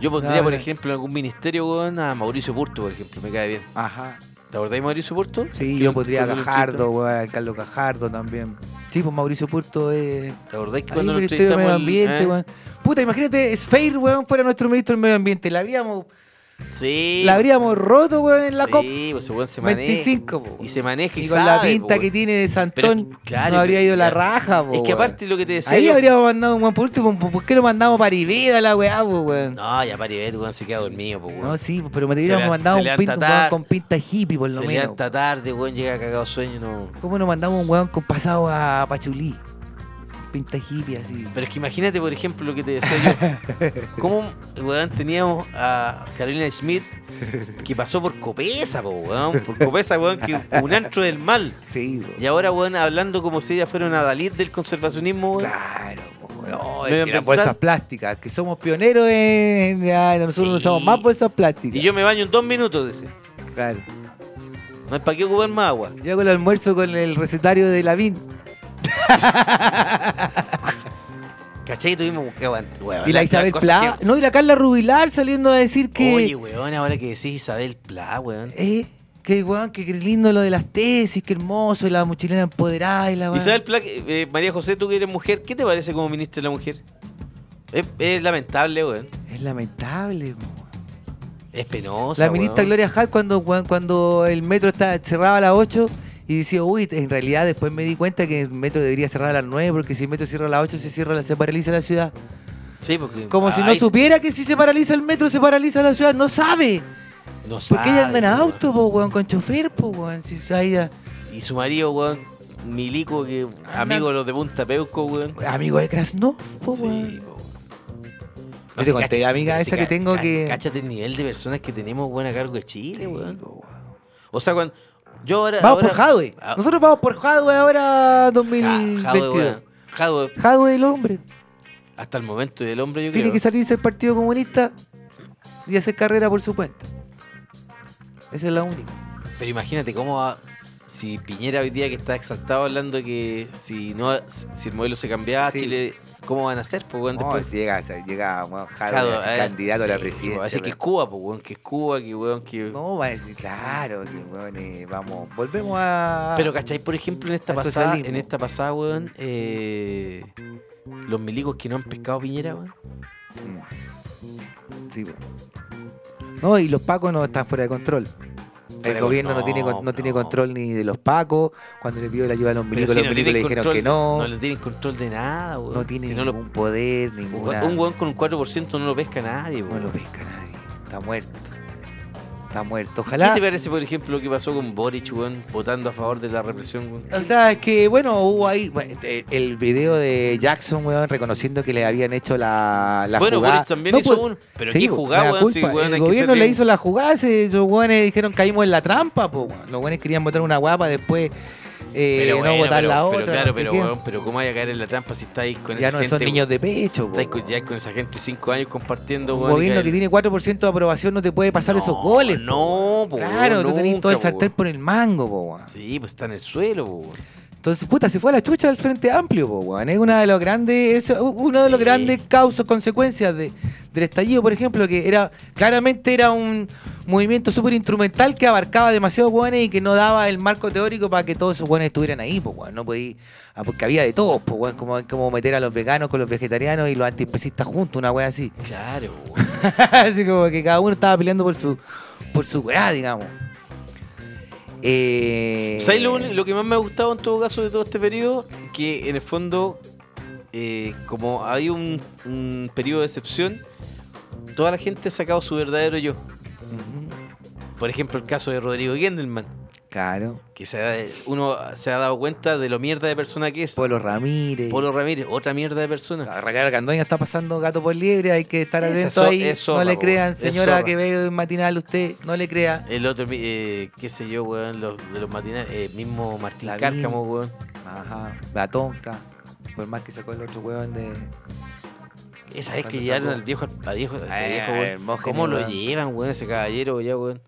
A: Yo pondría,
B: No,
A: por
B: no.
A: ejemplo, en algún ministerio, weón, a Mauricio Burto, por ejemplo, me cae bien.
B: Ajá.
A: ¿Te acordáis de Mauricio Burto?
B: Sí,
A: Que
B: yo
A: un-
B: podría a
A: que un
B: Gajardo, weón, al Carlos Gajardo también. Sí, pues Mauricio Puerto es.
A: chiste. ¿Te acordáis que
B: Ahí
A: cuando
B: el
A: nos
B: Ministerio de Medio
A: entrevistamos el-
B: Ambiente,
A: eh?
B: weón. Puta, imagínate, Sfeir, weón, fuera nuestro ministro del Medio Ambiente. La habríamos,
A: ¿Eh? Sí.
B: la habríamos roto, weón, en la
A: sí,
B: COP.
A: pues ese weón se maneja.
B: 25, po,
A: Y se maneja y,
B: Y con la
A: sabe,
B: pinta
A: po,
B: que
A: weón.
B: tiene de
A: Pero es que,
B: Santón,
A: claro,
B: no habría
A: pero-
B: ido la
A: claro.
B: raja, po,
A: Es que
B: weón.
A: aparte lo que te decía.
B: Ahí
A: yo-
B: habríamos mandado un weón por último, pues, ¿por qué lo mandamos para Ibera la weá, po, weón? No,
A: No, ya Paribet, weón, se queda dormido, pues, weón.
B: sí, pero me
A: Se
B: deberíamos
A: le-
B: mandado
A: se
B: un,
A: le
B: pinta, un
A: anta
B: weón
A: tar-
B: con pinta hippie, por lo
A: se
B: menos.
A: levanta tarde, weón, llega cagado sueño, no.
B: ¿Cómo nos mandamos un weón con pasado a Pachulí? Pinta hippie así.
A: Pero es que imagínate, por ejemplo, lo que te decía yo. ¿Cómo, weón, teníamos a Carolina Schmidt que pasó por Copesa, po, weón? Por Copesa, weón, que un antro del mal.
B: Sí, po.
A: Y ahora, weón, hablando como si ella fuera una Dalit del conservacionismo, weón.
B: Claro, po, no, es
A: Medio
B: que las
A: ambiental.
B: bolsas plásticas, que somos pioneros en. ya, nosotros
A: Sí.
B: usamos más bolsas plásticas.
A: Y yo me baño en dos minutos, dice.
B: Claro.
A: No es para qué ocupar más agua.
B: Yo hago el almuerzo con el recetario de Lavín.
A: ¿Cachai? Tuvimos que aguantar, weón.
B: Y la
A: las
B: Isabel
A: cosas
B: Pla.
A: que-
B: No, y la Carla Rubilar saliendo a decir que.
A: Oye, weón, ahora que decís Isabel Pla, weón.
B: eh, que, weón, que qué lindo lo de las tesis, que hermoso, y la mochilera empoderada y la weón.
A: Isabel Pla, eh, María José, tú que eres mujer, ¿qué te parece como ministra de la mujer? Es, es lamentable, weón.
B: Es lamentable, weón.
A: Es penosa.
B: La ministra
A: weón.
B: Gloria Hart cuando, weón, cuando el metro está, cerraba a las 8 y decía, uy, en realidad después me di cuenta que el metro debería cerrar a las 9 porque si el metro cierra a las 8 se cierra, la- se paraliza la ciudad.
A: Sí, porque.
B: Como si no
A: ay,
B: supiera que si se paraliza el metro se paraliza la ciudad, no sabe.
A: no
B: Porque
A: sabe,
B: ella anda en
A: weón.
B: auto, po, weón, con chofer, po, weón. Si, ahí, ah,
A: Y su marido, weón, Milico, que amigo de los de Punta Peuco, weón.
B: amigo de Krasnov, po, Pues, weón.
A: Sí, po, weón.
B: te
A: si
B: conté, amiga,
A: pero
B: esa
A: si
B: que
A: ca-
B: tengo
A: ca-
B: que-
A: Cáchate el nivel de personas que tenemos, weón, a cargo de Chile, weón.
B: po, weón.
A: O sea, cuando. Yo ahora.
B: Vamos por
A: ahora-
B: Hadwe.
A: Ah,
B: Nosotros vamos por Hadwe ahora
A: Ja- Jadwe,
B: 2022.
A: weón. Jadwe,
B: Hadwe el hombre.
A: hasta el momento del hombre, yo
B: Tiene
A: creo.
B: que salirse del Partido Comunista y hacer carrera por su cuenta. Esa es la única.
A: Pero imagínate cómo va- Si Piñera hoy día que está exaltado hablando que si no si el modelo se cambiaba,
B: Sí.
A: Chile, ¿cómo van a hacer? Pues, weón, después?
B: llega, llega Jadwe
A: Claro, a ver, sí, va a decir que es Cuba, pues, weón, que es Cuba, que weón, que.
B: No, va a decir, claro, que weón, eh, vamos, volvemos a...
A: Pero, ¿cachai? Por ejemplo, en esta
B: Al
A: pasada,
B: socialismo.
A: en esta pasada, weón, eh, los milicos que no han pescado Piñera, weón.
B: Mm. Sí, po. No, y los pacos no están fuera de control. El
A: Fuera de
B: gobierno no,
A: con-
B: tiene, con- no,
A: no,
B: tiene
A: no.
B: control ni de los pacos. Cuando le pidió la ayuda a los milicos,
A: si
B: los
A: no
B: milicos le
A: tienen
B: dijeron
A: control-
B: que no.
A: No le tienen control de nada, weón.
B: no tiene
A: Si no lo-
B: ningún poder, ninguna...
A: un weón con un 4% no lo pesca nadie,
B: No
A: weón.
B: lo pesca nadie. Está muerto. Está muerto.
A: ¿Qué
B: Ojalá.
A: te parece, por ejemplo, lo que pasó con Boric, weón, votando a favor de la represión, weón?
B: O sea, es que bueno, hubo ahí bueno, este, el video de Jackson, weón, reconociendo que le habían hecho la, la
A: bueno,
B: jugada.
A: Boris también
B: No,
A: hizo
B: pues,
A: uno. Pero
B: sí,
A: qué
B: pues,
A: jugada,
B: mea
A: weón, si,
B: culpa.
A: weón, hay
B: El
A: que
B: gobierno
A: ser
B: le
A: bien-
B: hizo la jugada, se- esos weones dijeron caímos en la trampa, po, weón. Los weones querían votar una guapa después eh,
A: Pero
B: no
A: bueno,
B: votar
A: pero-
B: la otra.
A: Pero claro,
B: no sé
A: pero,
B: qué.
A: weón, pero ¿cómo vaya a caer en la trampa si estáis con
B: ya
A: esa
B: no
A: gente?
B: son
A: weón?
B: niños de pecho, po,
A: Estáis con,
B: weón.
A: ya con esa gente cinco años compartiendo,
B: Un
A: weón, y
B: gobierno
A: caer-
B: que tiene 4% de aprobación no te puede pasar esos goles.
A: No, po,
B: Claro,
A: weón,
B: tú tenés todo el
A: nunca, po,
B: sartén por el mango, po, weón.
A: Sí, pues está en el suelo, po, weón.
B: Entonces, puta, se fue a la chucha del Frente Amplio, po, weón. Es una de los grandes, es uno de los
A: Sí.
B: grandes causas, consecuencias de, del estallido, por ejemplo, que era, claramente era un movimiento súper instrumental que abarcaba demasiados weones y que no daba el marco teórico para que todos esos weones estuvieran ahí, po, weón. No podí, ah, porque había de todos, po, weón. Como, como meter a los veganos con los vegetarianos y los antiespecistas juntos, una wea así.
A: Claro, weón.
B: Así como que cada uno estaba peleando por su, por su weá, digamos. Eh...
A: ¿Sabes lo, uni- lo que más me ha gustado en todo caso de todo este periodo? Que en el fondo, eh, como hay un, un periodo de excepción, toda la gente ha sacado su verdadero yo.
B: Ujú.
A: Por ejemplo, el caso de Rodrigo Gendelman,
B: Claro.
A: que se ha- uno se ha dado cuenta de lo mierda de persona que es.
B: Polo Ramírez.
A: Polo Ramírez, otra mierda de persona.
B: Ah, Raquel Argandoña está pasando gato por liebre, hay que estar
A: Esa
B: atento
A: zo-
B: ahí.
A: es zorra,
B: no le
A: po,
B: crean,
A: es
B: señora
A: zorra.
B: que ve el matinal usted, no le crea.
A: El otro, eh, qué sé yo, weón, los, de los matinales, eh, mismo Martín
B: Lavín.
A: Cárcamo, weón.
B: Ajá, la tonca. Por más que sacó el otro weón de.
A: Esa vez que
B: Cuando
A: llevaron
B: sacó-
A: al viejo, al viejo, a ese
B: Eh,
A: viejo, weón.
B: Hermógenes,
A: ¿Cómo lo
B: weón.
A: llevan, weón, ese caballero, ya, weón?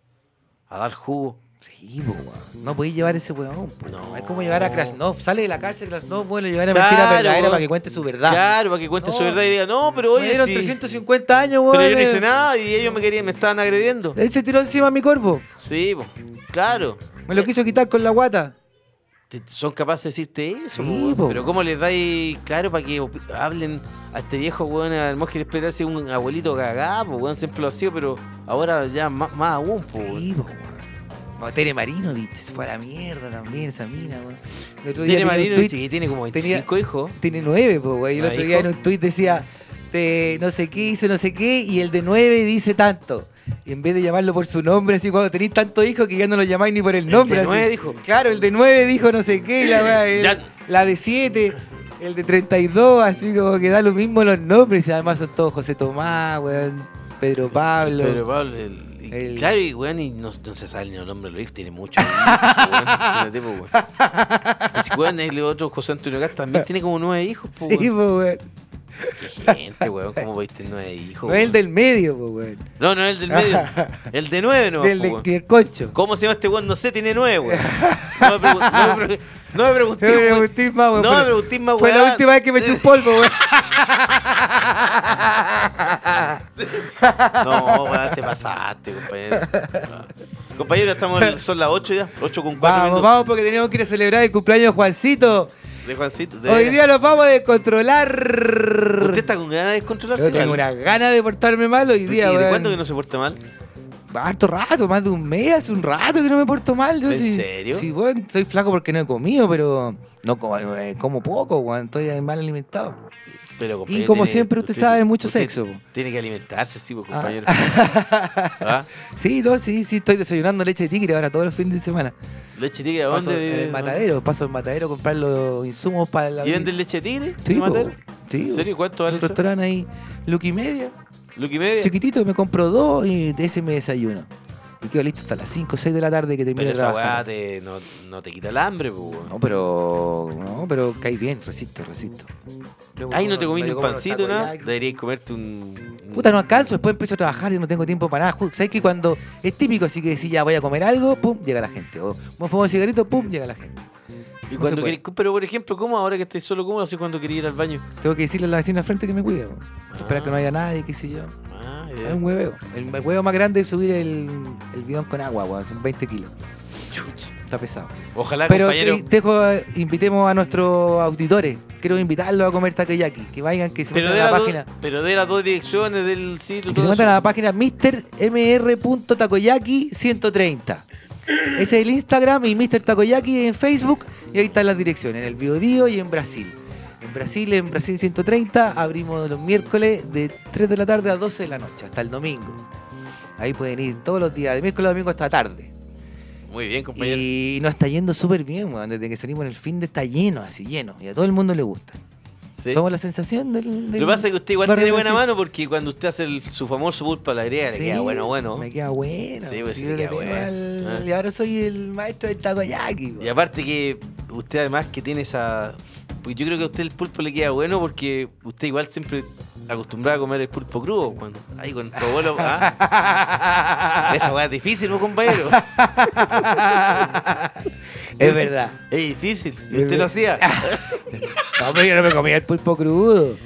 A: A dar jugo.
B: Sí, po, weón. No podéis llevar ese weón. po. Es como llevar a Krasnov. Sale de la cárcel Krasnov, bueno, lo llevar a mentira
A: Claro,
B: verdadera
A: weón.
B: para que cuente su verdad.
A: Claro, para que cuente
B: No.
A: su verdad y diga, no, pero
B: me
A: oye,
B: dieron
A: sí,
B: 350 años, weón.
A: pero yo no hice
B: eh.
A: nada y ellos me querían, me estaban agrediendo.
B: Él se tiró encima a mi cuerpo.
A: Sí, po. claro.
B: Me lo quiso quitar con la guata.
A: Te- Son capaces de decirte eso, po,
B: Sí,
A: weón.
B: po.
A: pero ¿cómo les dais claro para que opi- hablen a este viejo weón, al monje esperarse un abuelito cagá, po, weón, siempre lo ha sido, pero ahora ya más, más aún, po, weón.
B: Sí, po, weón. No, Tere Marinovich se fue a la mierda también esa mina, weón. El otro
A: Tiene
B: día tenía un
A: marido
B: tuit-
A: que tiene como
B: tenía-
A: 25 hijos.
B: tiene nueve, po, güey. Y el
A: Ah,
B: otro día en
A: hijo.
B: un tuit decía, te, no sé qué hizo, no sé qué, y el de nueve dice tanto. Y en vez de llamarlo por su nombre, así cuando tenéis tantos hijos que ya no lo llamáis ni por el nombre.
A: de
B: así.
A: nueve dijo.
B: Claro, el de nueve dijo no sé qué, la, weá, el-
A: Ya.
B: la de siete. El de 32, así como que da lo mismo los nombres, y además son todos José Tomás, weón, Pedro Pablo.
A: Pero Pablo, el- y-
B: El-
A: claro, y weón, y no, no se sabe ni el nombre de los hijos, tiene mucho. weón, imagínate, po, weón. Si, weón, el otro José Antonio Gas también tiene como nueve hijos, po,
B: Sí,
A: weón.
B: po, weón.
A: Qué gente, weón, ¿cómo podéis tener nueve hijos?
B: No es el
A: weón?
B: del medio, po, weón.
A: No, no es el del medio. El de nueve, no.
B: del,
A: po,
B: del
A: weón.
B: del concho.
A: ¿Cómo se llama este weón? No sé, tiene nueve, weón. No me, pregun- no me pregun- no me
B: No
A: preguntéis,
B: me
A: weón.
B: preguntéis más, weón.
A: No me
B: Fue-
A: preguntéis más,
B: Fue la
A: weá.
B: última vez que me eché un polvo, weón.
A: No, weón, te pasaste, compañero. Compañero, estamos en- son las 8 ya, 8 con 4
B: Vamos,
A: minutos
B: vamos, porque teníamos que ir a celebrar el cumpleaños de Juancito.
A: de Juancito. de-
B: Hoy día los vamos a descontrolar.
A: Usted está con ganas de descontrolarse.
B: Yo tengo
A: ¿vale?
B: una gana de portarme mal hoy
A: ¿Y
B: día,
A: de
B: weón.
A: cuándo que no se porta mal?
B: Harto rato, más de un mes, hace un rato que no me porto mal. Yo
A: ¿En
B: sí,
A: serio?
B: Sí, weón, soy flaco porque no he comido, pero no como, eh, como poco, weón. Estoy mal alimentado.
A: Pero,
B: Y como siempre, usted sabe, mucho
A: usted
B: sexo, po.
A: Tiene que alimentarse, sí, pues,
B: Ah.
A: compañero. ¿Ah?
B: Sí, no, sí, sí, estoy desayunando leche de tigre ahora todos los fines de semana.
A: ¿Leche tigre a
B: Paso
A: dónde?
B: en
A: de-
B: el matadero, paso en matadero a comprar los insumos para la.
A: ¿Y venden leche tigre?
B: Sí,
A: ¿En
B: po,
A: matadero?
B: sí,
A: ¿En
B: po.
A: serio? ¿Cuánto
B: Un
A: vale eso?
B: restaurante ahí, Lucky Media.
A: ¿Lucky media?
B: Chiquitito, me compro dos y de ese me desayuno. Y quedo listo hasta las 5 o 6 de la tarde que termino
A: Pero
B: de
A: esa weá
B: trabajar.
A: te, no, no te quita el hambre, pues. weón.
B: No, pero. No, pero cae bien, resisto, resisto. Luego
A: Ay,
B: como
A: no te
B: uno-
A: comí ni
B: luego
A: un
B: como uno
A: pancito,
B: taco
A: nada.
B: ya-
A: Deberías comerte un.
B: Puta, no alcanzo, después empiezo a trabajar y no tengo tiempo para nada. Ju- ¿Sabes que cuando es típico así que decís ya voy a comer algo, pum, llega la gente. O vamos a fumar un cigarrito, pum, llega la gente.
A: Y
B: no
A: cuando
B: se puede.
A: querés- Pero, por ejemplo, ¿cómo ahora que estáis solo? ¿Cómo lo haces cuando querés ir al baño?
B: Tengo que decirle a la vecina al frente que me cuide. po. Esperar que no haya nadie, qué sé yo.
A: Ah, ya.
B: Es un hueveo. El hueveo más grande es subir el, el bidón con agua, weón. Son 20 kilos.
A: Chucha.
B: Está pesado.
A: Ojalá,
B: Pero
A: compañero.
B: te- dejo, eh, invitemos a nuestros auditores. Quiero invitarlos a comer takoyaki. Que vayan, que se
A: Pero
B: metan
A: de,
B: a
A: las
B: la
A: dos-
B: página.
A: pero de las dos direcciones del sitio.
B: Que se
A: todo
B: metan a
A: eso.
B: la página mrtakoyaki130. Ese es el Instagram y Mr. Takoyaki en Facebook. Y ahí están las direcciones, en el Bio Bio y en Brasil. En Brasil, en Brasil 130, abrimos los miércoles de 3 de la tarde a 12 de la noche, hasta el domingo. Ahí pueden ir todos los días, de miércoles a domingo hasta tarde.
A: Muy bien, compañero.
B: Y nos está yendo súper bien, weón. Desde que salimos en el fin de está lleno, así lleno. Y a todo el mundo le gusta.
A: Sí.
B: Somos la sensación del. del
A: Lo que pasa es que usted igual
B: barrio
A: tiene buena
B: Brasil.
A: mano porque cuando usted hace el- su famoso pulpa a la griega,
B: Sí,
A: le queda bueno, bueno.
B: Me queda bueno.
A: Sí, pues, sí,
B: yo
A: te
B: le
A: queda
B: pego
A: bueno.
B: al-
A: Ah.
B: Y ahora soy el maestro del takoyaki.
A: Y
B: weón.
A: aparte que usted además que tiene esa... Pues yo creo que a usted el pulpo le queda bueno porque usted igual siempre acostumbraba a comer el pulpo crudo. Cuando, ahí con tu abuelo... ¿ah? Esa weá es difícil, ¿no, compañero?
B: es verdad.
A: Es difícil. Y usted lo hacía.
B: No, pero yo no me comía el pulpo crudo.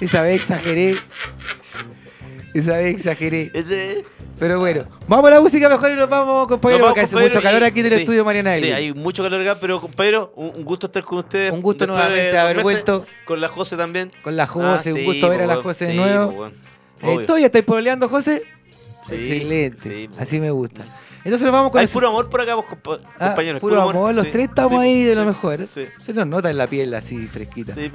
B: Esa vez exageré. Esa vez exageré.
A: Ese-
B: Pero bueno, vamos a la música mejor y nos vamos,
A: Ah. Nos
B: compañero,
A: vamos,
B: porque hace
A: compañero,
B: mucho calor
A: y-
B: aquí en el
A: sí,
B: estudio Mariana
A: Sí,
B: Elwin.
A: hay mucho calor acá, pero compañero, un, un gusto estar con ustedes.
B: Un gusto
A: después de
B: nuevamente
A: dos
B: haber
A: meses,
B: vuelto.
A: Con la Jose también.
B: Con la Jose,
A: Ah,
B: un
A: sí,
B: gusto ver a
A: po,
B: la
A: weón.
B: Jose de
A: Sí,
B: nuevo.
A: po, weón.
B: Eh,
A: Obvio.
B: ¿Todavía estáis pololeando, José?
A: Sí,
B: Excelente.
A: sí, po.
B: Así me gusta. Entonces nos vamos con
A: Hay
B: el-
A: puro amor por acá, vos, compa-
B: Ah,
A: compañeros.
B: puro amor, los
A: sí,
B: tres estamos
A: sí,
B: ahí de
A: sí,
B: lo mejor.
A: Sí.
B: Se nos nota en la piel así fresquita.
A: sí.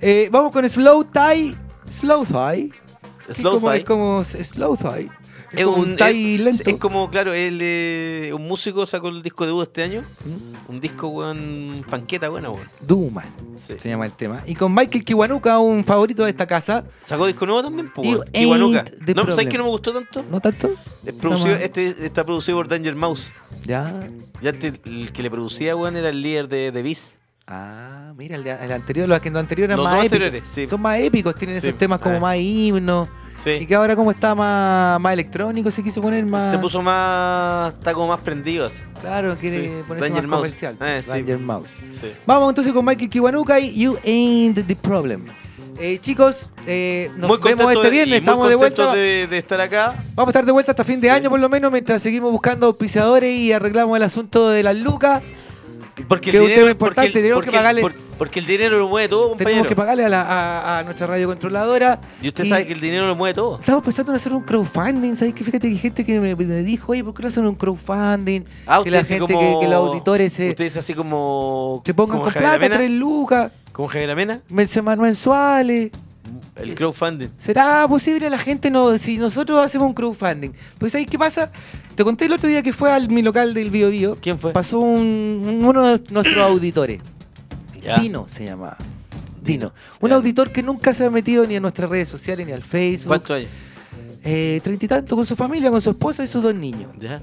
B: Eh, vamos con Slow Tie. Slow Tie. Sí,
A: Slow
B: como-
A: Thai.
B: Es como s- Slow Tie. Es como un tie
A: es-
B: lento.
A: Es como, claro, él, eh, un músico sacó el disco debut este año.
B: ¿Mm?
A: Un disco, weón, panqueta buena, weón.
B: Duman
A: Sí.
B: se llama el tema. Y con Michael Kiwanuka, un favorito de esta casa.
A: Sacó disco nuevo también, pues,
B: You
A: weón. Kiwanuka.
B: ain't the
A: No, ¿sabes
B: problem.
A: que no me gustó tanto?
B: ¿No tanto?
A: Es producido,
B: Toma.
A: este está producido por Danger Mouse.
B: Ya.
A: Y antes el que le producía, weón, era el líder de The Beast.
B: Ah, mira, el, de- el anterior, los que los anteriores eran
A: Los
B: más
A: dos
B: épicos.
A: anteriores, sí.
B: Son más épicos, tienen
A: Sí,
B: esos temas como
A: ah.
B: más himnos.
A: Sí.
B: Y que ahora como está más, más electrónico, se quiso poner más...
A: Se puso más. Está como más prendido así.
B: Claro, quiere
A: Sí.
B: ponerse
A: Danger
B: más
A: Mouse.
B: comercial.
A: Eh, sí.
B: Danger Mouse.
A: Sí.
B: Vamos entonces con Michael Kiwanuka y You Ain't the Problem. Eh, chicos, eh, nos vemos
A: contento
B: este
A: de-
B: viernes,
A: y muy
B: estamos de
A: contento
B: vuelta.
A: De, de estar acá.
B: Vamos a estar de vuelta hasta fin de año por lo menos, mientras seguimos buscando auspiciadores y arreglamos el asunto de las lucas.
A: Porque el
B: Que es un
A: dinero
B: tema importante,
A: porque el-
B: tenemos que
A: porque el-
B: pagarle-
A: por- Porque el dinero lo mueve todo, compañero.
B: Tenemos que pagarle a, la- a- a nuestra radio controladora.
A: Y usted sabe que el dinero lo mueve todo.
B: Estamos pensando en hacer un crowdfunding, ¿sabes que Fíjate que hay gente que me, me dijo, oye, ¿por qué no hacen un crowdfunding?
A: Ah,
B: que
A: usted
B: la
A: dice
B: gente, que-
A: como-
B: que, los auditores se,
A: Usted dice así como.
B: se pongan
A: como
B: con
A: Javier
B: plata,
A: Amena,
B: tres lucas,
A: Como Javier Amena,
B: men- semanas mensuales. Eh,
A: el crowdfunding.
B: ¿Será posible la gente no si nosotros hacemos un crowdfunding? Pues ¿sabes qué pasa? Te conté el otro día que fue a mi local del Bio Bio.
A: ¿Quién fue?
B: Pasó un- un- uno de nuestros auditores.
A: Ya.
B: Dino se llamaba. Dino. Un
A: Ya.
B: auditor que nunca se ha metido ni a nuestras redes sociales ni al Facebook.
A: ¿Cuántos años?
B: Eh, Treinta y tanto con su familia, con su esposa y sus dos niños.
A: Ya.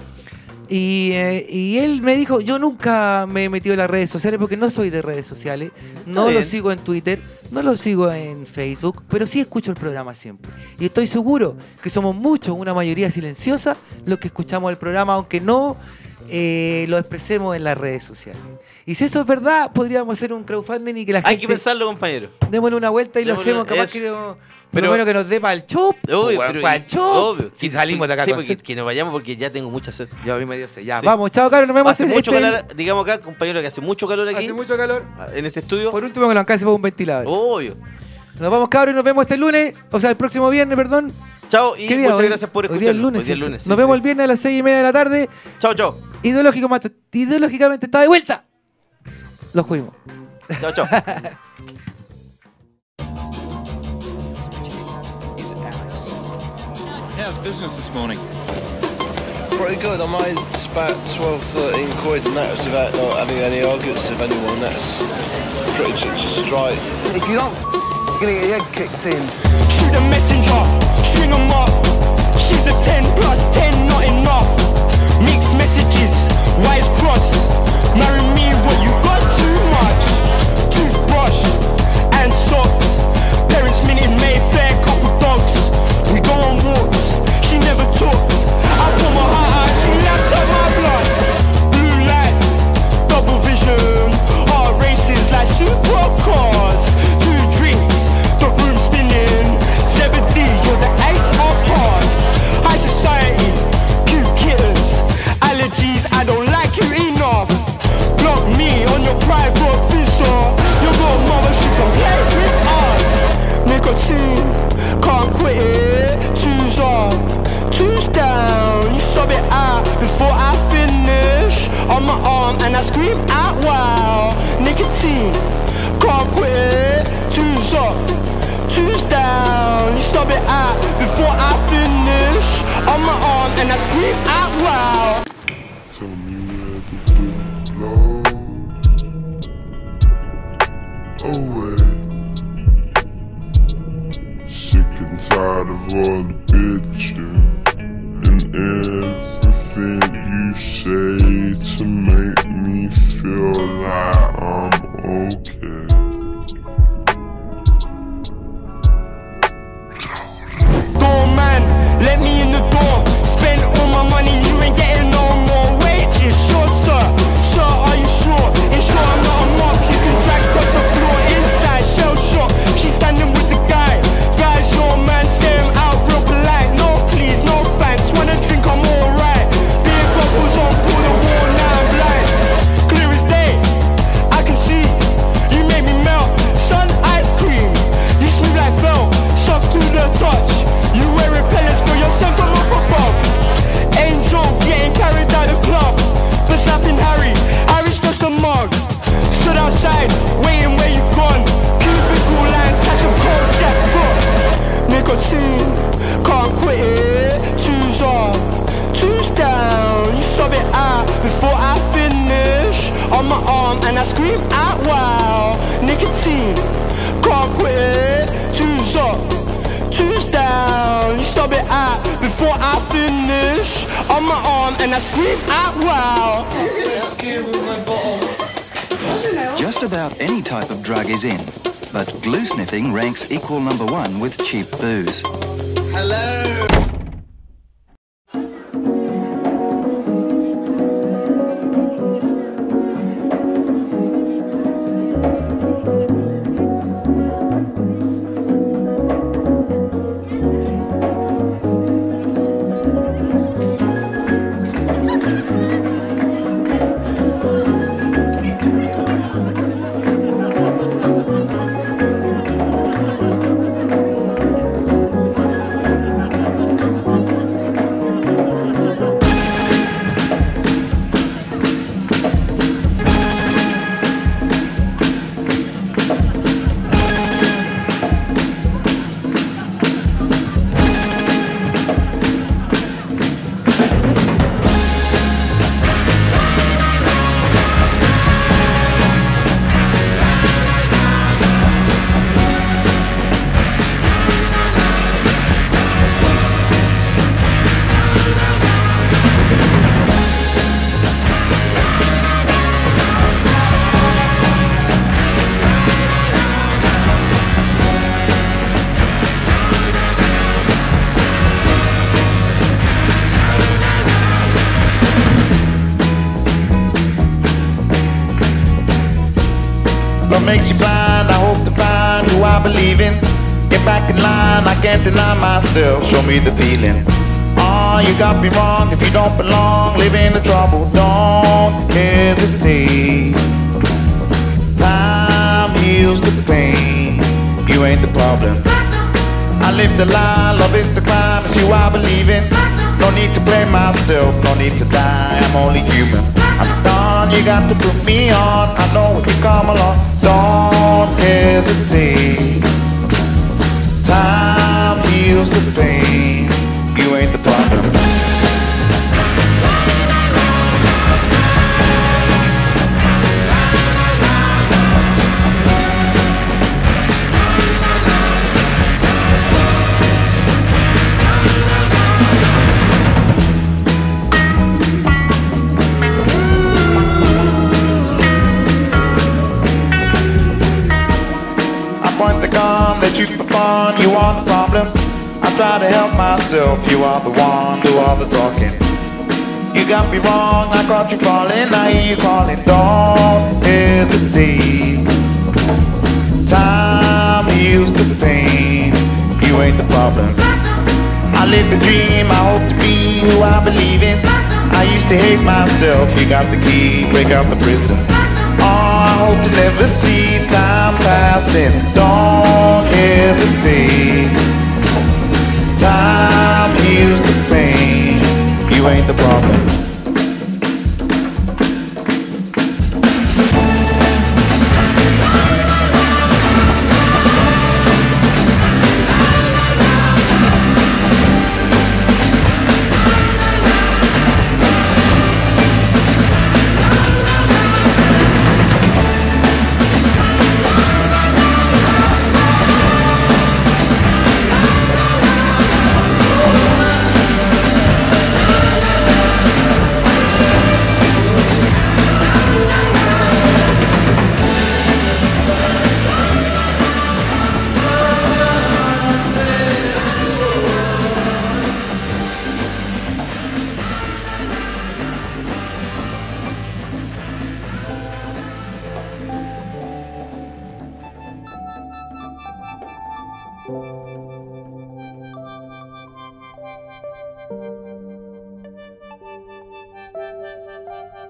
B: Y, eh, y él me dijo, yo nunca me he metido en las redes sociales porque no soy de redes sociales, no lo
A: bien.
B: sigo en Twitter, no lo sigo en Facebook, pero sí escucho el programa siempre. Y estoy seguro que somos muchos, una mayoría silenciosa, los que escuchamos el programa, aunque no eh, lo expresemos en las redes sociales. Y si eso es verdad, podríamos hacer un crowdfunding y que la
A: Hay
B: gente...
A: que pensarlo, compañero.
B: Démosle una vuelta y lo
A: Démosle-
B: hacemos, capaz
A: eso.
B: que... Pero,
A: Pero-
B: que nos dé para el chop.
A: Obvio, pero-
B: para el chop.
A: obvio.
B: Si
A: Que-
B: salimos de acá
A: sí,
B: con
A: porque, que nos vayamos porque ya tengo mucha sed.
B: Yo a mí me dio sed. Ya,
A: Sí.
B: vamos, chao, Carlos, nos vemos
A: Hace
B: este-
A: mucho
B: este-
A: calor, digamos acá, compañero, que hace mucho calor aquí,
B: Hace mucho calor.
A: en este estudio.
B: Por último, que lo alcance por un ventilador.
A: Obvio.
B: Nos vamos, cabros, y nos vemos este lunes. O sea, el próximo viernes, perdón.
A: Chao y
B: ¿Qué día?
A: muchas
B: Hoy-
A: gracias por
B: hoy día es
A: escucharnos.
B: lunes,
A: Hoy día es
B: ¿cierto?
A: lunes, sí,
B: nos vemos
A: sí.
B: el viernes a las seis y media de la tarde.
A: Chao, chao.
B: Ideológico- ideológicamente está de vuelta. Los fuimos.
A: Chao, chao.
J: How's business this morning?
K: Pretty good. I made about 12, 13 quid, and that was without not having any arguments with anyone. That's pretty much a strike. If you don't, you're gonna get your head kicked in.
I: Shoot the messenger, string 'em up. She's a 10 plus 10, not enough. Mixed messages, wires cross. Marry me, what you got too much. Toothbrush and socks. Parents meet in Mayfair, couple dogs. We go on walks, she never talks. I pull my heart out, she laps up my blood. Blue light, double vision. Heart races like supercars. Two drinks, the room spinning. 70, you're the ace of hearts. High society, cute kittens. Allergies, I don't like you enough. Block me on your private vista. Your little mama, she can play with us. Nicotine, can't quit it. Two's up, two's down. You stop it out before I finish. On my arm and I scream out wow. Nicotine, can't quit it. Two's up, two's down. You stop it out before I finish. On my arm and I scream out wow.
D: away. Sick and tired of all the bitching and everything you say to make me feel like I'm okay.
I: doorman, let me in the door. Spend all my money, you ain't getting no more wages. Sure, sir, sir, are you sure? Ensure I'm not a mop, you can drag across the floor inside. Shell shock, she's standing with the guy. Guy's your man, staring out real polite. No, please, no thanks. Wanna drink, I'm alright. Beer goggles on, pull the wall, now I'm blind. Clear as day, I can see. You make me melt, sun ice cream. You smooth like felt, soft to the touch. You wear repellents, but you're sent from up above. Angel getting carried out the club. But snapping Harry, Harry's just a mug. Stood outside, waiting where you gone. Cubicle lines, catching cold jack frost. Nicotine, can't quit it. Two's up, two's down. You stop it out before I finish. On my arm and I scream out wow. Nicotine, can't quit it. Two's up, two's down. You stop it out before I finish. On my arm and I scream out wow.
L: Just about any type of drug is in, but glue sniffing ranks equal number one with cheap booze.
C: Hello.
I: Love makes you blind, I hope to find who I believe in. Get back in line, I can't deny myself, show me the feeling. Oh, you got me wrong, if you don't belong, live in the trouble, don't hesitate. Time heals the pain, you ain't the problem. I live the lie, love is the crime, it's you I believe in. No need to blame myself, no need to die, I'm only human. I'm done, you got to put me on, I know if you come along, don't hesitate. Time heals the pain, you ain't the problem. I point the gun that you perform, you are the problem. I try to help myself, you are the one, do all the talking. You got me wrong, I caught you falling, I hear you calling, don't hesitate. Time heals the pain, you ain't the problem. I live the dream, I hope to be who I believe in. I used to hate myself, you got the key, break out the prison. Oh, I hope to never see time passing. Don't hesitate. Time heals the pain. You ain't the problem.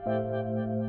C: Thank you.